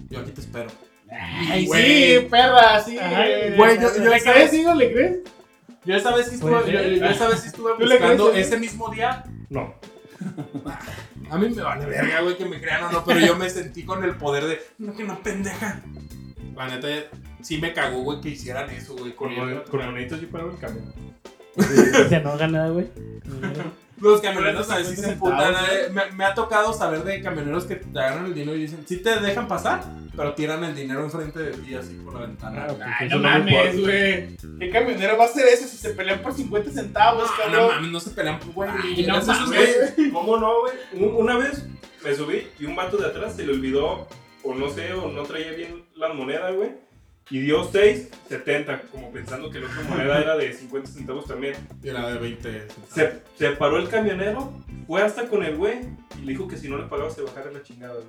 [SPEAKER 3] Yo aquí te espero.
[SPEAKER 1] Ay,
[SPEAKER 3] güey.
[SPEAKER 1] sí, perra, sí.
[SPEAKER 4] Ajá,
[SPEAKER 1] eh,
[SPEAKER 3] güey, yo- yo
[SPEAKER 1] ¿Le
[SPEAKER 3] estaba-
[SPEAKER 1] crees, digo, le crees?
[SPEAKER 3] Yo esa vez sí estuve,
[SPEAKER 4] Pues,
[SPEAKER 3] yo,
[SPEAKER 4] ¿eh?
[SPEAKER 3] yo esa vez sí estuve
[SPEAKER 1] ¿Tú le
[SPEAKER 3] buscando
[SPEAKER 1] crees, eh?
[SPEAKER 3] ese mismo día.
[SPEAKER 2] No.
[SPEAKER 3] A mí me vale verga, güey, que me crean o no, pero yo me sentí con el poder de, no, que no, pendeja. La neta, sí me cagó, güey, que hicieran eso, güey, con
[SPEAKER 2] Con, mon-
[SPEAKER 3] los,
[SPEAKER 2] con moneditos yo paraba el camión.
[SPEAKER 4] Se enoja nada, güey. Eh,
[SPEAKER 3] los camioneros a veces se
[SPEAKER 1] 50
[SPEAKER 3] emputan.
[SPEAKER 1] centavos,
[SPEAKER 3] eh. Me, me ha tocado saber de camioneros que te agarran el dinero y dicen, sí te dejan pasar, pero tiran el dinero enfrente de ti, así por la ventana.
[SPEAKER 2] Ah,
[SPEAKER 1] Ay,
[SPEAKER 2] Eso
[SPEAKER 1] no
[SPEAKER 2] no me
[SPEAKER 1] mames,
[SPEAKER 2] importa.
[SPEAKER 1] güey. ¿Qué camionero va a hacer eso si se pelean por 50 centavos,
[SPEAKER 3] No, no
[SPEAKER 1] cabrón?
[SPEAKER 3] mames, no se pelean, güey.
[SPEAKER 1] Pues, Ay, no
[SPEAKER 3] esos
[SPEAKER 1] mames.
[SPEAKER 3] güeyes-
[SPEAKER 2] ¿Cómo no, güey? Un- Una vez me subí y un vato de atrás se le olvidó, o no sé, o no traía bien las monedas, güey. Y dio 6, 70, como pensando que la otra moneda era de 50 centavos también.
[SPEAKER 3] Y la de 20.
[SPEAKER 2] Se, se paró el camionero, fue hasta con el güey y le dijo que si no le pagaba se bajara la chingada, güey.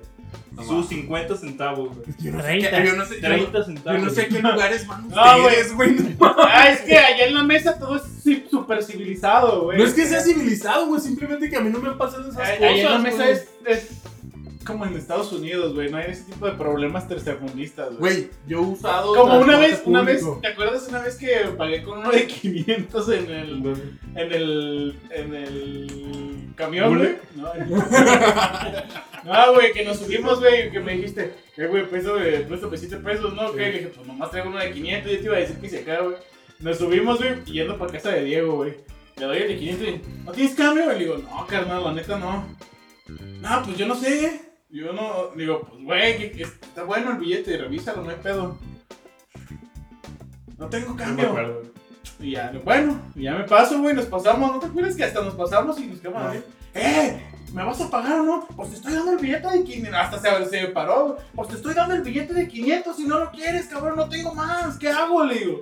[SPEAKER 3] No
[SPEAKER 2] Sus 50 centavos, güey.
[SPEAKER 3] Yo no sé,
[SPEAKER 4] Treinta.
[SPEAKER 3] qué, yo no sé, yo no-
[SPEAKER 2] 30
[SPEAKER 3] Yo
[SPEAKER 2] centavos.
[SPEAKER 3] no sé a qué lugares van
[SPEAKER 1] No, güey.
[SPEAKER 3] ustedes, güey. No,
[SPEAKER 1] Ah, es que allá en la mesa todo es ci- súper civilizado, güey.
[SPEAKER 3] es que sea civilizado, güey. Simplemente que a mí no me han pasado esas
[SPEAKER 1] Ay,
[SPEAKER 3] cosas.
[SPEAKER 1] Allá en la
[SPEAKER 3] güey.
[SPEAKER 1] mesa es, es como en Estados Unidos, güey. No hay ese tipo de problemas tercermundistas, güey.
[SPEAKER 3] Güey, yo he usado.
[SPEAKER 1] Como una vez,
[SPEAKER 3] transporte
[SPEAKER 1] una vez,
[SPEAKER 3] público.
[SPEAKER 1] ¿te acuerdas una vez que pagué con uno de 500 en el, en el, en el camión, güey?
[SPEAKER 2] ¿Mule?
[SPEAKER 1] No, en- No, güey, que nos subimos, güey, que me dijiste, eh, güey, peso, de- peso, pesito, pesos, ¿no?
[SPEAKER 3] Sí.
[SPEAKER 1] Que le dije, pues nomás traigo uno de 500, yo te iba a decir que se acá, güey. Nos subimos, güey, y yendo para casa de Diego, güey. Le doy el de 500 y, ¿no tienes cambio? Y le digo, no, carnal, la neta no. No, pues yo no sé. Yo no, digo, pues güey, que- que está bueno el billete, revísalo, no hay pedo. No tengo
[SPEAKER 2] No me
[SPEAKER 1] cambio.
[SPEAKER 2] acuerdo.
[SPEAKER 1] Y ya, bueno, y ya me paso, güey, nos pasamos. ¿No te acuerdas que hasta nos pasamos y nos quedamos
[SPEAKER 3] No.
[SPEAKER 1] así? ¡Eh! ¿Me vas a pagar o no? Pues te estoy dando el billete de 500. Hasta se, se paró. güey. Pues te estoy dando el billete de 500. Si no lo quieres, cabrón, no tengo más. ¿Qué hago? Le digo.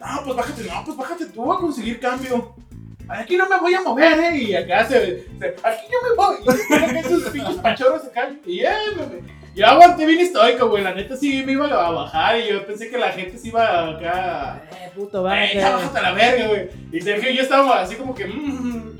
[SPEAKER 1] No, pues bájate. No, pues bájate tú voy a conseguir cambio. Aquí no me voy a mover, ¿eh? Y acá se. se- aquí yo me voy. Y acá esos pinches pachorros acá. Y ya, güey. Yo aguanté bien estoico, güey. La neta sí me iba a bajar. Y yo pensé que la gente se iba acá.
[SPEAKER 4] Eh, puto,
[SPEAKER 1] Eh, ya
[SPEAKER 4] baja.
[SPEAKER 1] bájate a la verga, güey. Y Sergio y yo estábamos así como que. mm,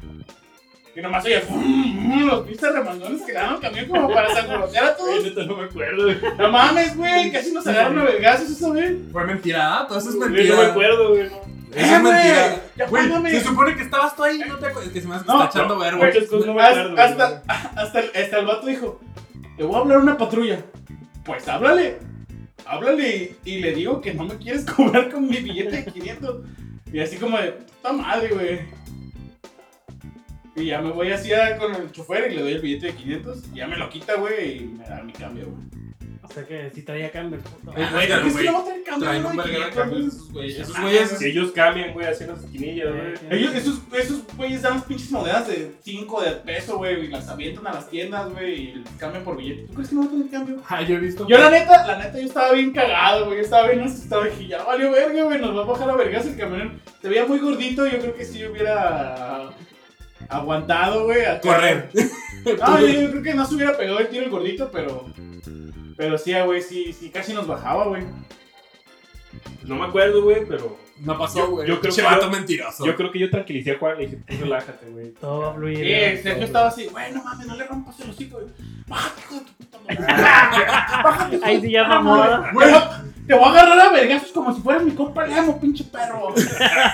[SPEAKER 1] y nomás oye, mm, mm, los pinches remangones que daban camión como para sangolotear a
[SPEAKER 2] Ay,
[SPEAKER 1] todos.
[SPEAKER 2] neta, no me acuerdo, güey.
[SPEAKER 1] No mames, güey, casi nos agarraron a vergazos esa vez.
[SPEAKER 3] Fue mentira, ah, todo eso es
[SPEAKER 2] Yo
[SPEAKER 3] mentira.
[SPEAKER 2] No me acuerdo, güey. no.
[SPEAKER 3] Eso es
[SPEAKER 1] Eh, güey,
[SPEAKER 3] mentira.
[SPEAKER 1] ya
[SPEAKER 3] Güey,
[SPEAKER 1] págame.
[SPEAKER 3] se supone que estabas tú ahí, no te acuerdas. Que se me hace que
[SPEAKER 1] No,
[SPEAKER 3] está echando verbo.
[SPEAKER 2] Muchas cosas no me acuerdo.
[SPEAKER 1] Hasta,
[SPEAKER 2] güey.
[SPEAKER 1] hasta, hasta el, hasta el vato dijo: Le voy a hablar a una patrulla. Pues háblale. Háblale y, y le digo que no me quieres cobrar con mi billete de 500. Y así como de puta madre, güey. Y ya me voy así a- con el chofer y le doy el billete de 500. Y ya me lo quita, güey, y me da mi cambio, güey.
[SPEAKER 4] O sea que si traía cambio, puto.
[SPEAKER 3] Eh,
[SPEAKER 1] Güey, ¿por qué
[SPEAKER 3] güey,
[SPEAKER 1] si no va a tener cambio,
[SPEAKER 3] Traen
[SPEAKER 1] uno
[SPEAKER 3] un
[SPEAKER 1] de
[SPEAKER 3] verguero de
[SPEAKER 1] 500, güey?
[SPEAKER 3] cambios esos güeyes. Esos
[SPEAKER 1] Ah,
[SPEAKER 3] güeyes.
[SPEAKER 2] Si ellos cambian, güey, así en las esquinillas, güey.
[SPEAKER 1] Ellos, esos, esos güeyes dan pinches monedas de 5 de peso, güey, y las avientan a las tiendas, güey, y les cambian por billete. ¿Tú crees que no va a tener cambio?
[SPEAKER 3] Ah, yo he visto.
[SPEAKER 1] Yo la neta, la neta, yo estaba bien cagado, güey. Yo estaba bien asustado. Dije, ya valió verga, güey. Nos va a bajar a vergas el camión. Te veía muy gordito. Yo creo que si yo hubiera aguantado, güey. a-
[SPEAKER 3] Correr.
[SPEAKER 1] No, yo, yo creo que no se hubiera pegado el tiro el gordito, pero. Pero sí, ah, güey, sí, sí, casi nos bajaba, güey.
[SPEAKER 2] No me acuerdo, güey, pero
[SPEAKER 3] No
[SPEAKER 2] Yo-
[SPEAKER 3] pasó, güey.
[SPEAKER 2] yo creo
[SPEAKER 3] Che,
[SPEAKER 2] que
[SPEAKER 3] vato
[SPEAKER 2] yo-
[SPEAKER 3] mentiroso.
[SPEAKER 2] yo creo que yo tranquilicé a Juan le dije, tú relájate, güey.
[SPEAKER 4] Todo va a fluir.
[SPEAKER 1] Sí,
[SPEAKER 4] ¿eh?
[SPEAKER 1] Sergio
[SPEAKER 4] Todo.
[SPEAKER 1] estaba así, güey, no mames, no le rompas el hocico, güey. Bájate, hijo de tu puta madre. Bájate, hijo
[SPEAKER 4] Ahí
[SPEAKER 1] de
[SPEAKER 4] sí
[SPEAKER 1] tu
[SPEAKER 4] ya
[SPEAKER 1] puta
[SPEAKER 4] mamó,
[SPEAKER 1] madre.
[SPEAKER 4] ¿verdad?
[SPEAKER 1] Güey, te voy a agarrar a vergazos como si fueras mi compa Leamo, pinche perro.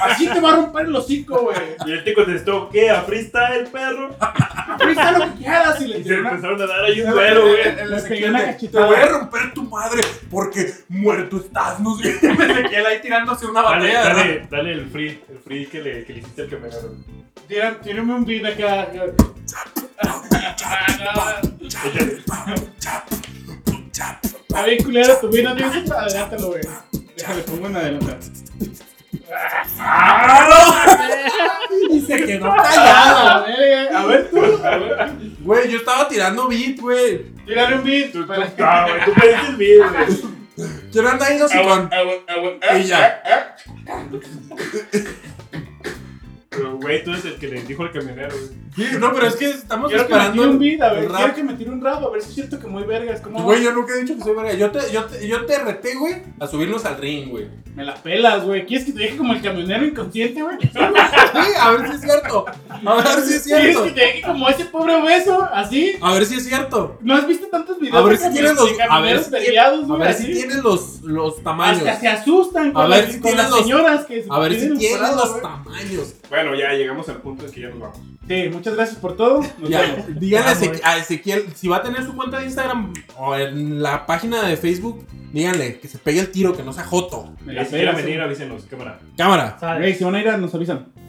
[SPEAKER 1] Así te va a romper el hocico, güey.
[SPEAKER 2] Y él te contestó, ¿qué? ¿A freestyle, perro?
[SPEAKER 1] Aprista lo que quieras y le
[SPEAKER 2] Y se
[SPEAKER 1] tiró
[SPEAKER 2] le
[SPEAKER 1] una-
[SPEAKER 2] empezaron a dar ahí un duelo, güey.
[SPEAKER 1] Le pegué una
[SPEAKER 3] Te
[SPEAKER 1] cachetada.
[SPEAKER 3] voy a romper tu madre porque muerto estás, no sé. Ezequiel ahí tirándose una
[SPEAKER 2] Dale,
[SPEAKER 3] batalla. ¿verdad?
[SPEAKER 2] dale, dale el free, el free que le, que le hiciste al camarero.
[SPEAKER 1] Tira- Tírame un beat acá. Ah, no. Está bien culero tu beat, no tienes adelátalo, güey. Déjale, pongo una adelantada.
[SPEAKER 3] Y se quedó
[SPEAKER 1] Ah, la verga. A ver tú, a ver.
[SPEAKER 3] Güey, yo estaba tirando beat, güey.
[SPEAKER 1] Tírale un beat.
[SPEAKER 2] Tú, tú,
[SPEAKER 1] para-
[SPEAKER 2] no, Ah, güey, tú pediste el video, güey.
[SPEAKER 3] Yo no andaba ahí
[SPEAKER 1] Ah,
[SPEAKER 3] no sé con. Y ya.
[SPEAKER 2] Pero, güey, tú eres el que le dijo al camionero, güey.
[SPEAKER 3] Sí, No, pero es que estamos
[SPEAKER 1] Quiero que me
[SPEAKER 3] esperando.
[SPEAKER 1] tire un beat, a
[SPEAKER 3] el
[SPEAKER 1] ver.
[SPEAKER 3] rap.
[SPEAKER 1] Quiero que me tire un rap, a ver si es cierto que muy vergas. ¿Cómo
[SPEAKER 3] Güey, yo nunca he dicho que soy verga. Yo te, yo te, yo te reté, güey, a subirnos al ring, güey.
[SPEAKER 1] Me la pelas, güey. ¿Quieres que te deje como el camionero inconsciente, güey?
[SPEAKER 3] Sí, a ver si es cierto. A ver si es
[SPEAKER 1] ¿Quieres Ah, que
[SPEAKER 3] cierto.
[SPEAKER 1] te deje como ese pobre obeso? Así.
[SPEAKER 3] A ver si es cierto.
[SPEAKER 1] ¿No has visto tantos videos
[SPEAKER 3] A ver
[SPEAKER 1] de
[SPEAKER 3] si
[SPEAKER 1] cami-
[SPEAKER 3] tienes los.
[SPEAKER 1] de
[SPEAKER 3] A ver
[SPEAKER 1] camioneros
[SPEAKER 3] si, tiene-
[SPEAKER 1] peleados,
[SPEAKER 3] a
[SPEAKER 1] güey?
[SPEAKER 3] ver si
[SPEAKER 1] así?
[SPEAKER 3] tienes los, los tamaños.
[SPEAKER 1] Hasta se asustan con,
[SPEAKER 3] A ver
[SPEAKER 1] las,
[SPEAKER 3] si
[SPEAKER 1] con
[SPEAKER 3] tienes
[SPEAKER 1] las
[SPEAKER 3] los-
[SPEAKER 1] señoras que
[SPEAKER 3] A ver si
[SPEAKER 1] tienen
[SPEAKER 3] tienes
[SPEAKER 1] parada,
[SPEAKER 3] los
[SPEAKER 1] güey.
[SPEAKER 3] tamaños.
[SPEAKER 2] Bueno, ya llegamos al punto en que ya nos vamos.
[SPEAKER 1] Sí, muchas gracias por todo. Nos
[SPEAKER 3] Ya,
[SPEAKER 1] vemos.
[SPEAKER 3] díganle a
[SPEAKER 4] Vamos,
[SPEAKER 3] Ezequiel, a Ezequiel, si va a tener su cuenta de Instagram o en la página de Facebook, díganle que se pegue el tiro, que no sea joto.
[SPEAKER 1] Me la
[SPEAKER 2] Y si quieren
[SPEAKER 1] pelas,
[SPEAKER 2] venir, avísenos, cámara.
[SPEAKER 3] Cámara.
[SPEAKER 4] Sale.
[SPEAKER 1] Güey, si van a ir, nos avisan.